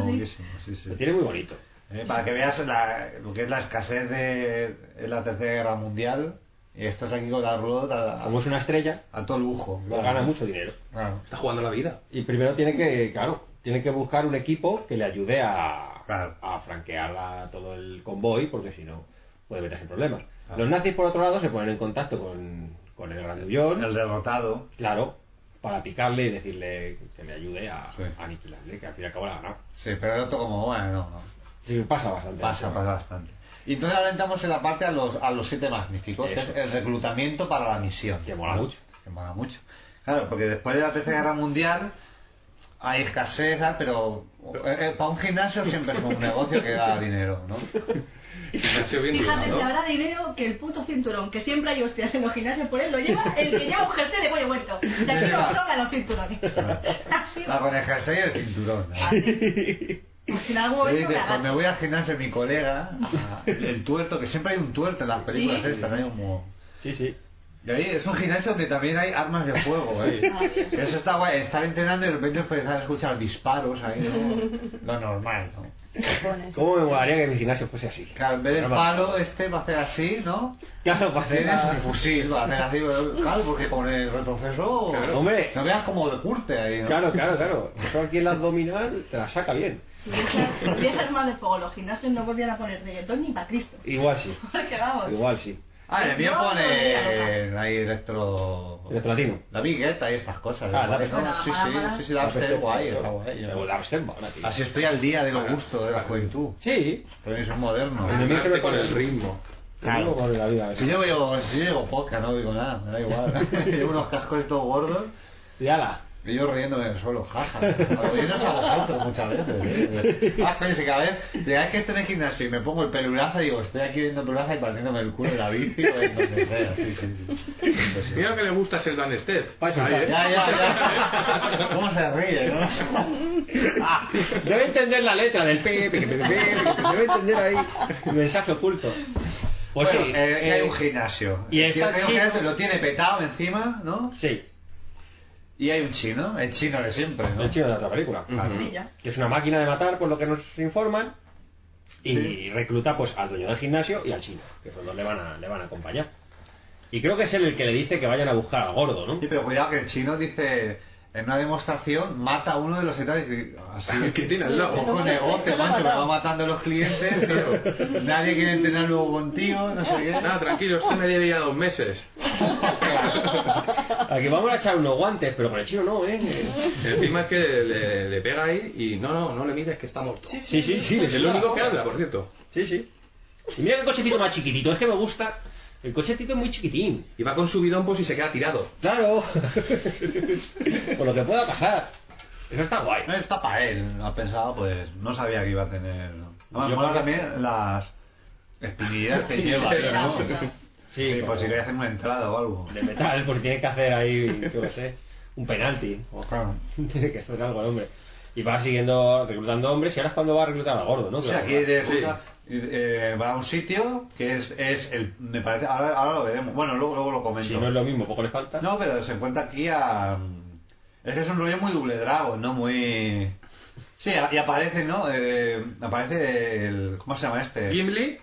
Speaker 8: sí.
Speaker 9: Lo
Speaker 8: tiene muy bonito.
Speaker 9: Eh, para que veas la- lo que es la escasez de de la Tercera Guerra Mundial, y estás aquí con la rulot a,
Speaker 8: Como es una estrella,
Speaker 9: a todo lujo.
Speaker 8: pues gana mucho dinero.
Speaker 9: Claro.
Speaker 13: Está jugando la vida.
Speaker 8: Y primero tiene que, claro, tiene que buscar un equipo que le ayude a, a franquear a todo el convoy, porque si no, puede meterse en problemas. Los nazis, por otro lado, se ponen en contacto con, con el grandullón.
Speaker 9: El derrotado.
Speaker 8: Claro, para picarle y decirle que le ayude a, a aniquilarle, que al fin y al cabo la ha ganado.
Speaker 9: Sí, pero el otro como, bueno, no, no.
Speaker 8: Sí, pasa bastante.
Speaker 9: Pasa, pasa bastante. Y entonces ahora entramos en la parte a los, a los siete magníficos, que
Speaker 8: Eso
Speaker 9: es el reclutamiento para la misión. Que
Speaker 8: mola mucho.
Speaker 9: Que mola mucho. Claro, porque después de la Tercera Guerra Mundial hay escasez, tal, pero eh, para un gimnasio siempre es un negocio que da dinero, ¿no?
Speaker 13: Gimnasio bien
Speaker 11: Fíjate, si
Speaker 13: cuidado.
Speaker 11: habrá dinero que el puto cinturón, que siempre hay hostias en los gimnasios por él, lo lleva el que lleva un jersey de cuello vuelto. De aquí nos sobran los cinturones. Así,
Speaker 9: Va con el jersey y el cinturón. ¿no?
Speaker 11: pues en
Speaker 9: Y
Speaker 11: algún momento
Speaker 9: dice,
Speaker 11: me
Speaker 9: pues me
Speaker 11: agacho.
Speaker 9: voy al gimnasio mi colega, a- el, el tuerto, que siempre hay un tuerto en las películas
Speaker 11: Sí.
Speaker 9: estas, hay como...
Speaker 8: Sí, sí.
Speaker 9: Y ahí es un gimnasio donde también hay armas de fuego, ¿eh? Eso está guay, estar entrenando y de repente empezar a escuchar disparos ahí, ¿no? Lo normal, ¿no?
Speaker 8: ¿Cómo me molaría que mi gimnasio fuese así?
Speaker 9: Claro, en vez del palo este va a hacer así, ¿no?
Speaker 8: Claro, va a hacer
Speaker 9: Tienes
Speaker 8: la-
Speaker 9: un fusil, va a hacer así, claro, porque con el retroceso...
Speaker 8: Hombre.
Speaker 9: No veas como de curte ahí, ¿no?
Speaker 8: Claro, claro, claro. Eso aquí en la abdominal te la saca bien.
Speaker 11: Si hubiese armas de fuego, los gimnasios no volvían a poner reggaetón ni para Cristo.
Speaker 8: Igual sí,
Speaker 11: Porque vamos.
Speaker 8: igual sí.
Speaker 9: Ah, en el mío
Speaker 11: No,
Speaker 9: pone ahí electro...
Speaker 8: Electrolatino.
Speaker 9: La Big Guetta y estas cosas.
Speaker 8: Ah,
Speaker 9: ¿no?
Speaker 8: la-
Speaker 9: Eso, sí, sí, sí, sí,
Speaker 8: La
Speaker 9: dubstep
Speaker 8: dubstep,
Speaker 9: guay,
Speaker 8: claro.
Speaker 9: está guay.
Speaker 8: Pero dubstep mola, tío.
Speaker 9: Así estoy al día de los gustos de la juventud.
Speaker 8: Sí.
Speaker 9: También soy moderno.
Speaker 8: En el mío se me pone-
Speaker 13: ritmo.
Speaker 8: Claro. Con la vida.
Speaker 9: Si yo llevo, si yo llevo podcast, no digo nada, me da igual. llevo unos cascos estos gordos
Speaker 8: Y ala.
Speaker 9: y yo riéndome del suelo, jaja. Riéndose a vosotros muchas veces. ¿eh? Ah, coño, si cada vez llegáis que estoy en el gimnasio y me pongo el pelulaza y digo, estoy aquí viendo pelulaza y partiéndome el culo de la bici o en donde sea. Sí, sí, sí.
Speaker 13: Mira que le gusta ser Dan Step. Ahí,
Speaker 9: Ya,
Speaker 13: ¿eh?
Speaker 9: ya, ya. ¿Cómo se ríe, no? Ah,
Speaker 8: Debe entender la letra del pe, pe, pe, pe, pe, pe, debe entender ahí el mensaje oculto. Pues
Speaker 9: Bueno,
Speaker 8: sí,
Speaker 9: eh, y
Speaker 8: eh,
Speaker 9: hay un gimnasio.
Speaker 8: y está
Speaker 9: Tiene un
Speaker 8: chino.
Speaker 9: gimnasio, lo tiene petado encima, ¿no?
Speaker 8: Sí.
Speaker 9: Y hay un chino, el chino de siempre, ¿no?
Speaker 8: El chino de la otra película.
Speaker 9: Claro.
Speaker 11: Ya.
Speaker 8: Que es una máquina de matar, por lo que nos informan. Y recluta pues al dueño del gimnasio y al chino, que los dos le van a, le van a acompañar. Y creo que es él el que le dice que vayan a buscar al gordo, ¿no?
Speaker 9: Sí, pero cuidado que el chino dice en una demostración mata a uno de los etarios y así
Speaker 13: Que tiene al lado.
Speaker 9: poco negocio, macho, me va matando los clientes, tío. Nadie quiere entrenar luego contigo, no sé qué.
Speaker 13: Nada, tranquilo, este me debe ya dos meses.
Speaker 8: Aquí vamos a echar unos guantes, pero con el chino no, ¿eh?
Speaker 13: Encima es que le, le pega ahí y no, no, no le mires que está muerto.
Speaker 8: Sí, sí, sí.
Speaker 13: Es el único que habla, por cierto.
Speaker 8: Sí, sí. Y mira el cochecito más chiquitito, es que me gusta. El cochecito es muy chiquitín.
Speaker 13: Y va con su bidón pues y se queda tirado.
Speaker 8: Claro. Por lo que pueda pasar. Eso está guay.
Speaker 9: No está para él, ha pensado, pues no sabía que iba a tener. No, me
Speaker 8: Yo creo
Speaker 9: mola
Speaker 8: que-
Speaker 9: también las espinilleras que lleva, ¿no?
Speaker 8: Sí,
Speaker 9: Sí, pues
Speaker 8: como
Speaker 9: por si quería hacer una entrada o algo.
Speaker 8: De metal, porque tiene que hacer ahí, yo qué sé, un penalti.
Speaker 9: Claro.
Speaker 8: Tiene que hacer algo el hombre. Y va siguiendo, reclutando hombres, y ahora es cuando va a reclutar a gordo, ¿no?
Speaker 9: Sí, aquí de ruta, eh, va a un sitio que es, es el. Me parece. Ahora, ahora lo veremos. Bueno, luego, luego lo comento.
Speaker 8: Si no es lo mismo, poco le falta.
Speaker 9: No, pero se encuentra aquí a. Es que es un rollo muy doble drago, ¿no? Muy. Sí, a- y aparece, ¿no? Eh, aparece el. ¿Cómo se llama este?
Speaker 13: Gimli,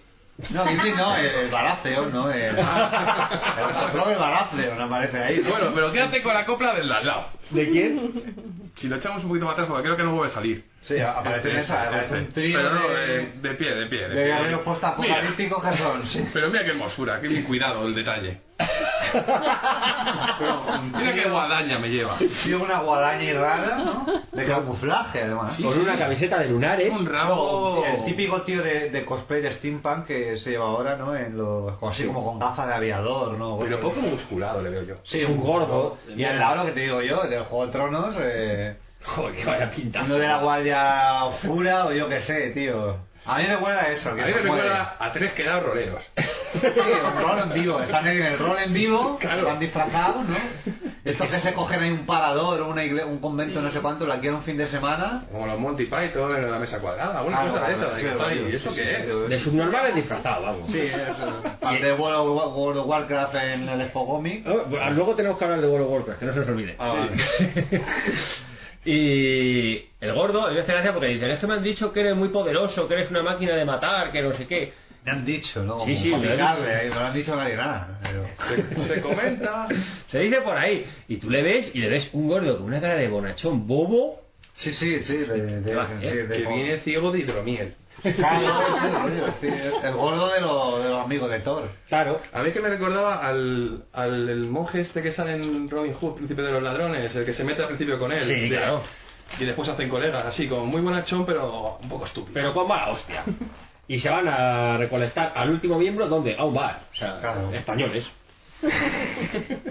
Speaker 9: No, Gimli no, el Baratheon, ¿no? El, el Robert Baratheon aparece ahí. ¿no?
Speaker 13: Bueno, pero quédate con la copla del de al lado.
Speaker 8: ¿De quién?
Speaker 13: Si lo echamos un poquito más atrás, porque creo que no vuelve a salir.
Speaker 9: Sí, aparece en
Speaker 13: Este,
Speaker 9: esa, aparece
Speaker 13: este. eh,
Speaker 9: un trío
Speaker 13: Pero no,
Speaker 9: de,
Speaker 13: de, de pie, de pie.
Speaker 9: de
Speaker 13: pie.
Speaker 9: guerreros postapocalípticos que son, sí.
Speaker 13: Mira, Pero mira qué hermosura, qué bien cuidado el detalle.
Speaker 9: Pero un
Speaker 13: Mira qué
Speaker 9: tío-
Speaker 13: guadaña me lleva.
Speaker 9: Sí, una guadaña y rara, ¿no? De camuflaje, además.
Speaker 13: Sí,
Speaker 8: Con una camiseta de lunares.
Speaker 13: Un
Speaker 9: Luego,
Speaker 13: rabo.
Speaker 9: el típico tío de, de cosplay de steampunk que se lleva ahora, ¿no? En los, como así como con gafas de aviador, ¿no?
Speaker 13: Pero
Speaker 9: Bueno,
Speaker 13: poco musculado le veo yo.
Speaker 9: Sí,
Speaker 8: Es un gordo.
Speaker 9: Y al lado, lo que te digo yo, del Juego de Tronos, eh,
Speaker 8: Joder, que vaya pinta.
Speaker 9: uno de la Guardia Oscura o yo qué sé, tío. A mí me recuerda a eso.
Speaker 13: A
Speaker 9: Que
Speaker 13: mí me
Speaker 9: se muere.
Speaker 13: recuerda a tres quedados roleros.
Speaker 9: Sí, un rol en vivo. Están en el rol en vivo,
Speaker 13: Claro.
Speaker 9: van disfrazados, ¿no? Estos que se cogen ahí un parador o una igle- un convento, no sé cuánto, la quieren un fin de semana.
Speaker 13: Como los Monty Python en la mesa cuadrada, una
Speaker 9: Ah,
Speaker 13: cosa
Speaker 9: no,
Speaker 13: de
Speaker 9: no,
Speaker 13: esas.
Speaker 9: sí,
Speaker 13: de que,
Speaker 9: varios,
Speaker 13: "Ay, ¿Y eso
Speaker 9: sí,
Speaker 13: qué
Speaker 9: sí, sí,
Speaker 13: es?
Speaker 9: sí. De
Speaker 8: subnormales disfrazados, vamos.
Speaker 9: Sí, eso. Al de World of- World of Warcraft en el Expo Comic.
Speaker 14: pues,
Speaker 8: Ah, Luego tenemos que hablar de World of Warcraft, que no se nos olvide.
Speaker 14: Y el gordo, a veces gracia porque dicen, es que me han dicho que eres muy poderoso, que eres una máquina de matar, que no sé qué.
Speaker 9: Me han dicho, ¿no?
Speaker 14: Sí,
Speaker 9: Como
Speaker 14: sí,
Speaker 9: para
Speaker 14: me lo han
Speaker 9: picarle, ahí, no le han dicho a nadie nada.
Speaker 13: Se, comenta.
Speaker 14: Se dice por ahí. Y tú le ves y le ves un gordo con una cara de bonachón bobo.
Speaker 9: Sí, sí, sí.
Speaker 13: que viene ciego de hidromiel.
Speaker 9: Claro, eso, coño, sí, es el gordo de, lo- de los amigos de Thor.
Speaker 8: Claro.
Speaker 13: A mí es que me recordaba al, al el monje este que sale en Robin Hood, príncipe de los ladrones, el que se mete al principio con él.
Speaker 14: Sí,
Speaker 13: De-
Speaker 14: claro.
Speaker 13: Y después hacen colegas, así, como muy bonachón, pero un poco estúpido.
Speaker 8: Pero con mala hostia. Y se van a recolectar al último miembro, ¿dónde? A un bar. O sea, españoles.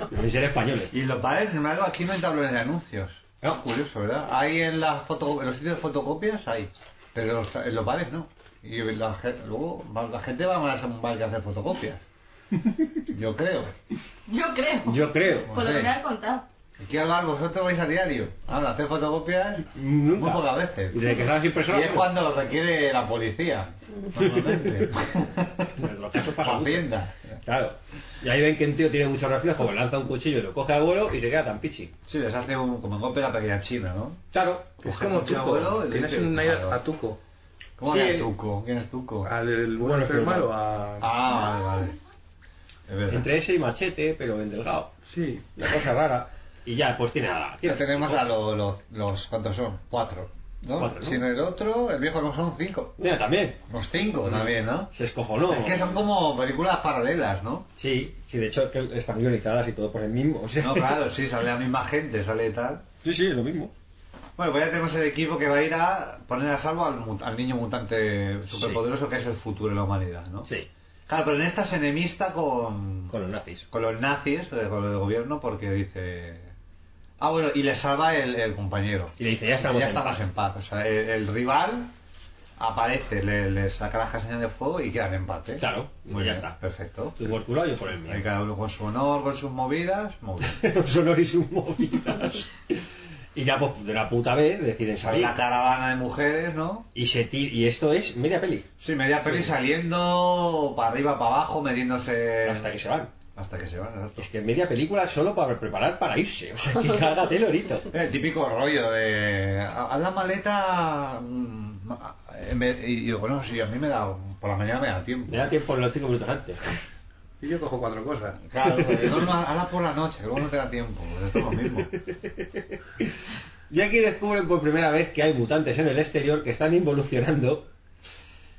Speaker 8: Deben ser españoles.
Speaker 9: Y los bares, sin embargo, aquí no hay tablones de anuncios. Es curioso, ¿verdad? Hay en, las foto, en los sitios de fotocopias, hay. Pero en los, ta- en los bares no. Y la, ge- luego va- la gente va más a un bar que a hacer fotocopias. Yo creo.
Speaker 15: Yo creo.
Speaker 8: Yo creo.
Speaker 15: Por lo que me han contado.
Speaker 9: ¿Qué hablar? ¿Vosotros vais a diario? Ahora, hacer fotocopias muy pocas veces.
Speaker 8: Y de que estás impresora,
Speaker 9: Y es
Speaker 8: no.
Speaker 9: cuando requiere la policía. Normalmente. La hacienda.
Speaker 8: Claro. Y ahí ven que un tío tiene muchos reflejos, lanza un cuchillo y lo coge a vuelo y se queda tan pichi.
Speaker 9: Sí, les hace un, como un golpe a la pequeña china, ¿no?
Speaker 8: Claro.
Speaker 13: Es como Tuco. Tienes un aire a Tuco.
Speaker 9: ¿Cómo
Speaker 13: Sí.
Speaker 9: que a Tuco? ¿Quién es Tuco?
Speaker 13: Al del bueno,
Speaker 8: Bueno,
Speaker 13: feo y
Speaker 8: pero-
Speaker 13: malo. A...
Speaker 9: Ah, vale, vale.
Speaker 8: Entre ese y machete, pero en delgado.
Speaker 13: Sí.
Speaker 8: La cosa rara. Y ya, pues tiene a...
Speaker 9: Ya tenemos a lo- lo- los, ¿cuántos son? Cuatro. ¿no?
Speaker 8: Cuatro, ¿no?
Speaker 9: Sino el otro, el viejo no son cinco.
Speaker 8: Mira, también.
Speaker 9: Los cinco también, ¿no?
Speaker 8: Se escojonó.
Speaker 9: Es que son como películas paralelas, ¿no?
Speaker 8: Sí, sí, de hecho que están guionizadas y todo por el mismo. O sea...
Speaker 9: No, claro, sí, sale la misma gente, sale tal.
Speaker 8: Sí, sí, es lo mismo.
Speaker 9: Bueno, pues ya tenemos el equipo que va a ir a poner a salvo al, mu- al niño mutante superpoderoso que es el futuro de la humanidad, ¿no?
Speaker 8: Sí.
Speaker 9: Claro, pero en esta se enemista con...
Speaker 8: Con los nazis.
Speaker 9: Con los nazis, eh, con el gobierno, porque dice... Ah, bueno, y le salva el, el compañero.
Speaker 14: Y le dice, ya estamos
Speaker 9: ya
Speaker 14: en
Speaker 9: estamos en paz. O sea, el, el rival aparece, le, le saca las castañas de fuego y quedan en empate.
Speaker 8: Claro,
Speaker 9: Muy
Speaker 8: ya
Speaker 9: bien,
Speaker 8: está.
Speaker 9: Perfecto.
Speaker 8: Tú por tu lado, yo por el mío.
Speaker 9: Ahí cada uno con su honor, con sus movidas, muy bien.
Speaker 8: Sonor y sus movidas. Y ya, pues, de la puta vez deciden salir.
Speaker 9: Sale la caravana de mujeres, ¿no?
Speaker 8: Y, se ti- y esto es media peli.
Speaker 9: Sí, media peli saliendo para arriba, para abajo, metiéndose.
Speaker 8: Hasta que se van.
Speaker 9: Hasta que se van, exacto.
Speaker 8: Es que media película solo para preparar para irse. O sea, que cágate, lorito.
Speaker 9: El Eh, típico rollo de. Haz la maleta. mm, ma- en vez- Y digo, bueno, si a mí me da. Por la mañana me da tiempo.
Speaker 8: Me da tiempo en los cinco minutos antes.
Speaker 13: Y yo cojo cuatro cosas.
Speaker 9: Claro, porque no, no, hazla por la noche, que luego no te da tiempo. Pues esto es lo mismo.
Speaker 8: Y aquí descubren por primera vez que hay mutantes en el exterior que están involucionando.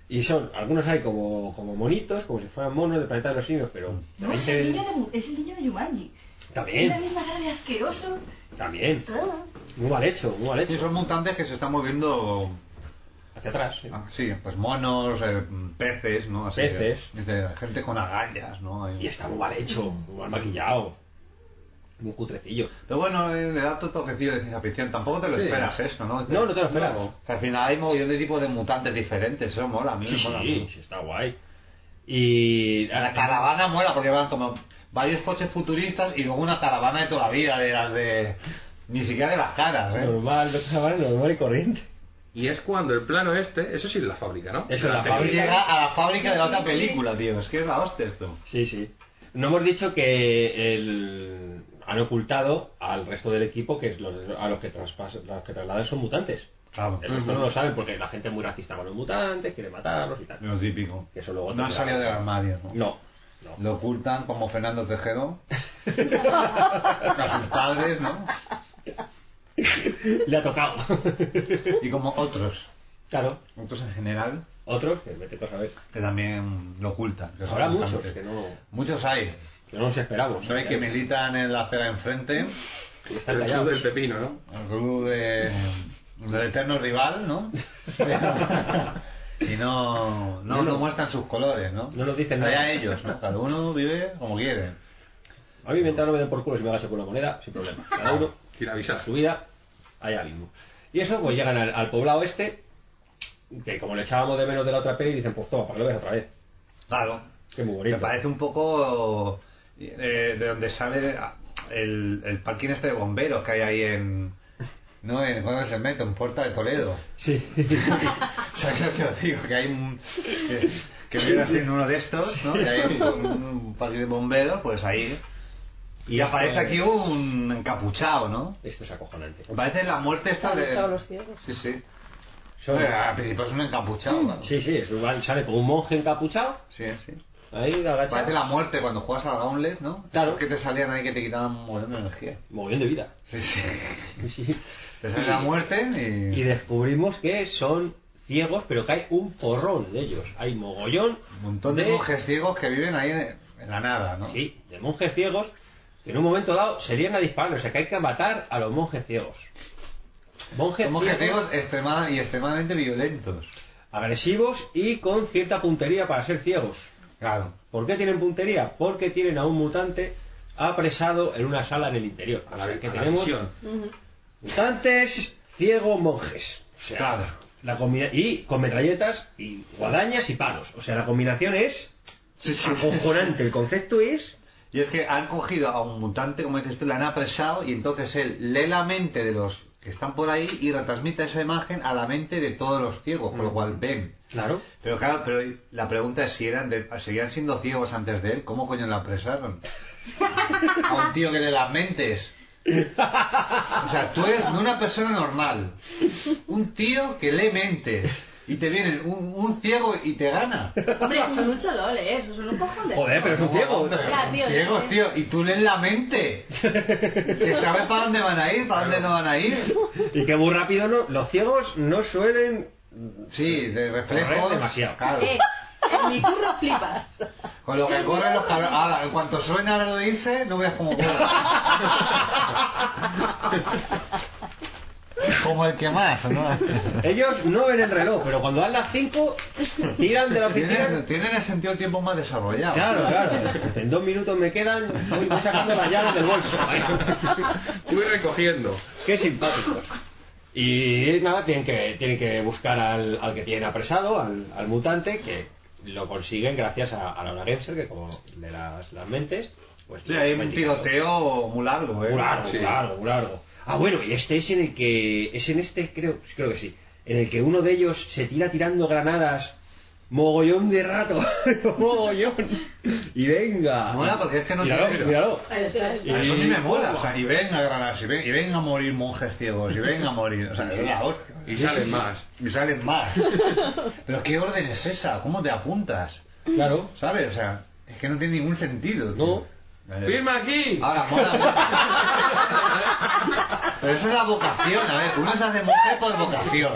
Speaker 8: Y son, algunos hay como, como monitos, como si fueran monos del planeta de los simios, pero
Speaker 11: No,
Speaker 8: también
Speaker 11: es el
Speaker 8: se-
Speaker 11: niño de, es el niño de Yumanji. Tiene la
Speaker 8: También,
Speaker 11: misma cara de asqueroso.
Speaker 8: también.
Speaker 11: Todo.
Speaker 8: Muy mal hecho, muy mal hecho.
Speaker 9: Sí, son mutantes que se están moviendo.
Speaker 8: Hacia atrás. sí.
Speaker 9: ah, Sí, pues monos, eh, peces, ¿no? Así
Speaker 8: Peces.
Speaker 9: que- dice, gente con agallas, ¿no? Hay-
Speaker 8: Y está muy mal hecho, muy mal maquillado. Muy cutrecillo.
Speaker 9: Pero bueno, eh, le da tu toquecillo de ciencia ficción. Tampoco te lo
Speaker 8: Sí.
Speaker 9: esperas esto, ¿no?
Speaker 8: No, no te lo esperas.
Speaker 9: Que al final hay mogollón de tipos de mutantes diferentes. Eso mola, a mí
Speaker 8: Sí,
Speaker 9: me mola
Speaker 8: sí,
Speaker 9: mucho.
Speaker 8: sí, está guay. Y...
Speaker 9: La caravana mola porque van como varios coches futuristas y luego una caravana de toda la vida, de las de... Ni siquiera de las caras, ¿eh?
Speaker 8: Normal, lo que se llama normal y corriente.
Speaker 13: Y es cuando el plano este, eso sí es la fábrica, ¿no?
Speaker 8: Eso es la
Speaker 13: Antes-
Speaker 9: Y
Speaker 8: fábrica.
Speaker 9: llega a la fábrica de la otra película, tío. Es que es la hostia esto.
Speaker 8: Sí, sí. No hemos dicho que el- han ocultado al resto del equipo que es los- a los que, traspas- los que trasladan son mutantes.
Speaker 9: Claro.
Speaker 8: El resto no lo saben porque la gente es muy racista con los mutantes, quiere matarlos y tal.
Speaker 9: Lo típico.
Speaker 8: Que eso luego
Speaker 9: No han
Speaker 8: tendrá-
Speaker 9: salido del armario, ¿no?
Speaker 8: No.
Speaker 9: Lo ocultan como Fernando Tejero. a sus padres, ¿no?
Speaker 8: Le ha tocado.
Speaker 9: Y como otros.
Speaker 8: claro.
Speaker 9: Otros en general.
Speaker 8: Otros, que vete tú a saber.
Speaker 9: que también lo ocultan. que son
Speaker 8: Habrá muchos
Speaker 9: mutantes.
Speaker 8: que no,
Speaker 9: Muchos hay.
Speaker 8: que no nos esperamos.
Speaker 9: No hay que militan en la acera enfrente,
Speaker 8: Y están
Speaker 13: El club del
Speaker 8: callados.
Speaker 13: pepino, ¿no?
Speaker 9: el club de, del eterno rival, ¿no? y no, no,
Speaker 8: No, no.
Speaker 9: no muestran sus colores, ¿no?
Speaker 8: No nos dicen
Speaker 9: Allá
Speaker 8: nada.
Speaker 9: ellos, ¿no? Cada uno vive como quiere.
Speaker 8: A mí mientras no me den por culo si me agacho con una moneda, sin problema. Cada uno
Speaker 13: Quiero avisar.
Speaker 8: a su vida allá mismo. Y eso, pues llegan al, al poblado este, que como le echábamos de menos de la otra peli, dicen, pues toma, para que lo veas otra vez.
Speaker 9: Claro.
Speaker 8: Que muy
Speaker 9: Me
Speaker 8: bonito.
Speaker 9: parece un poco eh, de donde sale... el, el parking este de bomberos que hay ahí en. No, en cuando se mete, en Puerta de Toledo.
Speaker 8: Sí.
Speaker 9: o sea, creo que lo digo, que hay un. Que, que vivas en uno de estos, ¿no? Que hay un, un parking de bomberos, pues ahí. Y,
Speaker 8: Y esto
Speaker 9: aparece
Speaker 8: es-
Speaker 9: aquí un encapuchado, ¿no?
Speaker 8: Esto es acojonante.
Speaker 9: Parece la muerte esta de.
Speaker 12: Están los ciegos.
Speaker 9: Sí, sí.
Speaker 8: Son-
Speaker 9: Eh, al principio es un encapuchado, claro.
Speaker 8: Sí, sí, es un- sale como un monje encapuchado.
Speaker 9: Sí, sí.
Speaker 8: Ahí agachado.
Speaker 9: Parece la muerte cuando juegas al Gauntlet, ¿no?
Speaker 8: Claro.
Speaker 9: Que te salían ahí que te quitaban un montón de energía.
Speaker 8: Mogollón de vida.
Speaker 9: Sí, sí.
Speaker 8: Sí.
Speaker 9: Te sale la muerte y.
Speaker 8: Y descubrimos que son ciegos, pero que hay un porrón de ellos. Hay mogollón.
Speaker 9: Un montón de, monjes ciegos que viven ahí en, en la nada, ¿no?
Speaker 8: Sí, de monjes ciegos que en un momento dado serían a disparar. O sea que hay que matar a los monjes ciegos. Monjes,
Speaker 9: Son monjes
Speaker 8: ciegos
Speaker 9: ciegos extremada- y extremadamente violentos.
Speaker 8: agresivos y con cierta puntería para ser ciegos.
Speaker 9: Claro.
Speaker 8: ¿Por qué tienen puntería? Porque tienen a un mutante apresado en una sala en el interior. O sea, que
Speaker 13: a la
Speaker 8: tenemos
Speaker 13: visión.
Speaker 8: mutantes, ciegos, monjes. O sea,
Speaker 9: Claro.
Speaker 8: la combina- y con metralletas y guadañas y palos. O sea, la combinación es
Speaker 9: Sí, sí.
Speaker 8: acojonante. El concepto es
Speaker 9: Y es que han cogido a un mutante, como dices tú, le han apresado y entonces él lee la mente de los que están por ahí y retransmite esa imagen a la mente de todos los ciegos, con lo cual ven.
Speaker 8: Claro.
Speaker 9: Pero claro, pero la pregunta es si eran de- seguían siendo ciegos antes de él, ¿cómo coño la apresaron? A un tío que lee las mentes. O sea, tú eres no una persona normal. Un tío que lee mentes. Y te viene un, un ciego y te gana.
Speaker 11: Hombre, son un cholol, ¿eh? Son un cojón de...
Speaker 8: Joder, pero es un ciego.
Speaker 9: Hombre,
Speaker 11: Ya, tío,
Speaker 9: ciegos,
Speaker 11: ya.
Speaker 9: tío. Y tú lees la mente. Que sabes para dónde van a ir, para dónde no van a ir.
Speaker 8: Y que muy rápido no, los ciegos no suelen
Speaker 9: Sí, de reflejos.
Speaker 8: Correr demasiado.
Speaker 9: Claro.
Speaker 11: Eh, en mi curro flipas.
Speaker 9: Con lo que corren los cabrones. Ahora, en cuanto suena lo de irse, no veas cómo corren. Como el que más, ¿no?
Speaker 8: Ellos no ven el reloj, pero cuando dan las 5, tiran de la oficina.
Speaker 9: Tienen, tienen el sentido del tiempo más desarrollado.
Speaker 8: Claro, claro. En dos minutos me quedan, voy, voy sacando las llaves del bolso.
Speaker 13: Voy recogiendo.
Speaker 8: Qué simpático. Y nada, tienen que, tienen que buscar al, al que tienen apresado, al, al mutante, que lo consiguen gracias a, a Laura Gemser, que como de las, las mentes, pues...
Speaker 9: Sí, hay un tiroteo muy largo, ¿eh?
Speaker 8: Muy largo,
Speaker 9: Sí.
Speaker 8: muy largo, muy largo. Ah, bueno, y este es en el que. Es en este, creo, creo que sí. En el que uno de ellos se tira tirando granadas mogollón de rato. mogollón. Y venga.
Speaker 9: Mola porque es que no
Speaker 8: míralo,
Speaker 9: tiene-
Speaker 8: Míralo.
Speaker 12: Ahí está, ahí está.
Speaker 9: Eso a mí
Speaker 8: Y-
Speaker 9: me mola, o sea, y ven a granas, y ven, y ven a morir monjes ciegos, y ven a morir, o sea, es la hostia.
Speaker 13: Y salen más.
Speaker 9: Y salen más. Pero ¿qué orden es esa? ¿Cómo te apuntas?
Speaker 8: Claro.
Speaker 9: ¿Sabes? O sea, es que no tiene ningún sentido. tío. Eh,
Speaker 13: ¡Firma aquí!
Speaker 9: Ahora, mola. mola. Pero eso es la vocación, a ver, uno se hace monje por vocación,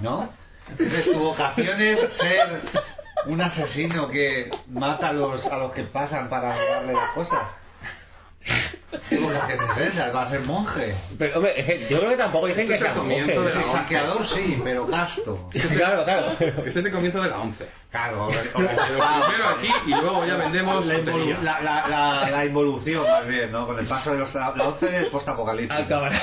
Speaker 9: ¿no? Entonces, tu vocación es ser un asesino que mata a los, a los que pasan para darle las cosas. ¿Qué vocación es esa? Va a ser monje.
Speaker 8: Pero, hombre, es que yo creo que tampoco dicen
Speaker 13: Esto
Speaker 8: que
Speaker 9: Este
Speaker 13: es
Speaker 8: sea
Speaker 13: el comienzo
Speaker 8: monje.
Speaker 13: de la-
Speaker 9: Saqueador sí, pero gasto.
Speaker 8: Claro, claro.
Speaker 13: Este es el comienzo de la 11.
Speaker 9: Claro,
Speaker 13: Primero aquí y luego ya vendemos
Speaker 9: la,
Speaker 13: lotería.
Speaker 9: involu- la, la, la, la involución más bien, ¿no? Con el paso de los la 11 del
Speaker 8: Al
Speaker 9: postapocalíptico.
Speaker 8: caballo.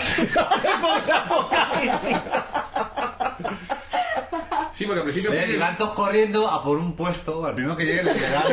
Speaker 13: Sí, porque al principio
Speaker 9: ¿Ves? Y van Eh, todos corriendo a por un puesto, al primero que llegue le dan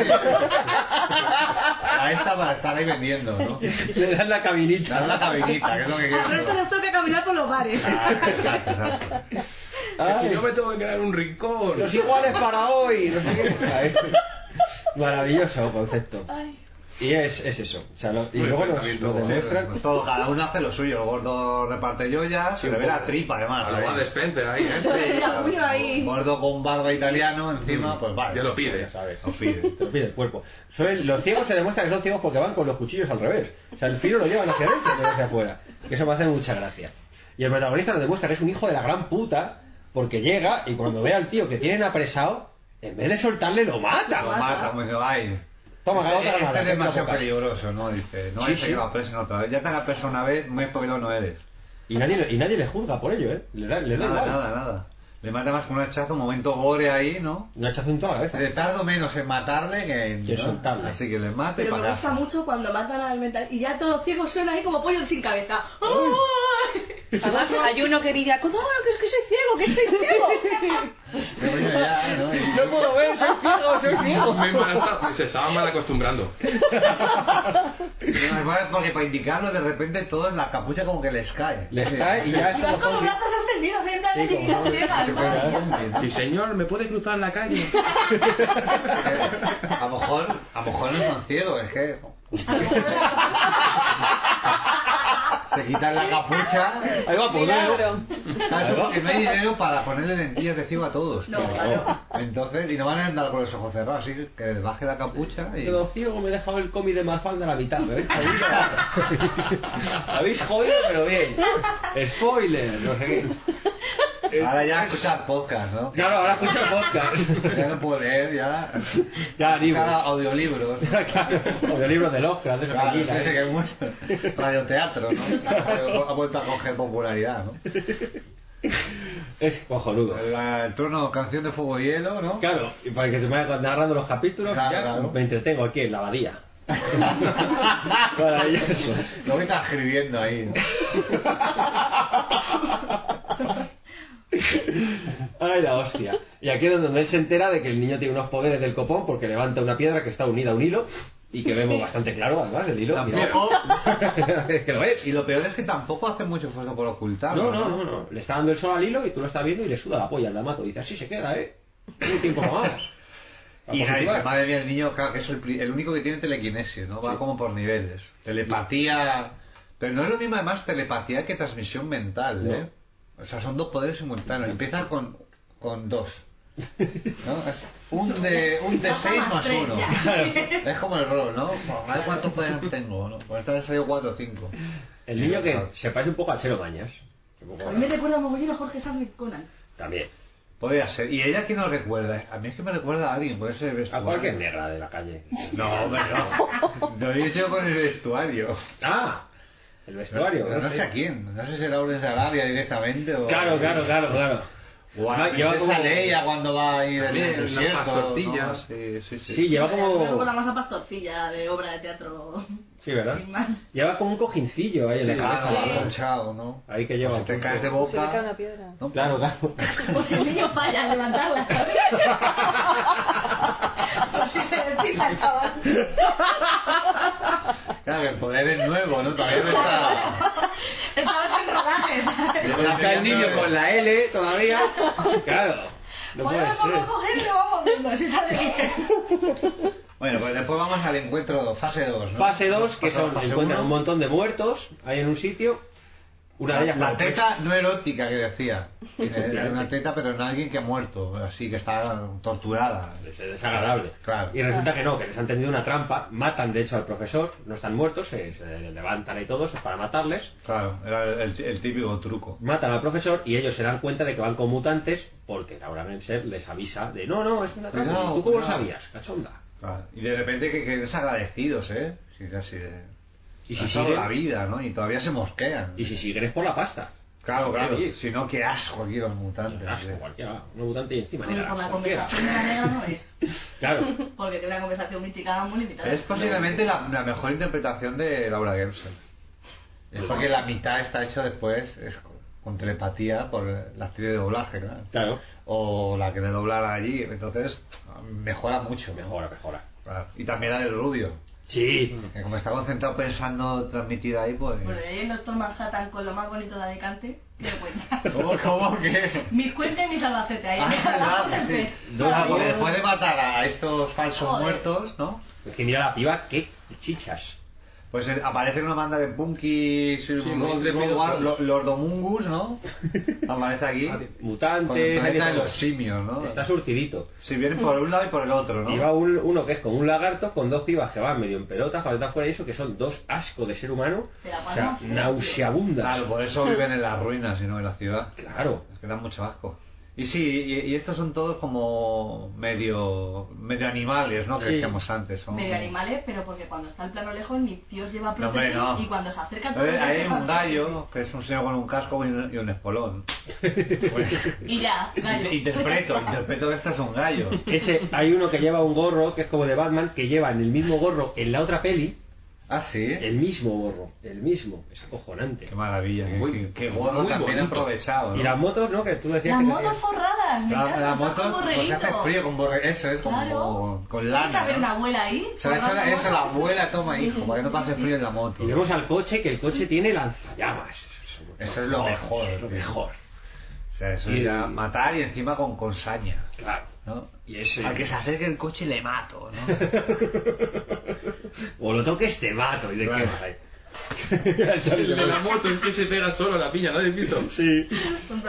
Speaker 9: a esta para estar ahí vendiendo, ¿no?
Speaker 8: Le dan la cabinita.
Speaker 9: Dar la cabinita, que es lo que
Speaker 11: Al resto
Speaker 9: quieren.
Speaker 11: les toca caminar por los bares.
Speaker 8: Este
Speaker 9: Exacto,
Speaker 8: Pues
Speaker 9: exacto.
Speaker 13: que si
Speaker 8: Ay,
Speaker 13: no me tengo que quedar en un rincón.
Speaker 8: Ah, Los iguales para hoy. No sé qué. Maravilloso concepto.
Speaker 11: Ay.
Speaker 8: Y es, es eso. O sea, lo- y
Speaker 13: Muy
Speaker 8: luego nos,
Speaker 13: enfrentamiento,
Speaker 8: nos
Speaker 13: joder,
Speaker 8: demuestran.
Speaker 9: Pues todo, cada uno hace lo suyo, el gordo reparte yoyas, se le ve la
Speaker 8: pues,
Speaker 9: tripa además.
Speaker 13: Algo
Speaker 9: ahí.
Speaker 13: más despense ahí, ¿eh?
Speaker 11: Sí, a puño ahí.
Speaker 9: Gordo con barba italiano
Speaker 8: Mm.
Speaker 9: encima, pues vale.
Speaker 13: Ya lo pide.
Speaker 8: Ya sabes.
Speaker 9: Lo pide.
Speaker 8: Te lo pide el cuerpo. Suelen- los ciegos se demuestra que son ciegos porque van con los cuchillos al revés. O sea, el filo lo llevan hacia adentro, no hacia afuera. Que eso me hace mucha gracia. Y el protagonista nos demuestra que es un hijo de la gran puta porque llega y cuando ve al tío que tienen apresado, en vez de soltarle, lo mata.
Speaker 9: Lo mata, como dice, ay.
Speaker 8: Toma,
Speaker 9: este,
Speaker 8: cada otra
Speaker 9: este
Speaker 8: granada,
Speaker 9: es demasiado
Speaker 8: venga,
Speaker 9: peligroso, ¿no? Dice, no
Speaker 8: Sí,
Speaker 9: hay que
Speaker 8: sí.
Speaker 9: lo apresen otra vez. Ya te la presa una vez, muy espabilado no eres.
Speaker 8: Y nadie, y nadie le juzga por ello, ¿eh? Le da, le da
Speaker 9: Nada,
Speaker 8: igual.
Speaker 9: nada, nada. Le mata más con un hachazo, un momento gore ahí, ¿no?
Speaker 8: Un hachazo en toda la cabeza.
Speaker 9: Le tardo menos en matarle que en
Speaker 8: Que
Speaker 9: ¿no?
Speaker 8: soltarle.
Speaker 9: Así que le mate
Speaker 11: Pero me
Speaker 9: para
Speaker 11: gusta mucho cuando matan al mental. Y ya todos los ciegos suenan ahí como pollos sin cabeza. ¡Ay!
Speaker 12: Además, hay uno que diría, no, que es que soy ciego, que estoy ciego.
Speaker 8: No puedo
Speaker 12: Ah,
Speaker 8: ver, soy ciego, soy ciego.
Speaker 13: Me he embarazado. Se estaba mal acostumbrando.
Speaker 9: Pero además, Porque para indicarlo, de repente todos la capucha como que les cae.
Speaker 8: Les cae y ya es
Speaker 11: Y van
Speaker 8: como
Speaker 11: con
Speaker 8: zombie.
Speaker 11: brazos extendidos, en plan de
Speaker 8: Sí, como
Speaker 11: divina ciega,
Speaker 8: zombie.
Speaker 11: maravillosa.
Speaker 8: Y señor, ¿me puede cruzar la calle?
Speaker 9: A lo mejor, a lo mejor no son ciegos, es que. Se quitan la capucha.
Speaker 8: Ahí va, pues, por
Speaker 9: Milagro. Claro, eso porque no hay dinero para ponerle lentillas de ciego a todos. tío. Entonces, y no van a andar con los ojos cerrados, así que les baje la capucha y.
Speaker 8: Pero ciego me he dejado el cómic de Mafalda a la mitad. ¿me habéis jodido? habéis jodido, pero bien. Spoiler, no sé qué.
Speaker 9: Ahora ya escuchar podcast, ¿no?
Speaker 8: Claro, ahora escucho podcast.
Speaker 9: Ya no puedo leer, ya.
Speaker 8: Ya, libros.
Speaker 9: Escuchar audiolibros.
Speaker 8: claro, audiolibros de Oscar, de esa
Speaker 9: Claro,
Speaker 8: peñita,
Speaker 9: sí, sí,
Speaker 8: ¿eh?
Speaker 9: que hay mucho. Radioteatro, ¿no? Ha vuelto a coger popularidad, ¿no?
Speaker 8: Es cojonudo.
Speaker 9: La, el trono, canción de fuego y hielo, ¿no?
Speaker 8: Claro, y para que se me vayan narrando los capítulos,
Speaker 9: Claro,
Speaker 8: ya
Speaker 9: claro.
Speaker 8: me entretengo aquí en la abadía. Maravilloso.
Speaker 9: Lo que está escribiendo ahí. ¿no?
Speaker 8: Ay, la hostia. Y aquí es donde él se entera de que el niño tiene unos poderes del copón porque levanta una piedra que está unida a un hilo y que vemos bastante claro, además, el hilo. Mira.
Speaker 9: Tampoco-
Speaker 8: es que lo es.
Speaker 9: Y lo peor es que tampoco hace mucho esfuerzo por ocultarlo.
Speaker 8: No, no, no, no. Le está dando el sol al hilo y tú lo estás viendo y le suda la polla al damato. Dice, así se queda, ¿eh? Un tiempo más. ¿eh?
Speaker 9: Y
Speaker 8: Vamos a
Speaker 9: ahí,
Speaker 8: jugar.
Speaker 9: madre mía, el niño, claro, que es el, pri- el único que tiene telequinesis, ¿no? Va como por niveles. Telepatía. Pero no es lo mismo, además, telepatía que transmisión mental, ¿eh? O sea, son dos poderes simultáneos. Empieza con, con dos. ¿No? Es un de, un de
Speaker 11: Dos
Speaker 9: seis
Speaker 11: más
Speaker 9: más
Speaker 11: tres,
Speaker 9: uno.
Speaker 11: ya.
Speaker 9: Claro. Es como el rol, ¿no? A ver cuántos poderes tengo, ¿no? Pues esta vez salido cuatro o cinco.
Speaker 8: El niño que se parece un poco a Chelo Bañas. Un poco
Speaker 11: A
Speaker 8: a-
Speaker 11: mí me recuerda mogollón a Jorge Sanz y Conan.
Speaker 8: También.
Speaker 9: Podría ser. ¿Y ella quién nos recuerda? A mí es que me recuerda a alguien, puede ser el
Speaker 8: A
Speaker 9: vestuario.
Speaker 8: cualquier negra de la calle.
Speaker 9: No, hombre, no. Lo he dicho con el vestuario.
Speaker 8: Ah, el vestuario.
Speaker 9: Pero no sé a quién. No sé si era Lawrence de Arabia directamente o...
Speaker 8: Claro, claro, claro, claro.
Speaker 9: O a
Speaker 8: Lleva-
Speaker 9: la
Speaker 8: lleva
Speaker 9: princesa
Speaker 8: como-
Speaker 9: Leia cuando va ahí del
Speaker 13: También, las
Speaker 9: desierto.
Speaker 13: pastorcillas.
Speaker 9: ¿no? Sí, sí, sí.
Speaker 8: Sí, lleva
Speaker 11: Me recuerda
Speaker 8: como.
Speaker 11: más a Pastorcilla de obra de teatro.
Speaker 8: Sí, ¿verdad?
Speaker 11: Sin más.
Speaker 8: Lleva como un cojincillo ahí en la
Speaker 9: Claro,
Speaker 8: cabeza.
Speaker 9: va
Speaker 8: ¿no?
Speaker 9: colchado, ¿no?
Speaker 8: Ahí que lleva.
Speaker 9: Pues Si te
Speaker 8: un
Speaker 9: caes de
Speaker 8: poco.
Speaker 12: Se le cae
Speaker 9: boca...
Speaker 12: una piedra.
Speaker 9: ¿no?
Speaker 8: Claro, claro.
Speaker 11: O si el niño falla a levantarla, ¿sabes? O si se despista el chaval.
Speaker 9: Claro, que el poder es nuevo, ¿no? Todavía no está...
Speaker 11: Estabas en rodaje, ¿sabes?
Speaker 8: Está el niño con la L todavía. Claro. No puede
Speaker 11: Bueno,
Speaker 8: ser.
Speaker 11: vamos a coger y lo vamos viendo, así sale bien.
Speaker 9: Bueno, pues después vamos al encuentro, fase 2, ¿no?
Speaker 8: Fase 2, que
Speaker 9: Pasamos
Speaker 8: son
Speaker 9: fase
Speaker 8: encuentran
Speaker 9: uno.
Speaker 8: un montón de muertos ahí en un sitio. Una de
Speaker 9: La,
Speaker 8: ellas
Speaker 9: la
Speaker 8: como
Speaker 9: teta no erótica que decía. Era una teta, pero en alguien que ha muerto, así que está torturada.
Speaker 8: Es desagradable.
Speaker 9: Claro.
Speaker 8: Y resulta que no, que les han tendido una trampa, matan de hecho al profesor, no están muertos, se, se levantan y todos para matarles,
Speaker 9: Claro, era el, el típico truco.
Speaker 8: matan al profesor y ellos se dan cuenta de que van con mutantes porque Laura Menser les avisa de no, no, es una trampa.
Speaker 9: Cuidado,
Speaker 8: ¿Y ¿Tú cómo lo
Speaker 9: cuidado.
Speaker 8: sabías, cachonda?
Speaker 9: Claro. Y de repente que, que desagradecidos, ¿eh? Sí, casi de...
Speaker 8: Y
Speaker 9: Le
Speaker 8: si,
Speaker 9: han dado la
Speaker 8: siguen,
Speaker 9: vida, ¿no? Y todavía se mosquean.
Speaker 8: y si siguen es por la pasta.
Speaker 9: Claro,
Speaker 8: Qué
Speaker 9: claro.
Speaker 8: bien.
Speaker 9: Si no, qué asco aquí los
Speaker 8: Qué
Speaker 9: mutantes.
Speaker 8: asco,
Speaker 9: ¿eh?
Speaker 8: cualquiera, un mutante y encima
Speaker 11: Hombre,
Speaker 8: negra.
Speaker 11: Por la
Speaker 8: cualquiera.
Speaker 11: conversación de la negra no es.
Speaker 8: Claro.
Speaker 11: Porque tiene una conversación muy chica, muy limitada.
Speaker 9: Es posiblemente la, la mejor interpretación de Laura Gerson. Es porque la mitad está hecho después es con, con telepatía por la actriz de doblaje, claro.
Speaker 8: Claro.
Speaker 9: O la que le doblara allí. Entonces, mejora mucho. ¿no?
Speaker 8: Mejora, mejora.
Speaker 9: Claro. Y también la del rubio.
Speaker 8: Sí.
Speaker 9: Que como está concentrado pensando transmitir ahí, pues...
Speaker 11: Bueno, y ahí en Doctor Manhattan con lo más bonito de Alicante, ¿qué le cuentas?
Speaker 9: ¿Cómo, cómo que...?
Speaker 11: Mis cuentas y mis albacete ahí.
Speaker 9: Ah, es verdad,
Speaker 11: Se
Speaker 9: sí,
Speaker 11: ve.
Speaker 9: sí. Ah, porque después de matar a estos falsos
Speaker 11: Joder.
Speaker 9: muertos, ¿no?
Speaker 8: Mm. Es que mira la piba, qué chichas.
Speaker 9: Pues eh, aparece una banda de punkis,
Speaker 13: muy
Speaker 9: Gold-
Speaker 13: intrépidos
Speaker 9: Goldwar,
Speaker 13: todos.
Speaker 8: pues.
Speaker 9: lo- los Domungus, ¿no? Aparece aquí. Con el
Speaker 8: Ah, Mutantes. ahí
Speaker 9: planeta de
Speaker 8: todo.
Speaker 9: los simios, ¿no?
Speaker 8: Está surtidito.
Speaker 9: Si vienen por un lado y por el otro, ¿no?
Speaker 8: Y va un- uno que es como un lagarto con dos pibas que van medio en pelotas, paletas fuera y eso, que son dos asco de ser humano.
Speaker 11: Te la
Speaker 8: O sea,
Speaker 11: palmas.
Speaker 8: nauseabundas.
Speaker 9: Claro, por eso viven en las ruinas y no en la ciudad.
Speaker 8: Claro.
Speaker 9: Es que dan mucho asco. Y sí, y, y estos son todos como medio medio animales, ¿no? Que
Speaker 8: Sí.
Speaker 9: decíamos antes. son-
Speaker 11: Medio animales, pero porque cuando está el plano lejos ni Dios lleva
Speaker 9: No, hombre,
Speaker 11: prótesis
Speaker 9: no.
Speaker 11: y cuando se acerca
Speaker 9: A ver, Ahí hay
Speaker 11: lleva
Speaker 9: un gallo, que es un señor con un casco y un, y un espolón. Pues,
Speaker 11: prótesis. Y ya, gallo. Pues
Speaker 9: interpreto, interpreto que este es un gallo.
Speaker 8: Ese, hay uno que lleva un gorro que es como de Batman, que lleva en el mismo gorro en la otra peli,
Speaker 9: Ah, sí.
Speaker 8: El mismo gorro, el mismo. Es acojonante. Qué
Speaker 9: maravilla. Qué, qué gorro
Speaker 8: muy
Speaker 9: tan bien
Speaker 8: bonito.
Speaker 9: aprovechado. ¿no?
Speaker 8: Y las motos, ¿no? Que tú decías
Speaker 11: Las
Speaker 8: que
Speaker 11: motos
Speaker 8: tenían-
Speaker 11: forradas, me
Speaker 9: La,
Speaker 11: encanta.
Speaker 9: la
Speaker 11: motos
Speaker 9: moto
Speaker 11: con
Speaker 9: pues hace
Speaker 11: borreguito.
Speaker 9: frío con borre, eso es como con
Speaker 11: Tiene que
Speaker 9: lana.
Speaker 11: haber
Speaker 9: ¿no?
Speaker 11: una abuela ahí.
Speaker 9: Se la echa
Speaker 11: forrando
Speaker 9: la- eso la
Speaker 11: motos.
Speaker 9: abuela, toma hijo, para que no pase frío en la moto.
Speaker 8: Y vemos al coche que el coche tiene lanzallamas.
Speaker 9: Eso es lo mejor.
Speaker 8: es lo mejor.
Speaker 9: O sea, eso
Speaker 8: Y-
Speaker 9: es ya matar y encima con, con saña.
Speaker 8: Claro.
Speaker 9: ¿no?
Speaker 8: Y ese-
Speaker 9: Al que se acerque el coche le mato, ¿no?
Speaker 8: O lo toques, te mato. ¿Y de qué va?
Speaker 13: El de la moto es que se pega solo a la piña, ¿no habéis visto?
Speaker 8: Sí.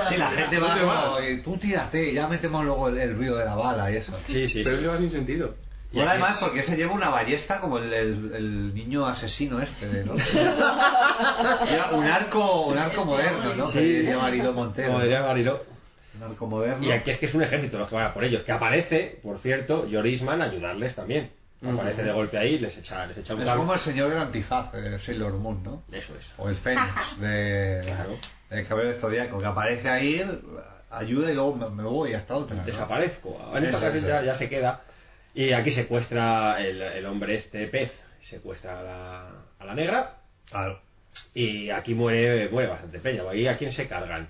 Speaker 9: Sí, la gente va
Speaker 13: ¿Dónde vas?
Speaker 9: como, "Eh, tú tírate, ya metemos luego el, el ruido de la bala y eso.
Speaker 8: Sí, sí.
Speaker 13: Pero eso va sin sentido.
Speaker 9: Y Mola además porque se lleva una ballesta como el, el- el niño asesino este, ¿no? Lleva un arco, un arco moderno, ¿no?
Speaker 8: Sí.
Speaker 9: Que diría Mariló Montero.
Speaker 8: Como diría Mariló.
Speaker 9: Un arco moderno.
Speaker 8: Y aquí es que es un ejército los que van a por ellos. Que aparece, por cierto, Jorisman a ayudarles también. Aparece de golpe ahí, les echa, les echa un
Speaker 9: Es
Speaker 8: cable.
Speaker 9: como el señor del antifaz, el Sailor Moon, ¿no?
Speaker 8: Eso es.
Speaker 9: O el Fénix de,
Speaker 8: Claro.
Speaker 9: de Caballero del Zodíaco, que aparece ahí, ayuda y luego me, me voy hasta otra. ¿no?
Speaker 8: Desaparezco. En esta
Speaker 9: Eso,
Speaker 8: ocasión
Speaker 9: eso.
Speaker 8: ya, ya se queda. Y aquí secuestra el, el hombre este pez. Secuestra a la, a la negra.
Speaker 9: Claro.
Speaker 8: Y aquí muere, muere bastante peña. porque Aquí a quién se cargan.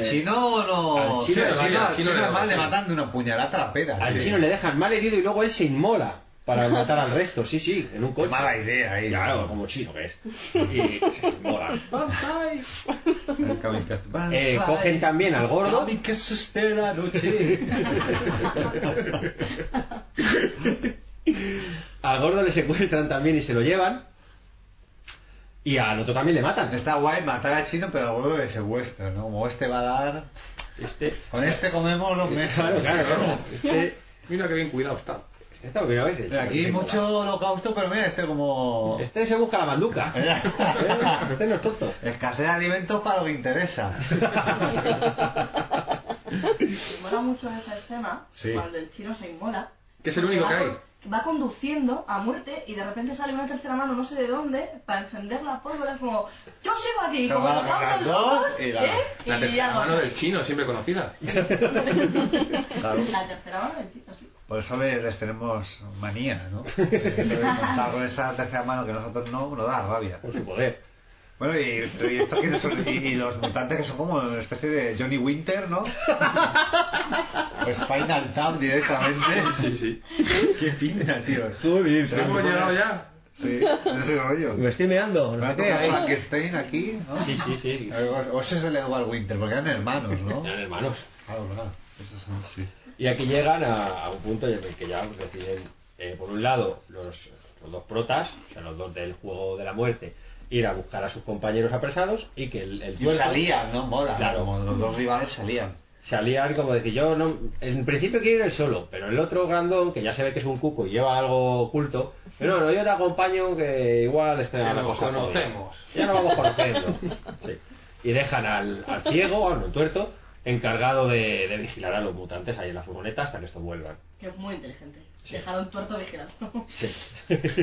Speaker 8: Eh,
Speaker 9: chino no.
Speaker 8: al chino
Speaker 9: el
Speaker 8: le-
Speaker 9: chino,
Speaker 8: al
Speaker 9: al
Speaker 8: chino
Speaker 9: chino
Speaker 8: le-
Speaker 9: además le matan de una puñalada a la pera.
Speaker 8: Al
Speaker 9: sí.
Speaker 8: chino le dejan mal herido y luego él se inmola para matar al resto. Sí, sí, en un
Speaker 9: Qué
Speaker 8: coche.
Speaker 9: mala idea ahí.
Speaker 8: Claro, como chino que es. Y se inmola.
Speaker 9: El kamikaze.
Speaker 8: Eh, cogen también al gordo.
Speaker 9: Kamikaze esté la noche.
Speaker 8: Al gordo le secuestran también y se lo llevan. Y al otro también le matan.
Speaker 9: Está guay matar al chino, pero al gordo le secuestra, ¿no? Como este va a dar.
Speaker 8: Este,
Speaker 9: Con este comemos los meses.
Speaker 8: claro, claro, claro. Este,
Speaker 13: Mira que bien cuidado está.
Speaker 8: este está bien, ¿ves? El
Speaker 9: Mira,
Speaker 8: chino
Speaker 9: Aquí
Speaker 8: que
Speaker 9: hay
Speaker 8: mola.
Speaker 9: mucho holocausto, pero mira, este como.
Speaker 8: Este se busca la manduca. este no es tonto.
Speaker 9: Escasez de alimentos para lo que interesa.
Speaker 11: Me mola mucho esa escena
Speaker 9: Sí.
Speaker 11: cuando el chino se inmola.
Speaker 13: Que es el único
Speaker 11: va
Speaker 13: que hay.
Speaker 11: con- Va conduciendo a muerte y de repente sale una tercera mano, no sé de dónde, para encender la pólvora. Es como, yo sigo aquí,
Speaker 9: Pero
Speaker 11: como
Speaker 9: va
Speaker 11: los
Speaker 9: con las
Speaker 11: autos
Speaker 9: dos
Speaker 11: locos,
Speaker 9: y la-
Speaker 11: ¿eh?
Speaker 13: La
Speaker 11: Y
Speaker 13: tercera
Speaker 11: ya
Speaker 13: mano
Speaker 11: lo-
Speaker 13: del chino, siempre conocida.
Speaker 9: Claro.
Speaker 11: La tercera mano del chino, sí.
Speaker 9: Por eso les, les tenemos manía, ¿no? Eso de contar con esa tercera mano que nosotros no, nos da rabia.
Speaker 8: Por su poder.
Speaker 9: Bueno, y, y estos que son- y- y los mutantes que son como una especie de Johnny Winter, ¿no? Pues Final Tap directamente. Sí, sí. Qué pinta, tío. Joder, se
Speaker 13: ¿Hemos llegado ya?
Speaker 9: Sí, ese rollo.
Speaker 8: Me estoy meando.
Speaker 9: Me
Speaker 8: No
Speaker 9: ha
Speaker 8: sé qué,
Speaker 9: tocado
Speaker 8: ahí.
Speaker 9: Frankenstein aquí, ¿no?
Speaker 8: Sí, sí, sí.
Speaker 9: O ese es el Edward Winter, porque eran hermanos, ¿no?
Speaker 8: Eran hermanos.
Speaker 9: Claro, claro. Esos son, sí.
Speaker 8: Y aquí llegan a, a un punto en el que ya deciden, eh, por un lado, los, los dos protas, o sea, los dos del juego de la muerte, ir a buscar a sus compañeros apresados y que el, el
Speaker 9: Y
Speaker 8: tuerto-
Speaker 9: salían, ¿no? Mola.
Speaker 8: Claro.
Speaker 9: Como los dos rivales salían.
Speaker 8: salían como pues, decir yo no en principio quiero ir el solo pero el otro grandón que ya se ve que es un cuco y lleva algo oculto pero no, no yo te acompaño que igual este
Speaker 13: Ya
Speaker 8: la
Speaker 13: nos
Speaker 8: cosa jodida".
Speaker 13: conocemos.
Speaker 8: ya nos vamos conociendo Sí. y dejan al, al ciego a un tuerto encargado de, de vigilar a los mutantes ahí en la furgoneta hasta que estos vuelvan
Speaker 11: Que es muy inteligente. Dejaron tuerto vigilando.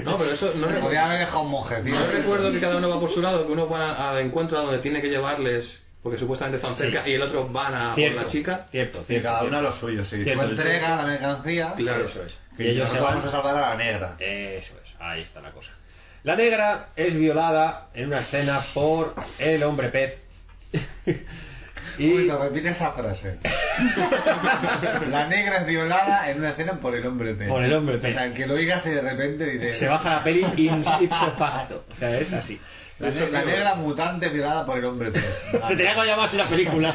Speaker 13: No, pero eso no
Speaker 9: Me
Speaker 13: recuerdo.
Speaker 9: podía haber dejado un monjecito.
Speaker 13: Yo recuerdo que cada uno va por su lado, que uno va al encuentro a donde tiene que llevarles, porque supuestamente están cerca,
Speaker 8: Sí.
Speaker 13: y el otro van
Speaker 9: Ah,
Speaker 13: a por
Speaker 8: cierto
Speaker 13: la chica.
Speaker 8: cierto
Speaker 9: Y
Speaker 8: cierto
Speaker 9: cada uno a
Speaker 8: cierto.
Speaker 9: lo suyo, sí.
Speaker 8: Cierto,
Speaker 9: Tú
Speaker 8: el
Speaker 9: entrega la mercancía.
Speaker 13: Claro.
Speaker 8: eso es
Speaker 9: Y
Speaker 8: y ellos se
Speaker 9: nosotros
Speaker 8: van
Speaker 9: vamos a salvar a la negra.
Speaker 8: Eso es, ahí está la cosa. La negra es violada en una escena por el hombre pez. y
Speaker 9: Uy, te repite esa frase. la negra es violada en una escena por el hombre pez.
Speaker 8: Por el hombre pez.
Speaker 9: O sea, el que lo oigas y de repente dice...
Speaker 8: se baja la peli in ipso facto. O sea, es así.
Speaker 9: La, ne- la negra mutante es violada por el hombre pez.
Speaker 8: Se tenía que llamarse la película.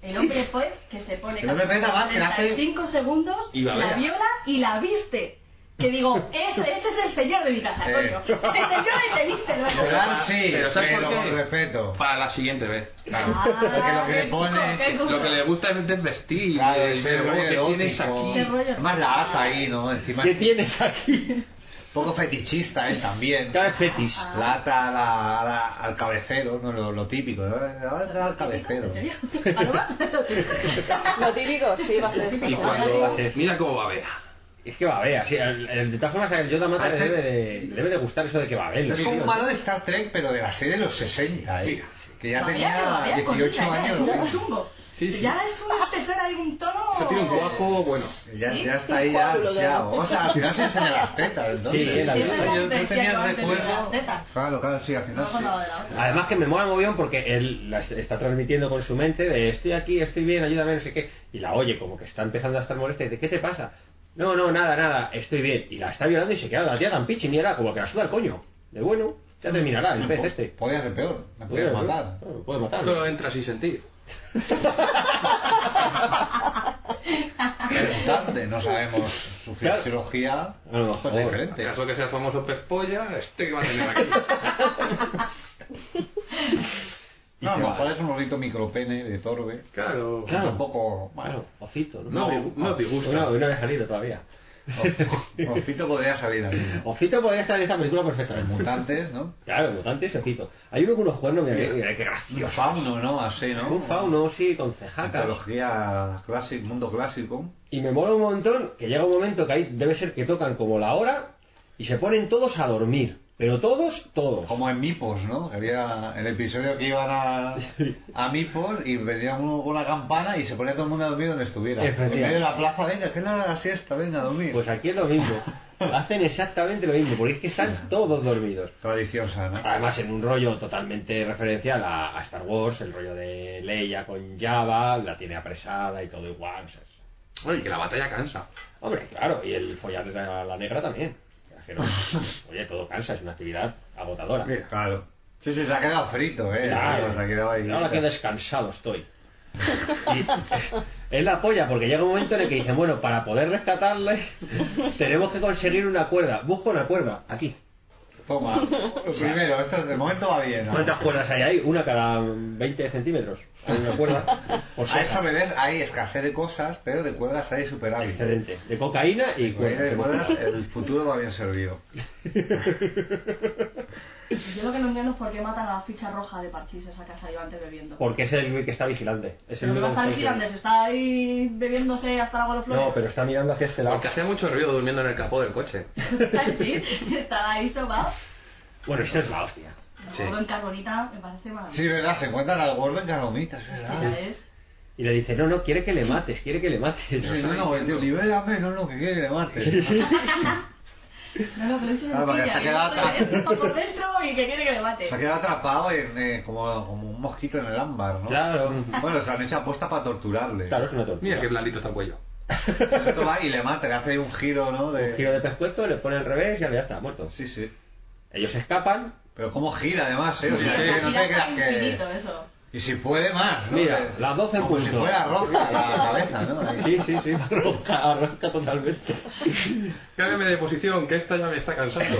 Speaker 11: El hombre fue que se pone
Speaker 9: El hombre pez, además, que hace-
Speaker 11: 35 segundos,
Speaker 13: Y
Speaker 11: la
Speaker 13: babea.
Speaker 11: viola y la viste. Que digo, ese, ese es el señor de mi casa,
Speaker 9: Eh.
Speaker 11: coño. Este Te viola y te viste luego.
Speaker 9: Violar sí,
Speaker 13: Pero
Speaker 9: pero,
Speaker 13: ¿sabes por qué?
Speaker 9: con respeto.
Speaker 13: Para la siguiente vez.
Speaker 9: Claro.
Speaker 11: Ah,
Speaker 9: Porque lo que le
Speaker 11: qué cuco,
Speaker 9: pone...
Speaker 11: qué cuco.
Speaker 13: Lo que le gusta es desvestir,
Speaker 9: Claro,
Speaker 13: el
Speaker 9: ese
Speaker 13: verbo
Speaker 9: rollo
Speaker 13: que tienes
Speaker 9: erótico.
Speaker 13: aquí.
Speaker 11: Qué rollo.
Speaker 9: Además la ata ahí, ¿no? Encima
Speaker 8: ¿Qué
Speaker 9: es un
Speaker 8: tienes aquí?
Speaker 9: poco fetichista él también.
Speaker 8: Claro, es fetis.
Speaker 9: La ata a la- a la- al cabecero, ¿no? Lo, lo típico. ¿no? La ata al cabecero.
Speaker 11: ¿En serio? ¿Paloma?
Speaker 12: Lo típico, sí, va a ser.
Speaker 13: Y
Speaker 8: va a
Speaker 13: cuando...
Speaker 8: ser.
Speaker 13: Mira cómo babea.
Speaker 8: Es que babea. Sí, el, el- de todas formas, el Yoda Mata le
Speaker 9: Hace-
Speaker 8: debe, de, le debe de gustar eso de que babea.
Speaker 9: Es como un malo de Star Trek, pero de la serie de los 60, ¿eh? Que ya
Speaker 11: Babea,
Speaker 9: tenía
Speaker 11: babea con
Speaker 9: 18
Speaker 11: ella,
Speaker 9: años.
Speaker 11: Es muy chungo.
Speaker 13: Sí, sí.
Speaker 11: Ya es una persona de un tono.
Speaker 13: Eso tiene un cuajo bueno.
Speaker 9: Ya, ya está ahí ya viciado. O sea, al final se enseña las tetas. Entonces.
Speaker 8: Sí, sí, la
Speaker 9: yo
Speaker 8: verdad.
Speaker 9: no tenía el recuerdo.
Speaker 11: recuerdo.
Speaker 9: Claro, claro, sí, al final sí.
Speaker 8: Además que me mola muy bien porque él la está transmitiendo con su mente de estoy aquí, estoy bien, ayúdame, no sé qué. Y la oye como que está empezando a estar molesta y dice, ¿qué te pasa? No, no, nada, nada, estoy bien. Y la está violando y se queda la tía tan pichi y era como que la suda el coño. De bueno, ya terminará el pez este.
Speaker 9: Podía ser peor. Me
Speaker 8: Puede
Speaker 9: podía matar.
Speaker 8: Puede matar.
Speaker 13: Tú lo entras y sentir.
Speaker 9: Preguntarte, no sabemos su fi-
Speaker 8: Claro.
Speaker 9: cirugía.
Speaker 8: A lo
Speaker 9: Pues
Speaker 8: mejor.
Speaker 9: diferente.
Speaker 13: Caso que sea el famoso pez polla, este que va a tener aquí.
Speaker 9: No, a
Speaker 8: se
Speaker 9: lo
Speaker 8: va.
Speaker 9: mejor es un bonito micropene de torbe.
Speaker 13: Claro.
Speaker 8: Claro.
Speaker 9: Tampoco.
Speaker 8: Claro, ocito, ¿no?
Speaker 13: No, no, me gusta.
Speaker 8: No, no había salido todavía.
Speaker 9: Rocito podría salir aquí.
Speaker 8: Ocito podría estar en esta película perfectamente.
Speaker 9: Mutantes, ¿no?
Speaker 8: Claro, mutantes y Ocito. Hay uno con unos cuernos, mira, mira, mira, qué
Speaker 9: Un
Speaker 8: gracioso.
Speaker 9: fauno, ¿no? Así, ¿no?
Speaker 8: Un fauno, sí, con cejacas.
Speaker 9: Mitología clásica, mundo clásico.
Speaker 8: Y me mola un montón que llega un momento que ahí debe ser que tocan como la hora y se ponen todos a dormir. Pero todos, todos.
Speaker 9: Como en Mipos, ¿no? Que Había el episodio que iban a, a Mipos y venía uno con una campana y se ponía todo el mundo a dormir donde estuviera. En
Speaker 8: Efectivamente.
Speaker 9: medio de la plaza, venga, que es la hora de la siesta, venga a dormir.
Speaker 8: Pues aquí es lo mismo. Hacen exactamente lo mismo, porque es que están todos dormidos.
Speaker 9: Tradiciosa, ¿no?
Speaker 8: Además, en un rollo totalmente referencial a, a Star Wars, el rollo de Leia con Java, la tiene apresada y todo igual. o sea, es-
Speaker 13: Oye, que la batalla cansa.
Speaker 8: Hombre, claro, y el follar de la, la negra también. Es que no- oye, todo cansa, es una actividad agotadora.
Speaker 9: Mira, Claro. Sí, sí, se ha quedado frito, ¿eh?
Speaker 8: Claro.
Speaker 9: Se ha quedado ahí.
Speaker 8: Ahora que descansado estoy. Y es la polla, porque llega un momento en el que dicen, bueno, para poder rescatarle, tenemos que conseguir una cuerda. Busco una cuerda, aquí.
Speaker 9: Toma. Lo primero, esto de momento va bien. ¿no?
Speaker 8: ¿Cuántas cuerdas hay ahí? Una cada 20 centímetros. Hay una cuerda. Por
Speaker 9: A
Speaker 8: soja.
Speaker 9: eso me des, hay escasez de cosas, pero de cuerdas hay superávit.
Speaker 8: Excelente. De cocaína y
Speaker 9: Pues, de
Speaker 8: cuerdas.
Speaker 9: cuerdas, el futuro va bien servido.
Speaker 11: Yo lo que no entiendo es por qué matan a la ficha roja de Parchís esa que ha salido antes bebiendo.
Speaker 8: Porque es el que está vigilante. Es el
Speaker 11: Pero no
Speaker 8: único
Speaker 11: está
Speaker 8: que está
Speaker 11: vigilante, se está ahí bebiéndose hasta el agua de los
Speaker 8: No,
Speaker 11: flores.
Speaker 8: pero está mirando hacia este lado.
Speaker 13: Porque hacía mucho ruido durmiendo en el capó del coche.
Speaker 11: Es decir, se está ahí sobao.
Speaker 8: Bueno, esto es la hostia.
Speaker 13: Sí.
Speaker 11: Todo en carbonita me parece maravilloso.
Speaker 9: Sí, verdad, se encuentran al gordo en calomitas,
Speaker 11: Ya
Speaker 9: ¿verdad?
Speaker 11: es.
Speaker 8: Y le dice, no, no, quiere que le mates, quiere que le mates.
Speaker 9: Sí, no, no, el tío, libérame, no, no, que quiere que mate.
Speaker 11: No, no, que lo dice de
Speaker 9: Ah, porque
Speaker 11: boquilla,
Speaker 9: se ha
Speaker 11: que
Speaker 9: quedado
Speaker 11: esto-
Speaker 9: atrás.
Speaker 11: esto está por dentro y que quiere que le mate.
Speaker 9: Se ha quedado atrapado en, eh, como, como un mosquito en el ámbar, ¿no?
Speaker 8: Claro,
Speaker 9: Bueno, se han hecho apuesta para torturarle.
Speaker 8: claro, es una tortura.
Speaker 13: Mira qué blandito está el cuello.
Speaker 9: Esto va y le mata, le hace ahí un giro, ¿no? De...
Speaker 8: Un giro de pescuezo, le pone al revés y ya está, muerto.
Speaker 9: Sí, sí.
Speaker 8: Ellos escapan.
Speaker 9: Pero cómo gira además, ¿eh? O sea,
Speaker 11: O
Speaker 9: que
Speaker 11: sea,
Speaker 9: no
Speaker 11: gira
Speaker 9: te creas
Speaker 11: hasta
Speaker 9: que...
Speaker 11: infinito ¿eh? eso.
Speaker 9: Y si puede más, ¿no?
Speaker 8: Mira,
Speaker 9: Que-
Speaker 8: las 12 en
Speaker 9: Como si
Speaker 8: punto.
Speaker 9: fuera roja la cabeza, ¿no? Ahí.
Speaker 8: Sí, sí, sí, arranca, arranca totalmente.
Speaker 13: Cámbiame de posición, que esta ya me está cansando.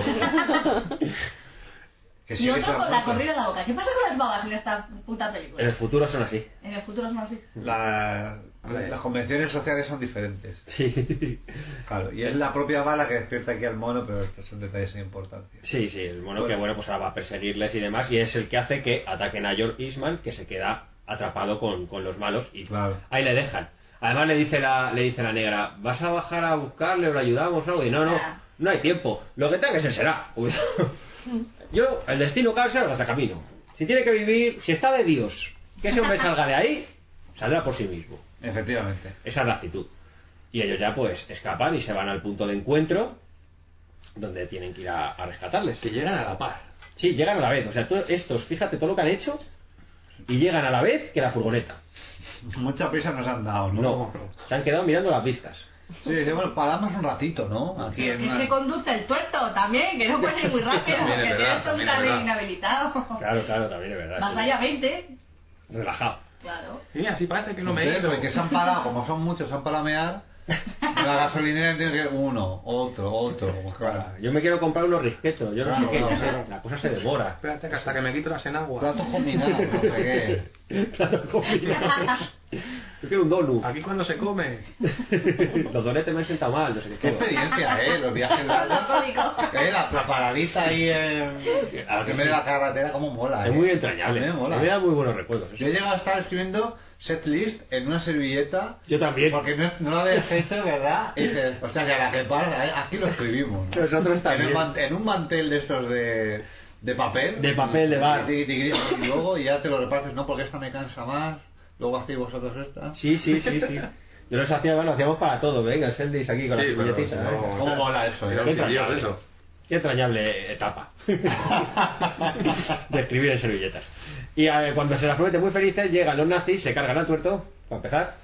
Speaker 9: Que
Speaker 11: Y
Speaker 9: sí que se
Speaker 11: otro con la
Speaker 9: apunta.
Speaker 11: corrida en la boca. ¿Qué pasa con las babas en esta puta película?
Speaker 8: En el futuro son así.
Speaker 11: En el futuro es más así.
Speaker 9: La- Las convenciones sociales son diferentes.
Speaker 8: Sí,
Speaker 9: Claro, y es la propia bala que despierta aquí al mono, pero estos son detalles sin importancia.
Speaker 8: sí, sí, el mono que bueno, pues ahora va a perseguirles y demás, y es el que hace que ataquen a George Eastman, que se queda atrapado con, con los malos, y
Speaker 9: Claro.
Speaker 8: ahí le dejan. Además le dice la, le dice la negra, ¿vas a bajar a buscarle o le ayudamos o algo? Y no, no, no hay tiempo, lo que tenga que ser será. Pues, Yo, el destino cárcel hasta camino. Si tiene que vivir, si está de Dios, que ese hombre salga de ahí, saldrá por sí mismo.
Speaker 9: Efectivamente.
Speaker 8: Esa es la actitud. Y ellos ya pues escapan y se van al punto de encuentro donde tienen que ir a, a rescatarles.
Speaker 13: Que llegan a la par.
Speaker 8: Sí, llegan a la vez. O sea, tú- estos, fíjate todo lo que han hecho y llegan a la vez que la furgoneta.
Speaker 9: Mucha prisa nos han dado, ¿no?
Speaker 8: No, se han quedado mirando las vistas.
Speaker 9: Sí, dice, bueno, paramos un ratito, ¿no? Aquí en
Speaker 11: Que
Speaker 9: una-
Speaker 11: se conduce el tuerto también, que no puede ir muy rápido,
Speaker 13: También es
Speaker 11: que
Speaker 13: verdad,
Speaker 11: tienes todo un
Speaker 13: también es
Speaker 11: carril
Speaker 13: verdad.
Speaker 11: inhabilitado.
Speaker 8: Claro, claro, también es verdad.
Speaker 11: Vas
Speaker 8: sí.
Speaker 11: allá 20,
Speaker 8: Relajado.
Speaker 11: claro.
Speaker 13: Y así parece que no me he
Speaker 9: Entonces,
Speaker 13: ido.
Speaker 9: que se han parado, como son muchos, se han parado a mear. en La gasolinera tiene que uno, otro, otro. pues claro.
Speaker 8: Yo me quiero comprar unos risquetos. Yo no
Speaker 9: Claro,
Speaker 8: sé qué.
Speaker 9: claro,
Speaker 8: ya sé,
Speaker 9: claro.
Speaker 8: La cosa se demora.
Speaker 13: Espérate que hasta que me quito las enaguas.
Speaker 9: Plato combinado, no sé qué.
Speaker 8: Platos combinados. Yo quiero un donut.
Speaker 13: Aquí cuando se come.
Speaker 8: Los donetes me han sentado mal. No sé qué.
Speaker 9: Qué
Speaker 8: todo.
Speaker 9: experiencia, ¿eh? Los viajes largos. Eh, la, la paradita ahí en,
Speaker 8: Ah, que
Speaker 9: en medio de
Speaker 8: sí.
Speaker 9: la carretera, como mola,
Speaker 8: Es
Speaker 9: ¿eh?
Speaker 8: muy entrañable.
Speaker 9: A mí me mola.
Speaker 8: da muy buenos recuerdos. eso.
Speaker 9: Yo he llegado a estar escribiendo setlist en una servilleta
Speaker 8: Yo también.
Speaker 9: porque no, no lo habías hecho, ¿verdad? Y dices, ostras, ya la que pasa, ¿eh? aquí lo escribimos. ¿no?
Speaker 8: Nosotros
Speaker 9: En, el
Speaker 8: también.
Speaker 9: man- en un mantel de estos de, de papel.
Speaker 8: De papel de bar.
Speaker 9: Y, y- y- y luego ya te lo repartes, no, porque esta me cansa más. Luego hacéis vosotros esta.
Speaker 8: Sí, sí, sí, sí. Yo los hacía, bueno, hacíamos para todo, venga, el Seldis aquí con
Speaker 9: Sí,
Speaker 8: las
Speaker 9: pero
Speaker 8: puñetitas.
Speaker 9: no,
Speaker 8: venga.
Speaker 9: ¿cómo mola eso, eh?
Speaker 8: Qué
Speaker 9: Era un
Speaker 8: entrañable,
Speaker 9: sitio eso.
Speaker 13: ¿eh?
Speaker 8: Qué entrañable etapa. de escribir en servilletas. Y a ver, cuando se las promete muy felices, llegan los nazis, se cargan al tuerto, para empezar.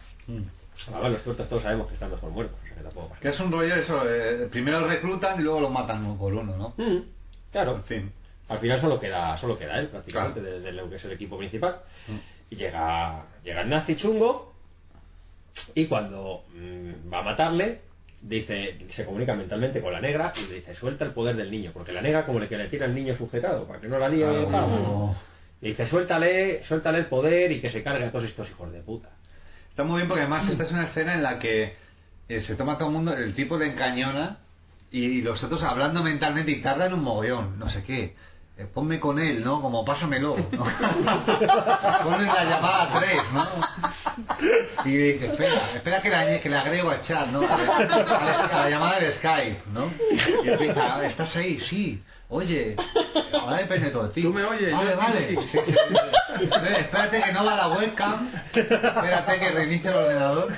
Speaker 8: A ver, los tuertos todos sabemos que están mejor muertos, o sea que tampoco pasa
Speaker 9: Mm. Que es un rollo eso, eh, primero los reclutan y luego los matan uno por uno, ¿no?
Speaker 13: Mm.
Speaker 8: Claro.
Speaker 9: En fin.
Speaker 8: Al final solo queda, solo queda él, prácticamente, de, de lo que es el equipo principal. Y llega, llega el nazi chungo. Y cuando mm, va a matarle, dice, se comunica mentalmente con la negra y le dice, suelta el poder del niño. Porque la negra como le que le tira el niño sujetado, para que no la líe.
Speaker 9: Ah,
Speaker 8: pa.
Speaker 9: bueno.
Speaker 8: Le dice, suéltale, suéltale el poder y que se cargue a todos estos hijos de puta.
Speaker 9: Está muy bien porque además esta es una escena en la que eh, se toma todo el mundo, el tipo le encañona y, los otros hablando mentalmente y tardan un mogollón, no sé qué. Eh, ponme con él, ¿no? Como pásamelo. ¿no? Pones la llamada a tres, ¿no? Y dice, espera, espera que la, que la agrego al chat, ¿no? A la, a la- a la llamada del Skype, ¿no? Y empieza, ¿estás ahí? Sí. Oye, ahora depende todo de ti. Tú me oyes. Vale, vale. Sí, sí, sí. Eh, Espérate que no va la webcam. Espérate que reinicie el ordenador.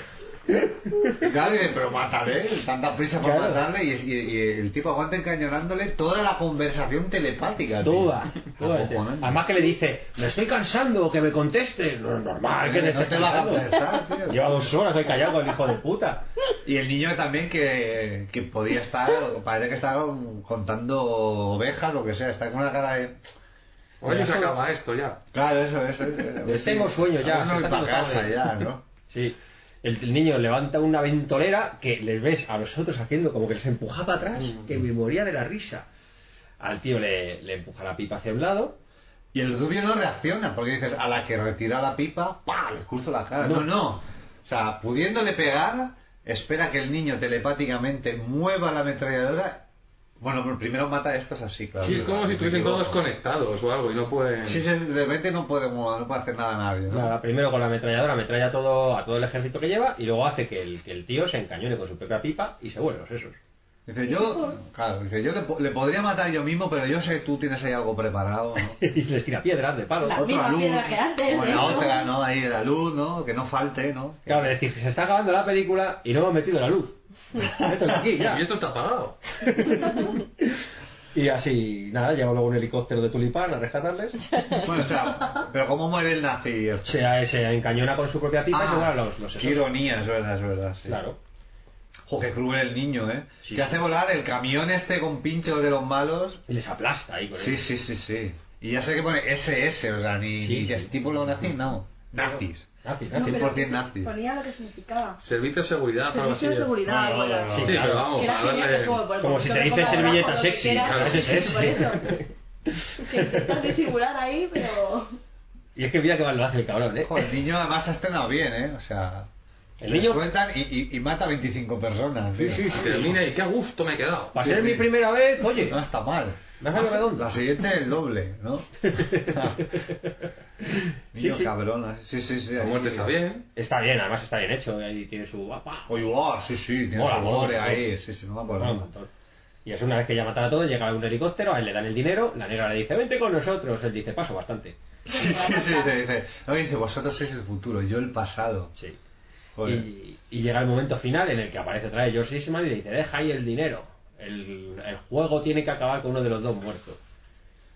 Speaker 9: Y claro, dice, pero mátale, tanta prisa por matarle y, es- y- y el tipo aguanta encañonándole toda la conversación telepática. tío. Ah,
Speaker 8: Toda, toda.
Speaker 9: Acojonante.
Speaker 8: ah, este. Además que le dice, me estoy cansando, que me contestes. No es normal que
Speaker 9: No
Speaker 8: te estés
Speaker 9: te va a
Speaker 8: cansando.
Speaker 9: contestar, tío.
Speaker 8: Lleva dos horas ahí callado con el hijo de puta.
Speaker 9: Y el niño también que, que podía estar, parece que estaba contando ovejas, lo que sea, está con una cara de...
Speaker 13: Oye, se acaba ¿eh? esto ya.
Speaker 9: Claro, eso, eso. eso.
Speaker 8: De tengo sueño ya.
Speaker 9: Vamos a ir
Speaker 8: se está
Speaker 9: para
Speaker 8: haciendo
Speaker 9: casa
Speaker 8: tarde.
Speaker 9: ya, ¿no?
Speaker 8: Sí. El, el niño levanta una ventolera que les ves a los otros haciendo como que les empujaba atrás, que me moría de la risa. Al tío le, le empuja la pipa hacia un lado.
Speaker 9: Y el rubio no reacciona, porque dices, a la que retira la pipa, ¡pa! Le cruzo la cara. No,
Speaker 8: No.
Speaker 9: no. O sea, pudiéndole pegar, espera que el niño telepáticamente mueva la ametralladora. Bueno, pero primero mata a estos así, claro.
Speaker 13: Sí, es como si estuviesen todos
Speaker 9: con
Speaker 13: conectados o algo y no pueden...
Speaker 9: Sí, sí, de repente no puede, mo- no puede hacer nada a nadie, ¿no?
Speaker 8: Nada, primero con la ametralladora ametralla todo, a todo el ejército que lleva y luego hace que el, que el tío se encañone con su propia pipa y se vuelve los sesos.
Speaker 9: Dice, yo, claro, dice, yo le, po- le podría matar yo mismo, pero yo sé que tú tienes ahí algo preparado, ¿no?
Speaker 8: y les tira piedras de palo.
Speaker 11: Las mismas piedras que antes, ¿eh?
Speaker 9: como en
Speaker 11: ¿no?
Speaker 9: la otra, ¿no? Ahí la luz, ¿no? Que no falte, ¿no?
Speaker 8: Claro, es decir, se está acabando la película y no hemos metido la luz. Mételo aquí, ya.
Speaker 13: Y esto está apagado.
Speaker 8: Y así, nada, llega luego un helicóptero de tulipán a rescatarles.
Speaker 9: Bueno, o sea, pero ¿cómo muere el nazi?
Speaker 8: Se, eh, se encañona con su propia pipa y se
Speaker 9: Ah,
Speaker 8: vuelve a los, los
Speaker 9: qué
Speaker 8: sesos.
Speaker 9: ironía, es verdad, es verdad. sí.
Speaker 8: Claro.
Speaker 9: Jo, qué cruel el niño, ¿eh?
Speaker 8: Sí,
Speaker 9: que
Speaker 8: sí.
Speaker 9: hace volar el camión este con pinchos de los malos.
Speaker 8: Y les aplasta ahí con
Speaker 9: Sí,
Speaker 8: el-
Speaker 9: sí, sí, sí. Y ya sé que pone SS, o sea, ni,
Speaker 8: Sí,
Speaker 9: ni
Speaker 8: sí.
Speaker 9: estípulo nazi, no. Nazis.
Speaker 8: Nazi,
Speaker 11: No,
Speaker 8: nazi.
Speaker 11: pero
Speaker 9: 100%
Speaker 11: sí,
Speaker 9: nazis.
Speaker 11: Ponía lo que significaba.
Speaker 13: Servicio de seguridad o algo así.
Speaker 11: Servicio de seguridad.
Speaker 9: Bueno,
Speaker 11: bueno,
Speaker 9: bueno,
Speaker 13: Sí,
Speaker 9: Sí,
Speaker 13: pero
Speaker 8: claro.
Speaker 13: vamos,
Speaker 11: Que era
Speaker 13: a
Speaker 11: genial,
Speaker 13: darle-
Speaker 11: es como, bueno, pues
Speaker 8: Como si
Speaker 11: mucho
Speaker 8: te
Speaker 11: que
Speaker 8: dice
Speaker 11: pongas abajo
Speaker 8: servilleta
Speaker 11: lo que
Speaker 8: sexy.
Speaker 11: quieras,
Speaker 8: claro,
Speaker 11: sí,
Speaker 8: ese es
Speaker 11: sí, por eso.
Speaker 8: ese.
Speaker 11: Que intentas disimular ahí, pero...
Speaker 8: Y es que mira que mal lo hace el cabrón, ¿eh?
Speaker 9: Jo, el niño además ha estrenado bien, ¿eh? O sea,
Speaker 8: El
Speaker 9: le
Speaker 8: niño-
Speaker 9: sueltan y, y- y mata a 25 personas. tío.
Speaker 13: Termina y qué a gusto me he quedado.
Speaker 8: Para
Speaker 9: Sí,
Speaker 8: ser
Speaker 9: sí. Ah.
Speaker 8: mi primera vez, oye.
Speaker 9: No está mal.
Speaker 8: Me ha salido redondo.
Speaker 9: La siguiente el doble, ¿no?
Speaker 8: Sí,
Speaker 9: Niño
Speaker 8: sí.
Speaker 9: cabrón. ¿eh? Sí, sí, sí.
Speaker 13: La
Speaker 9: ahí-
Speaker 13: muerte este está bien.
Speaker 8: Está bien, además está bien hecho. Ahí tiene su... guapa.
Speaker 9: Oye, guau, sí, sí, tiene
Speaker 8: Mola,
Speaker 9: su
Speaker 8: mola,
Speaker 9: gore
Speaker 8: mola.
Speaker 9: ahí. Sí, sí, no me acuerdo.
Speaker 8: Mola un montón. Y es una vez que ya matan a todos, llega un helicóptero, a él le dan el dinero, la negra le dice, vente con nosotros. Él dice, paso bastante.
Speaker 9: Sí, sí, sí, te dice. No, dice, vosotros sois el futuro, yo el pasado.
Speaker 8: Sí.
Speaker 9: Joder.
Speaker 8: Y, y llega el momento final en el que aparece otra vez George Eastman y le dice, deja ahí el dinero. El, el juego tiene que acabar con uno de los dos muertos.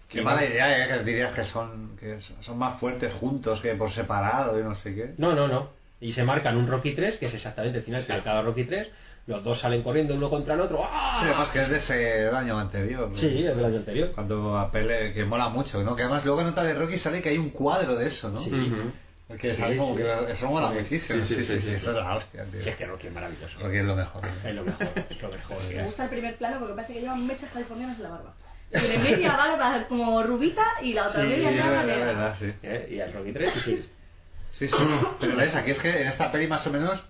Speaker 9: Qué
Speaker 8: Y
Speaker 9: mala
Speaker 8: va-
Speaker 9: idea, ¿eh? Que dirías que son, que son más fuertes juntos que por separado y no sé qué.
Speaker 8: No, no, no. Y se marcan un Rocky 3, que es exactamente el final que acaba Rocky 3. Los dos salen corriendo uno contra el otro. ¡Ah!
Speaker 9: Sí, además que es de ese año anterior. ¿no?
Speaker 8: Sí, es del año anterior.
Speaker 9: Cuando a Pele, que mola mucho, ¿no? Que además luego en nota de Rocky sale que hay un cuadro de eso, ¿no?
Speaker 8: Sí.
Speaker 13: Ujú.
Speaker 9: Que
Speaker 8: Sí,
Speaker 9: sale como
Speaker 8: sí.
Speaker 9: que eso mola muchísimo.
Speaker 13: Sí, sí, sí, sí.
Speaker 9: Eso es la hostia, tío.
Speaker 8: Si es que Rocky es maravilloso.
Speaker 9: Rocky es lo mejor. ¿no?
Speaker 8: Es lo mejor, es lo mejor.
Speaker 11: Me gusta el primer plano porque parece que llevan mechas californianas en la barba. Tiene media barba como rubita y la otra
Speaker 9: Sí, sí, es
Speaker 11: media barba
Speaker 9: verdad, es
Speaker 11: negra.
Speaker 9: verdad, sí.
Speaker 8: ¿Eh? Y el Rocky 3,
Speaker 9: Sí, sí. Pero ves, aquí es que en esta peli más o menos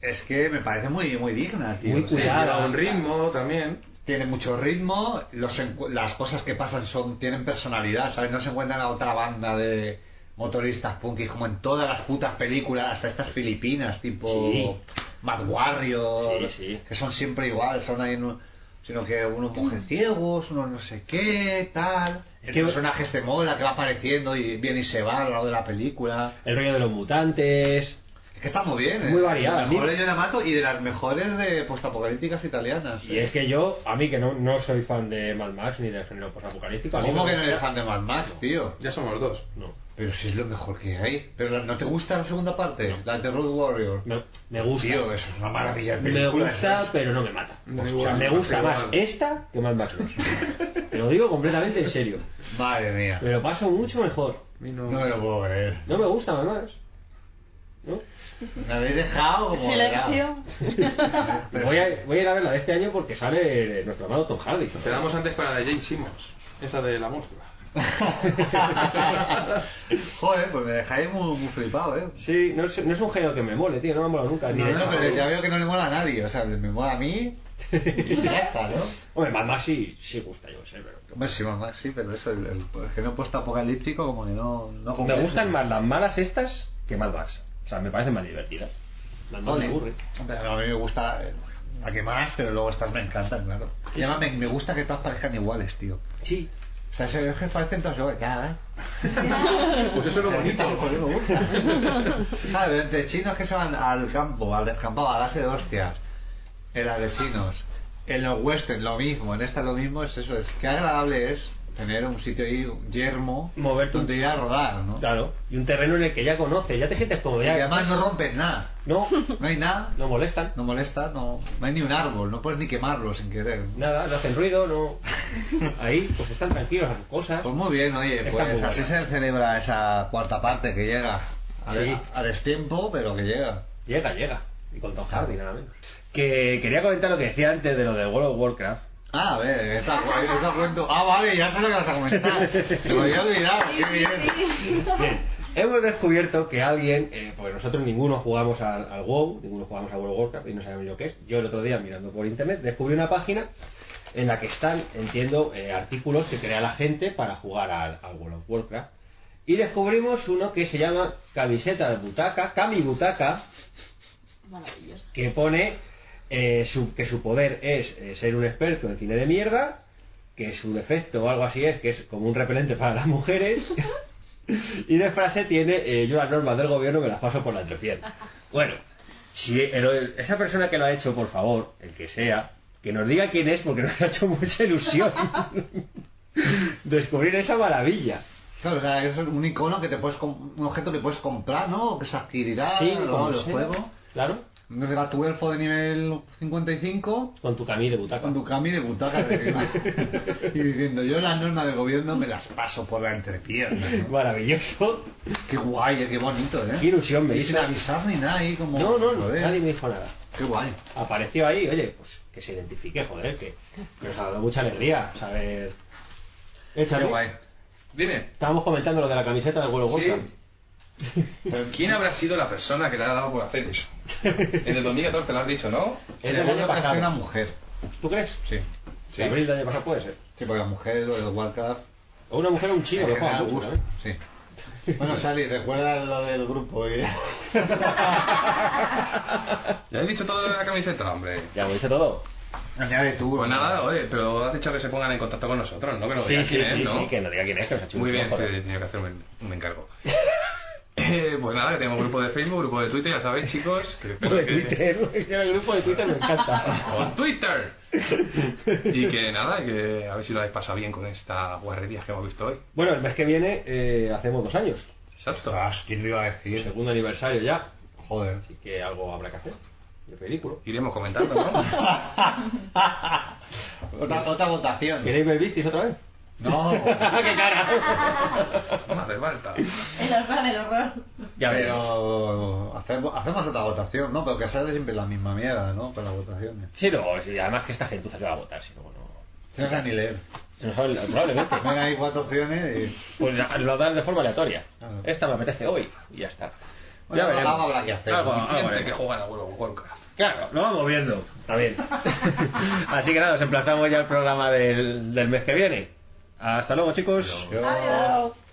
Speaker 9: es que me parece muy, muy digna, tío.
Speaker 8: Muy
Speaker 9: O
Speaker 13: Sí,
Speaker 9: sea,
Speaker 8: cuidada.
Speaker 13: lleva un ritmo también.
Speaker 9: Tiene mucho ritmo, los encu- las cosas que pasan son tienen personalidad, ¿sabes? No se encuentran a otra banda de motoristas punkis como en todas las putas películas, hasta estas filipinas, tipo
Speaker 8: Sí.
Speaker 9: Mad Warrior,
Speaker 8: Sí, sí.
Speaker 9: que son siempre iguales, son ahí en un- sino que unos monjes ciegos, unos no sé qué, tal. El
Speaker 8: que-
Speaker 9: personaje este mola que va apareciendo y viene y se va a lo largo de la película.
Speaker 8: El rollo de los mutantes.
Speaker 9: Es que está muy bien, ¿eh?
Speaker 8: Muy variada.
Speaker 9: La mejor
Speaker 8: A
Speaker 9: de
Speaker 8: mí-
Speaker 9: John Amato y de las mejores de postapocalípticas italianas. ¿eh?
Speaker 8: Y es que yo, a mí que no, no soy fan de Mad Max ni del género posapocalíptico. a mí
Speaker 9: ¿Cómo
Speaker 8: me
Speaker 9: que no eres
Speaker 8: gusta-
Speaker 9: fan de Mad Max, tío?
Speaker 13: Ya somos dos.
Speaker 8: No.
Speaker 9: Pero si es lo mejor que hay. ¿Pero la- no te gusta la segunda parte? La de Road Warrior.
Speaker 8: Me, me gusta.
Speaker 9: Tío, eso es una maravilla de
Speaker 8: Me
Speaker 9: película.
Speaker 8: gusta, pero no me mata.
Speaker 9: Da
Speaker 8: O sea,
Speaker 9: igual,
Speaker 8: me
Speaker 9: da
Speaker 8: gusta
Speaker 9: igual.
Speaker 8: más esta que Mad Max 2. Te lo digo completamente en serio.
Speaker 9: Madre mía.
Speaker 8: Me lo paso mucho mejor.
Speaker 9: No me lo puedo creer.
Speaker 8: No me gusta Mad Max.
Speaker 9: Me habéis dejado como...
Speaker 16: Silencio.
Speaker 8: Voy a, voy a ir a ver la de este año porque sale nuestro amado Tom Hardy.
Speaker 13: Quedamos antes con la de Jane Simmons, esa de la monstrua.
Speaker 9: Joder, pues me dejáis muy, muy flipado, ¿eh?
Speaker 8: Sí, no es, no es un género que me mole, tío. No me ha molado nunca. ni
Speaker 9: No,
Speaker 8: de
Speaker 9: no,
Speaker 8: hecho,
Speaker 9: pero ya veo que no le mola a nadie. O sea, me mola a mí y ya está, ¿no?
Speaker 8: Hombre, Mad Max sí, sí gusta, yo sé, pero...
Speaker 9: Hombre, sí, mamá, sí, pero eso, el, el, el género postapocalíptico como que no... no
Speaker 8: Me
Speaker 9: convence.
Speaker 8: gustan más las malas estas que Mad Max. O sea, me parecen más divertidas. Mad Max me
Speaker 9: Ole.
Speaker 8: aburre.
Speaker 9: Hombre, a mí me gusta eh, la que más, pero luego estas me encantan, claro. Y además me, me gusta que todas parezcan iguales, tío.
Speaker 8: Sí.
Speaker 9: O sea, se que parecen todas iguales. Ya, ¿eh?
Speaker 13: Pues eso es lo bonito.
Speaker 9: Joder, me gusta. claro, entre chinos que se van al campo, al descampado, a darse de hostias. En las de chinos. En los westerns lo mismo, en esta lo mismo, es eso. Es que agradable es tener un sitio ahí, un yermo,
Speaker 8: Moverte
Speaker 9: donde ir a rodar, ¿no?
Speaker 8: Claro. Y un terreno en el que ya conoces, ya te sientes como
Speaker 9: Y
Speaker 8: ya...
Speaker 9: además no rompes nada.
Speaker 8: No,
Speaker 9: No hay nada.
Speaker 8: no molestan.
Speaker 9: No molesta, no, no hay ni un árbol, no puedes ni quemarlo sin querer.
Speaker 8: Nada, no hacen ruido, no... Ahí, pues están tranquilos, hacen cosas.
Speaker 9: Pues muy bien, oye,
Speaker 8: Está muy
Speaker 9: pues
Speaker 8: guay.
Speaker 9: así se celebra esa cuarta parte que llega. A,
Speaker 8: Sí.
Speaker 9: a destiempo, pero que llega.
Speaker 8: Llega, llega. Y con Tom Hardy, nada menos. Que quería comentar lo que decía antes de lo del World of Warcraft.
Speaker 9: Ah, a ver, esta, esta cuento. Ah, vale, ya sé lo que vas a comentar. Se me había olvidado, qué bien.
Speaker 8: Bien, hemos descubierto que alguien, eh, porque nosotros ninguno jugamos al, al WoW, ninguno jugamos al World of Warcraft y no sabemos lo que es. Yo el otro día mirando por internet descubrí una página en la que están, entiendo, eh, artículos que crea la gente para jugar al, al World of Warcraft. Y descubrimos uno que se llama camiseta de butaca, Kami Butaca,
Speaker 16: Maravilloso.
Speaker 8: que pone eh, su- que su poder es eh, ser un experto en cine de mierda, que su defecto o algo así es que es como un repelente para las mujeres, y de frase tiene eh, yo las normas del gobierno me las paso por la entrepierna. Bueno, si el- esa persona que lo ha hecho, por favor, el que sea, que nos diga quién es porque nos ha hecho mucha ilusión descubrir esa maravilla.
Speaker 9: Claro, o sea, es un icono que te puedes, com- un objeto que puedes comprar, ¿no? O que se adquirirá
Speaker 8: Sí,
Speaker 9: a Ah, lo
Speaker 8: como
Speaker 9: largo del
Speaker 8: sea.
Speaker 9: juego.
Speaker 8: Claro,
Speaker 9: Entonces va tu elfo de nivel 55
Speaker 8: con tu camino de butaca.
Speaker 9: con tu cami de butaca de y diciendo yo las normas del gobierno me las paso por la entrepierna. ¿no?
Speaker 8: Maravilloso.
Speaker 9: Qué guay, eh, qué bonito, ¿eh?
Speaker 8: Qué ilusión me
Speaker 9: Y sin
Speaker 8: hizo.
Speaker 9: avisar ni nada, ahí como...
Speaker 8: No, no, no,
Speaker 9: joder,
Speaker 8: nadie me dijo nada.
Speaker 9: Qué guay.
Speaker 8: apareció ahí, oye, pues que se identifique, joder, que, que nos ha dado mucha alegría saber.
Speaker 9: Qué
Speaker 8: Échale.
Speaker 9: guay.
Speaker 13: Dime,
Speaker 8: Estábamos comentando lo de la camiseta del World of
Speaker 13: Sí.
Speaker 8: Warcraft.
Speaker 13: ¿quién habrá sido la persona que le ha dado por hacer eso? En el 2014 lo has dicho, ¿no?
Speaker 8: Es del año
Speaker 9: Seguro que es
Speaker 8: pasado.
Speaker 9: una mujer.
Speaker 8: ¿Tú crees?
Speaker 9: Sí.
Speaker 8: Sí. Abril del año pasado puede ser.
Speaker 9: Sí, porque la mujer, lo del Warcraft...
Speaker 8: O una mujer o un chico
Speaker 9: en
Speaker 8: que juega
Speaker 9: general
Speaker 8: mucho,
Speaker 9: gusta,
Speaker 8: ¿eh?
Speaker 9: Sí. Bueno, Sally, recuerda lo del grupo. ¿eh?
Speaker 13: Ya he dicho todo lo de la camiseta, hombre.
Speaker 8: Ya lo dice todo.
Speaker 9: Añade tú.
Speaker 13: Pues
Speaker 9: ¿no?
Speaker 13: nada, oye, pero has dicho que se pongan en contacto con nosotros, ¿no? Que nos
Speaker 8: Sí,
Speaker 13: digan
Speaker 8: sí,
Speaker 13: quién es,
Speaker 8: sí,
Speaker 13: ¿no?
Speaker 8: sí, que nos diga quién es, que nos ha hecho
Speaker 13: Muy bien,
Speaker 8: ilusión, joder.
Speaker 13: que tenía que hacerme un encargo. Eh, pues nada, que tenemos grupo de Facebook, grupo de Twitter, ya sabéis, chicos. Que espero
Speaker 8: Grupo de
Speaker 13: que-
Speaker 8: Twitter, es que el grupo de Twitter me encanta.
Speaker 13: ¡Con Twitter! Y que nada, que a ver si lo habéis pasado bien con esta guarrería que hemos visto hoy.
Speaker 8: Bueno, el mes que viene eh, hacemos dos años.
Speaker 13: Exacto.
Speaker 9: Ostras, ¿quién lo iba a
Speaker 8: El
Speaker 9: decir?
Speaker 8: segundo aniversario ya.
Speaker 9: Joder.
Speaker 8: Así que algo habrá que hacer. Es ridículo.
Speaker 13: Iremos comentando, ¿no?
Speaker 9: Otra, otra votación.
Speaker 8: ¿Queréis ver Vistis otra vez?
Speaker 9: No.
Speaker 13: No hace falta.
Speaker 11: El horror, el horror.
Speaker 8: Ya veremos.
Speaker 9: Pero hacemos, hacemos otra votación, ¿no? Pero que sale siempre la misma mierda, ¿no? Con las votaciones.
Speaker 8: Sí, no, sí, además que esta gentuza que va a votar, si no, no.
Speaker 9: No sé ni leer.
Speaker 8: Se nos habla- probablemente.
Speaker 9: Ven hay cuatro opciones y...
Speaker 8: Pues la- lo dan de forma aleatoria.
Speaker 9: Claro.
Speaker 8: Esta me apetece hoy y ya está.
Speaker 9: Bueno,
Speaker 8: ya veremos.
Speaker 9: algo habrá que hacer.
Speaker 8: Algo, algo
Speaker 13: Gente que
Speaker 8: haremos.
Speaker 13: juega a World of Warcraft.
Speaker 8: Claro, lo vamos viendo. Está bien. Así que nada, nos emplazamos ya al programa del, del mes que viene. Hasta luego, chicos.
Speaker 9: Yo-
Speaker 11: Adiós.